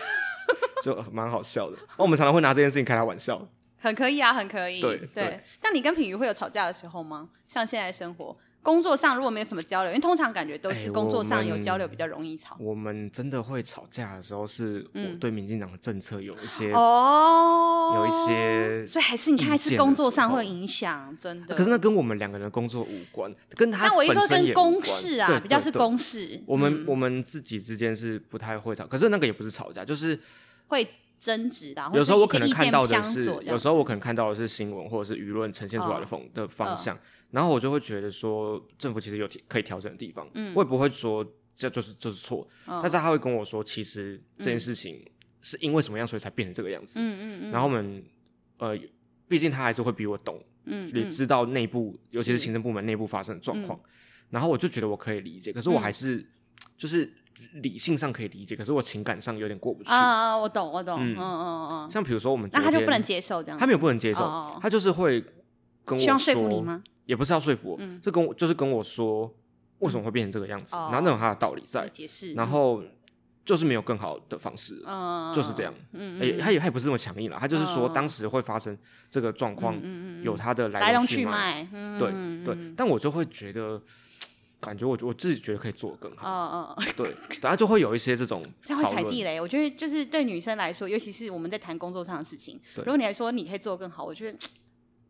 S2: 就蛮好笑的。哦那我们常常会拿这件事情开他玩笑，
S1: 很可以啊，很可以。
S2: 对
S1: 对
S2: 对。
S1: 但你跟品瑜会有吵架的时候吗？像现在生活。工作上如果没有什么交流，因为通常感觉都是
S2: 哎
S1: 工作上
S2: 我们
S1: 有交流比较容易吵。
S2: 我们真的会吵架的时候，是我
S1: 嗯
S2: 对民进党的政策有一些，
S1: 哦，
S2: 有一些
S1: 所以还是你看，还
S2: 意
S1: 是
S2: 见的
S1: 工作上
S2: 时候
S1: 会影响，真的。
S2: 可是那跟我们两个人的工作无关，跟他
S1: 但我一说
S2: 本身
S1: 跟
S2: 也无关
S1: 公事啊，
S2: 对
S1: 比较是
S2: 对对
S1: 公事，
S2: 我们、
S1: 嗯
S2: 我们自己之间是不太会吵，可是那个也不是吵架，就是
S1: 会争执的啊，或
S2: 有
S1: 是
S2: 时候
S1: 一
S2: 我
S1: 些
S2: 可能
S1: 意
S2: 看
S1: 见
S2: 到
S1: 不
S2: 的
S1: 相
S2: 是
S1: 左，这样哦
S2: 有时候我可能看到的是新闻或者是舆论呈现出来的方、的方向，然后我就会觉得说政府其实有提可以调整的地方，
S1: 嗯
S2: 我也不会说这就是就是错，
S1: 嗯
S2: 但是他会跟我说，其实这件事情是因为什么样，所以才变成这个样子。
S1: 嗯嗯嗯，
S2: 然后我们呃，毕竟他还是会比我懂，
S1: 嗯
S2: 也
S1: 嗯
S2: 知道内部，尤其是
S1: 是嗯
S2: 行政部门内部发生的状况，然后我就觉得我可以理解，可是我还是、就是理性上可以理解，可是我情感上有点过不去。
S1: 啊啊，我懂我懂，嗯
S2: 嗯
S1: 嗯嗯嗯，
S2: 像比如说我们
S1: 那
S2: 昨
S1: 他
S2: 天，
S1: 就不能接受这样
S2: 他
S1: 子，
S2: 没有不能接受，
S1: 哦哦哦
S2: 他就是会跟我
S1: 需
S2: 说，
S1: 要说服你吗？
S2: 也不是要说服我，
S1: 嗯
S2: 是跟我就是跟我说为什么会变成这个样子，
S1: 哦嗯
S2: 然后那有他的道理在
S1: 有，解释，
S2: 然后就是没有更好的方式，
S1: 嗯，嗯
S2: 就是这样，
S1: 嗯，嗯
S2: 也、
S1: 嗯
S2: 他也他也不是那么强硬了，他就是说
S1: 嗯
S2: 当时会发生这个状况，
S1: 嗯嗯嗯
S2: 有他的
S1: 来
S2: 来
S1: 龙
S2: 去
S1: 去
S2: 脉。
S1: 脉，嗯
S2: 对
S1: 嗯
S2: 对，
S1: 嗯
S2: 但我就会觉得，感觉我我自己觉得可以做得更
S1: 哦
S2: 好，
S1: 哦，哦
S2: 对，然后就会有一些这种
S1: 这样会
S2: 讨
S1: 踩
S2: 论，
S1: 地雷。我觉得就是对女生来说，尤其是我们在谈工作上的事情，
S2: 对
S1: 如果你还说你可以做得更好，我觉得嘖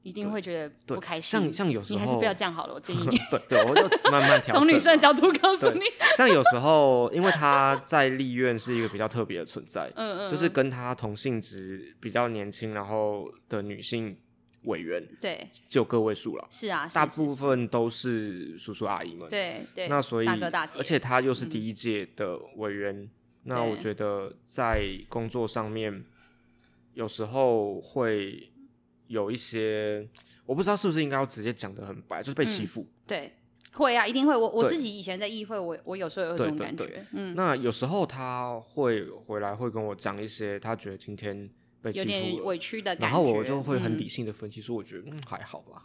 S1: 一定会觉得
S2: 对
S1: 不开心。
S2: 像像有时
S1: 你
S2: 候
S1: 还是不要这样好了，我建议你。
S2: 对对，我就慢慢 调 整
S1: 从女生的
S2: 嘛
S1: 角度告诉
S2: 对
S1: 你，
S2: 像有时候，因为他在立院是一个比较特别的存在，
S1: 嗯嗯，
S2: 就是跟他同性质比较年轻，然后的女性委员
S1: 对，
S2: 就个位数了，
S1: 是啊，是
S2: 大
S1: 是
S2: 部
S1: 是
S2: 分都是叔叔阿姨们。
S1: 对对，
S2: 那所以，
S1: 大哥大姐，嗯
S2: 而且他又是第一届的委员，那
S1: 对
S2: 我觉得在工作上面有时候会有一些，我不知道是不是应该要直接讲的很白，就是被
S1: 嗯
S2: 欺负。
S1: 对会啊，一定会。我我
S2: 对
S1: 自己以前在议会，我我有时候也会这
S2: 对
S1: 种
S2: 对
S1: 感
S2: 对
S1: 觉，嗯，
S2: 那有时候他会回来会跟我讲一些他觉得今天被欺
S1: 有点
S2: 负了，
S1: 委屈的感
S2: 然
S1: 觉。
S2: 后我就会很
S1: 嗯
S2: 理性的分析说，我觉得嗯还好 吧，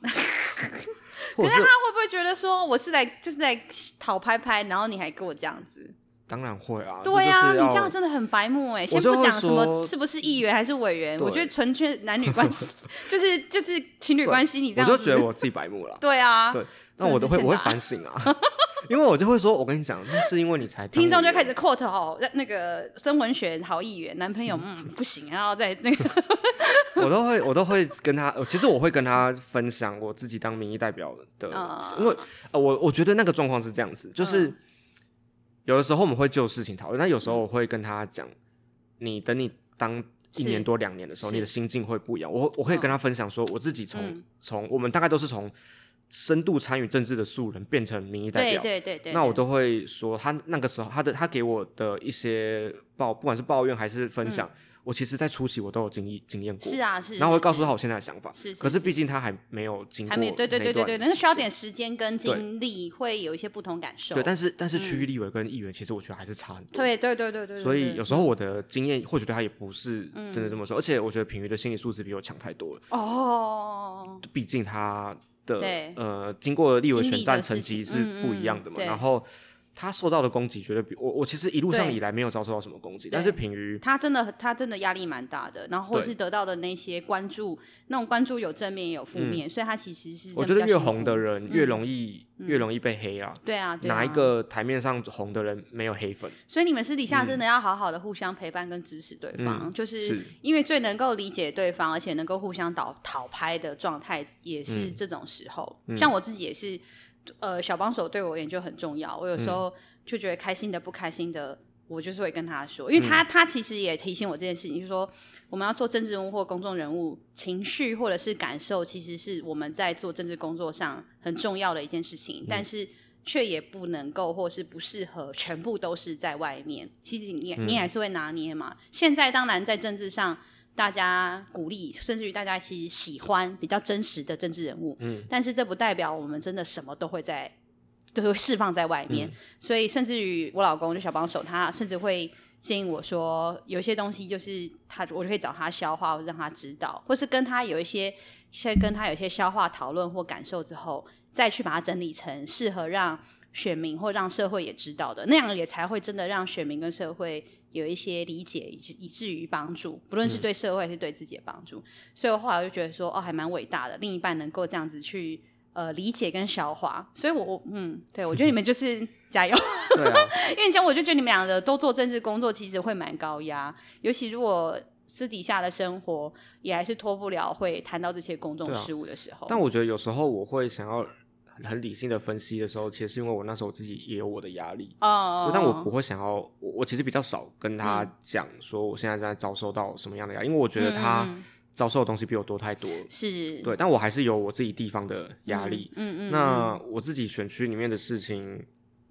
S1: 可
S2: 或者
S1: 是
S2: 是
S1: 他会不会觉得说我是在就是在讨拍拍，然后你还跟我这样子？
S2: 当然会啊，
S1: 对
S2: 呀、
S1: 啊，你这样真的很白目哎！先
S2: 就
S1: 不
S2: 会
S1: 讲什么
S2: 说
S1: 是不是议员还是委员，我觉
S2: 对
S1: 得纯粹男女关 系就是就是情侣
S2: 对
S1: 关系，你这
S2: 我
S1: 样子。
S2: 就觉得我自己白目了
S1: 对啊，
S2: 对，
S1: 真
S2: 那
S1: 的
S2: 我
S1: 是
S2: 都会
S1: 欠
S2: 我会
S1: 打
S2: 反省啊， 因为我就会说，我跟你讲，那是因为你才当
S1: 听众
S2: 我
S1: 就开
S2: 的
S1: 始 quote 哦，那个孙文学好议员男朋友嗯不行，然后再那个
S2: 我都会我都会跟他，呃其实我会跟他分享我自己当民意代表的，
S1: 嗯
S2: 因为呃我我觉得那个状况是这样子，就是、
S1: 嗯
S2: 有的时候我们会就事情讨论，但有时候我会跟他讲，你等你当。一
S1: 是
S2: 年多两年的时候，
S1: 是
S2: 你的心境会不一样。我我会跟他分享说，我自己从
S1: 嗯
S2: 从、我们大概都是从深度参与政治的素人变成民意 代
S1: 对
S2: 表，
S1: 对对对，
S2: 那我
S1: 对
S2: 都会说，他那个时候他的他给我的一些抱，不管是抱怨还是分享，我其实在初期我都有经历经验
S1: 嗯
S2: 过，
S1: 是啊是，
S2: 然后我会告诉
S1: 是
S2: 他我现在的想法。
S1: 是是
S2: 可是
S1: 是
S2: 毕竟他还没有经过
S1: 还没对对对对对，那
S2: 那段
S1: 个需要点时间跟
S2: 对
S1: 精力，会有一些不同感受。
S2: 对，但是但是区域立委跟议员其实我觉得还是差很
S1: 嗯
S2: 多。
S1: 对对对对对对嗯
S2: 所以有时
S1: 候
S2: 候我的经验或许对他也不是真的这么说，而且我觉得品瑜的心理素质比我强太多了，
S1: 哦，
S2: 毕竟他的
S1: 对
S2: 呃经过立委
S1: 经历
S2: 选
S1: 的
S2: 战
S1: 事
S2: 成
S1: 情
S2: 绩是
S1: 嗯
S2: 不
S1: 嗯
S2: 一样的嘛，
S1: 对
S2: 然后他受到的攻击绝对比我我其实一路上
S1: 对
S2: 以来没有遭受到什么攻击，
S1: 对
S2: 但是品瑜
S1: 他真的他真的压力蛮大的，然后或
S2: 对
S1: 是得到的那些关注，那种关注有正面也有负面，所以他其实是
S2: 嗯我
S1: 真
S2: 觉
S1: 的
S2: 得
S1: 比较
S2: 越
S1: 辛
S2: 红
S1: 苦
S2: 的人越容易、越容易被黑啦。
S1: 对啊，对啊
S2: 哪一？个台面上红的人没有 黑粉？
S1: 所以你们私底下真
S2: 嗯
S1: 的要好好的互相陪伴跟支持对方，就是
S2: 是
S1: 因为最能够理解对方，而且能够互相讨讨拍的状态，也是
S2: 嗯
S1: 这种时候。像我自己也是，呃，小帮手对我而言就很重要。我有
S2: 嗯
S1: 时候就觉得开心的、不开心的。我就是会跟他说，因为他、他其实也提醒我这件事情，就是说我们要做政治人物或公众人物，情绪或者是感受，其实是我们在做政治工作上很重要的一件事情，但是却也不能够或是不适合全部都是在外面。其实你你还是会拿捏嘛。现在当然在政治上，大家鼓励，甚至于大家其实喜欢比较真实的政治人物，嗯，但是这不代表我们真的什么都会在都会释放在外面。所以甚至于我老公就小帮手，他甚至会建议我说，有些东西就是他，我就可以找他消化，或者让他知道，或是跟他有一些先跟他有一些消化讨论或感受之后，再去把它整理成适合让选民或让社会也知道的，那样也才会真的让选民跟社会。有一些理解，以至以至于帮助，不论是对社会还是对自己的帮助，所以我后来我就觉得说，哦，还蛮伟大的，另一半能够这样子去呃理解跟消化，所以我我嗯，对 我觉得你们就是加油，
S2: 对啊，
S1: 因为以前我就觉得你们两个都做政治工作，其实会蛮高压，尤其如果私底下的生活也还是脱不了会谈到这些公众
S2: 对啊
S1: 事务的时候。
S2: 但我觉得有时候我会想要很理性的分析的时候，其实是因为我那时候自己也有我的压力，
S1: 哦嗯
S2: 对，但我不会想要，我我其实比较少跟他讲说我现在正在遭受到什么样的压力，因为我觉得他
S1: 嗯嗯嗯
S2: 遭受的东西比我多太多了。
S1: 是
S2: 对，但我还是有我自己地方的压力。
S1: 嗯嗯，
S2: 那我自己选区里面的事情，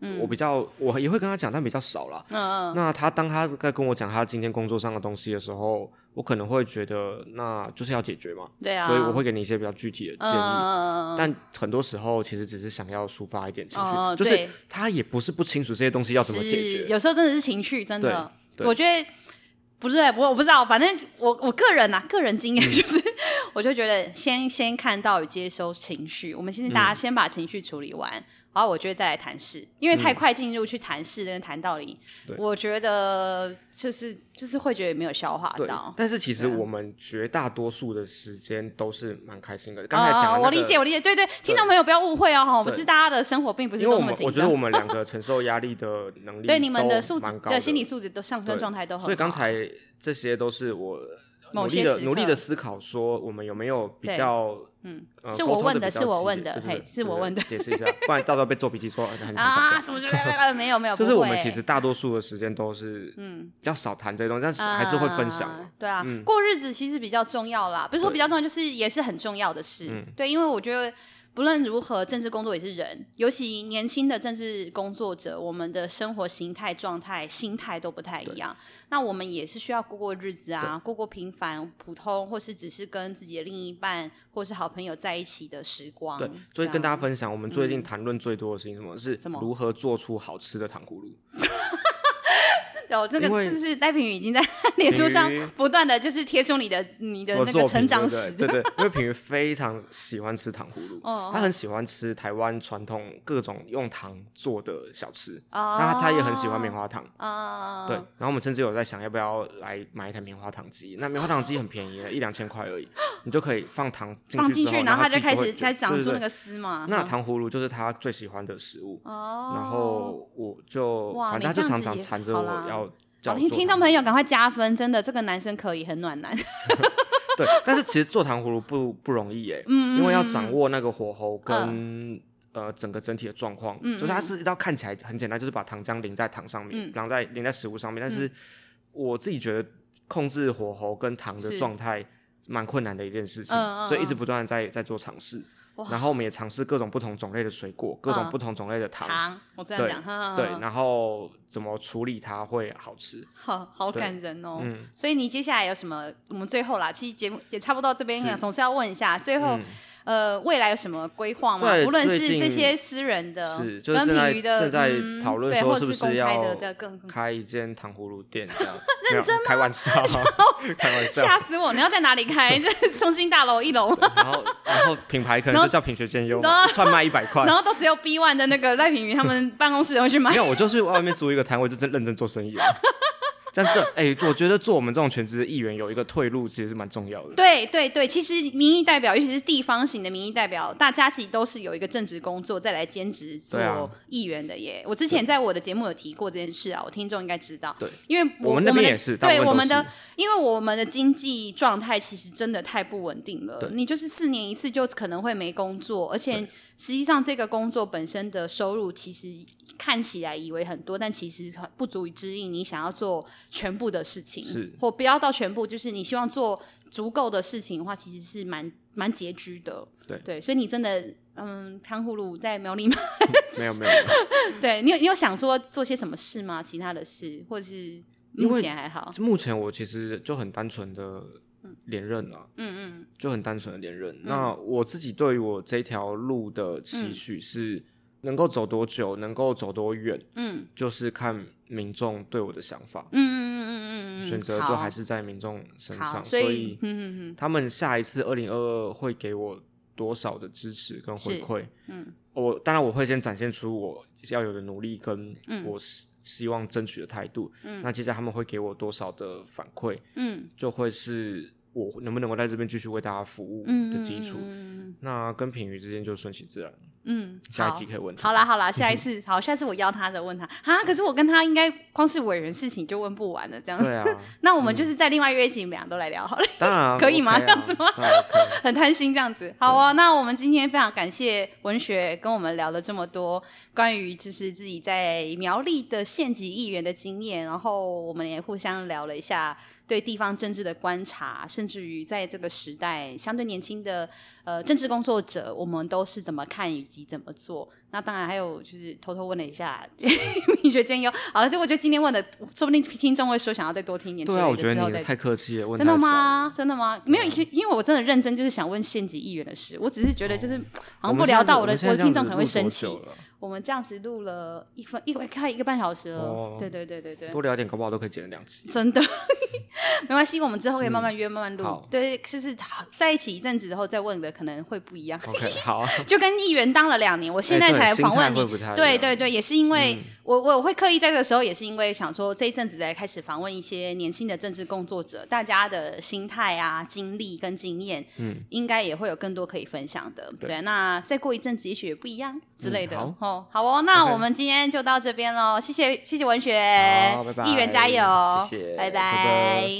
S1: 嗯
S2: 我比较我也会跟他讲，但比较少啦。
S1: 嗯嗯
S2: 那他当他在跟我讲他今天工作上的东西的时候，我可能会觉得那就是要解决嘛，
S1: 对啊，
S2: 所以我会给你一些比较具体的建
S1: 嗯
S2: 议。
S1: 嗯嗯嗯
S2: 但很多时候其实只是想要抒发一点情绪，
S1: 哦
S2: 就是
S1: 对
S2: 他也不是不清楚这些东西要怎么解
S1: 是
S2: 决。
S1: 有时候真的是情绪，真的，
S2: 对对
S1: 我觉得不是，我我不知道，反正我我个人呐、啊个人经
S2: 嗯
S1: 验就是，我就觉得先先看到与接收情绪，我们现在
S2: 嗯
S1: 大家先把情绪处理完。然后我觉得再来谈事，因为太快进入去谈事跟谈道理，
S2: 对
S1: 我觉得就是就是会觉得没有消化
S2: 对
S1: 到，。
S2: 但是其实
S1: 对啊
S2: 我们绝大多数的时间都是蛮开心的。
S1: 啊
S2: 刚才讲、那个
S1: 我理解，我理解，对对，听众朋友不要误会哦，哈，我们是大家的生活并不是
S2: 因为
S1: 都
S2: 我
S1: 那么
S2: 们
S1: 紧
S2: 我觉得
S1: 张
S2: 我，们两个承受压力的能力
S1: 对你们的
S2: 都
S1: 素质
S2: 蛮高
S1: 的心理素质都上升
S2: 对
S1: 状态都很好，
S2: 所以刚才这些都是我努
S1: 某
S2: 力
S1: 些
S2: 的
S1: 时刻
S2: 努力的思考，说我们有没有比
S1: 对
S2: 较
S1: 嗯
S2: 呃
S1: 是
S2: 沟
S1: 我
S2: 通
S1: 问
S2: 得
S1: 的
S2: 比较
S1: 是我
S2: 激
S1: 问
S2: 烈
S1: 的
S2: 对对
S1: 嘿
S2: 对
S1: 是我
S2: 对
S1: 问的
S2: 解释一下，不然到时候被做笔记说呃很想吵架
S1: 啊，什么 之类的，没有没有，
S2: 就是
S1: 不
S2: 我
S1: 会
S2: 们其实大多数的时间都是
S1: 嗯
S2: 比较少谈这些东西，但是还是会分享嘛。
S1: 啊对啊，过日子其实比较重要啦，不是说
S2: 对嗯
S1: 比较重要，就是也是很重要的事。对，因为我觉得不论如何，政治工作也是人，尤其年轻的政治工作者，我们的生活形态、状态、心态都不太一样。那我们也是需要过过日子啊，过过平凡、普通，或是只是跟自己的另一半或是好朋友在一起的时光。
S2: 对，所以跟大
S1: 家
S2: 家分享，我们最近谈论最多的事情是什么？是
S1: 嗯什么
S2: 如何做出好吃的糖葫芦。
S1: 有这个，
S2: 因为
S1: 就是赖品宇已经在 脸书上
S2: 品瑜
S1: 不断的就是贴出你的你的
S2: 我
S1: 那
S2: 作
S1: 个
S2: 品
S1: 成长
S2: 对
S1: 史
S2: 不对对对，因为品瑜非常喜欢吃糖葫芦，
S1: 哦
S2: 他很喜欢吃台湾传统各种用糖做的小吃，
S1: 啊
S2: 那他他也很喜欢棉花糖。
S1: 啊，
S2: 对，然后我们甚至有在想要不要来买一台棉花糖机。那棉花糖机很便宜的，一两千块而已，你就可以放糖进
S1: 放
S2: 去
S1: 进
S2: 之后，
S1: 然后
S2: 它
S1: 它就开始才
S2: 才
S1: 长出那。
S2: 对对对
S1: 个丝嘛。
S2: 那
S1: 嗯
S2: 糖葫芦就是他最喜欢的食物，
S1: 哦，
S2: 然后我就
S1: 哇
S2: 反
S1: 你
S2: 正他
S1: 这
S2: 就
S1: 样
S2: 常
S1: 子
S2: 常
S1: 也
S2: 缠着
S1: 好
S2: 我
S1: 啦
S2: 要叫
S1: 好哦
S2: 我
S1: 听
S2: 做
S1: 听
S2: 糖
S1: 众朋友赶快加分，真的这个男生可以很暖男，
S2: 对，但是其实做糖葫芦不不容易耶，
S1: 嗯嗯
S2: 因为要
S1: 嗯
S2: 掌握那个火候跟、呃整个整体的状况，
S1: 嗯
S2: 就是它
S1: 嗯
S2: 是一道看起来很简单，就是把糖浆淋在糖上面，
S1: 嗯
S2: 淋在淋在食物上面，但是我自己觉得控制火候跟糖的
S1: 是
S2: 状态蛮困难的一件事情，
S1: 嗯嗯
S2: 所以一
S1: 嗯
S2: 直不断的在在做尝试
S1: 哇。
S2: 然后我们也尝试各种不同种类的水果，各种
S1: 嗯
S2: 不同种类的糖，
S1: 糖，我这样讲，嗯哈
S2: 对
S1: 哈，哈
S2: 然后怎么处理它会好吃？
S1: 好好
S2: 对
S1: 感人哦。
S2: 嗯
S1: 所以你接下来有什么？我们最后啦，其实节目也差不多到这边了，
S2: 是嗯
S1: 总是要问一下，最后、呃未来有什么规划吗？
S2: 在
S1: 无论
S2: 最
S1: 是
S2: 近
S1: 这些私人的，
S2: 是，就是
S1: 跟
S2: 正在
S1: 平鱼的
S2: 正在
S1: 嗯
S2: 讨论
S1: 对，
S2: 说
S1: 或
S2: 是不
S1: 公
S2: 是
S1: 开的
S2: 要
S1: 的更更
S2: 开一间糖葫芦店 这样？认真开玩笑，开玩笑。
S1: 吓死我！你要在哪里开？ 这中心大楼一 楼，
S2: 然后然后品牌可
S1: 然
S2: 能
S1: 后
S2: 就叫品学兼优
S1: 然
S2: 嘛，一串卖一百块
S1: 然。后都只有 B One 的那个赖品瑜他们办公室人会去买
S2: 没。有，我就是外面租一个摊位，就真认真做 生意啊。像这哎、我觉得做我们这种全职的议员有一个退路，其实是蛮重要的。
S1: 对对对，其实民意代表，尤其是地方型的民意代表，大家其实都是有一个正职工作，再来兼职做
S2: 对啊
S1: 议员的耶。我之前在我的节目有提过这件事啊，我听众应该知道。
S2: 对，
S1: 因为
S2: 我们那
S1: 我
S2: 边
S1: 的
S2: 也是大部
S1: 对
S2: 分
S1: 我
S2: 都
S1: 们的
S2: 是，
S1: 因为我们的经济状态其实真的太不稳定了
S2: 对。
S1: 你就是四年一次就可能会没工作，而且实际上这个工作本身的收入其实看起来以为很多，但其实不足以支应你想要做全部的事情，
S2: 是
S1: 或不要到全部，就是你希望做足够的事情的话，其实是蛮蛮拮据的。
S2: 对
S1: 所以你真的。嗯，看护路在苗栗吗？
S2: 没有没有，没有
S1: 对你有你有想说做些什么事吗？其他的事，或者是
S2: 因
S1: 目
S2: 为
S1: 前还好？
S2: 目前我其实就很单纯的连任了、
S1: 嗯嗯，
S2: 就很单纯的连任。那我自己对于我这条路的期许是能够走多久，能够走多远，
S1: 嗯
S2: 就是看民众对我的想法
S1: 嗯，嗯嗯嗯嗯嗯，
S2: 选择
S1: 好
S2: 就还是在民众身
S1: 好，
S2: 上。
S1: 所
S2: 以
S1: 嗯嗯
S2: 他们下一次二零二二会给我多少的支持跟回
S1: 是
S2: 馈？
S1: 嗯
S2: 我当然我会先展现出我要有的努力跟
S1: 嗯
S2: 我希希望争取的态度。
S1: 嗯
S2: 那接下来他们会给我多少的反馈，
S1: 嗯
S2: 就会是我能不能够在这边继续为大家服务
S1: 嗯
S2: 的基础。
S1: 嗯
S2: 那跟品瑜之间就顺其自然，
S1: 嗯，
S2: 下一集可以问他。
S1: 好啦好啦，下一次好，下次我邀他的 问他啊，可是我跟他应该光是委员事情就问不完了，这样。
S2: 对啊，
S1: 那我们就是在另外约一集，我们俩都来聊好了，
S2: 当然啊
S1: 可以吗
S2: OK 啊
S1: 这样子吗
S2: 当然 OK
S1: 很贪心这样子。好啊，那我们今天非常感谢文学跟我们聊了这么多关于就是自己在苗栗的县级议员的经验，然后我们也互相聊了一下对地方政治的观察，甚至于在这个时代相对年轻的呃政治工作者，我们都是怎么看以及怎么做。那当然还有就是偷偷问了一下 米学兼优，好了，这我觉得今天问的，说不定听众会说想要再多听一点之类
S2: 对
S1: 的，
S2: 啊，我觉
S1: 之
S2: 得
S1: 后
S2: 你
S1: 再
S2: 太客气了，问
S1: 真的
S2: 太少啊了？
S1: 吗？真的吗？没有，因因为我真的认真就是想问县级议员的事，我只是觉得就是好像不聊到我的
S2: 们现
S1: 我的
S2: 在这样
S1: 听
S2: 子
S1: 众可能会生
S2: 录
S1: 气
S2: 多。久了
S1: 我们这样子录了一分一快一个半小时了
S2: 哦，
S1: 对对对对对，
S2: 多聊一点，搞不好都可以剪成两集。
S1: 真的 没关系，我们之后可以慢慢约，慢慢录
S2: 好。
S1: 对，就是好在一起一阵子之后再问的可能会不一样。
S2: OK，好啊，
S1: 就跟议员当了两年，我现在
S2: 哎对
S1: 才
S2: 心
S1: 访
S2: 态
S1: 问你
S2: 会不太，一
S1: 对
S2: 样嗯
S1: 对对，也是因为我我会刻意在这个时候，也是因为想说这一阵子才开始访问一些年轻的政治工作者，大家的心态啊、经历跟经验，嗯，应该也会有更多可以分享的。对，那再过一阵子也许也不一样之类的。
S2: 嗯好
S1: 哦，好 哦，那
S2: OK
S1: 我们今天就到这边喽，谢谢谢谢文学
S2: 好拜，拜
S1: 议员加油，
S2: 谢谢
S1: 拜
S2: 拜拜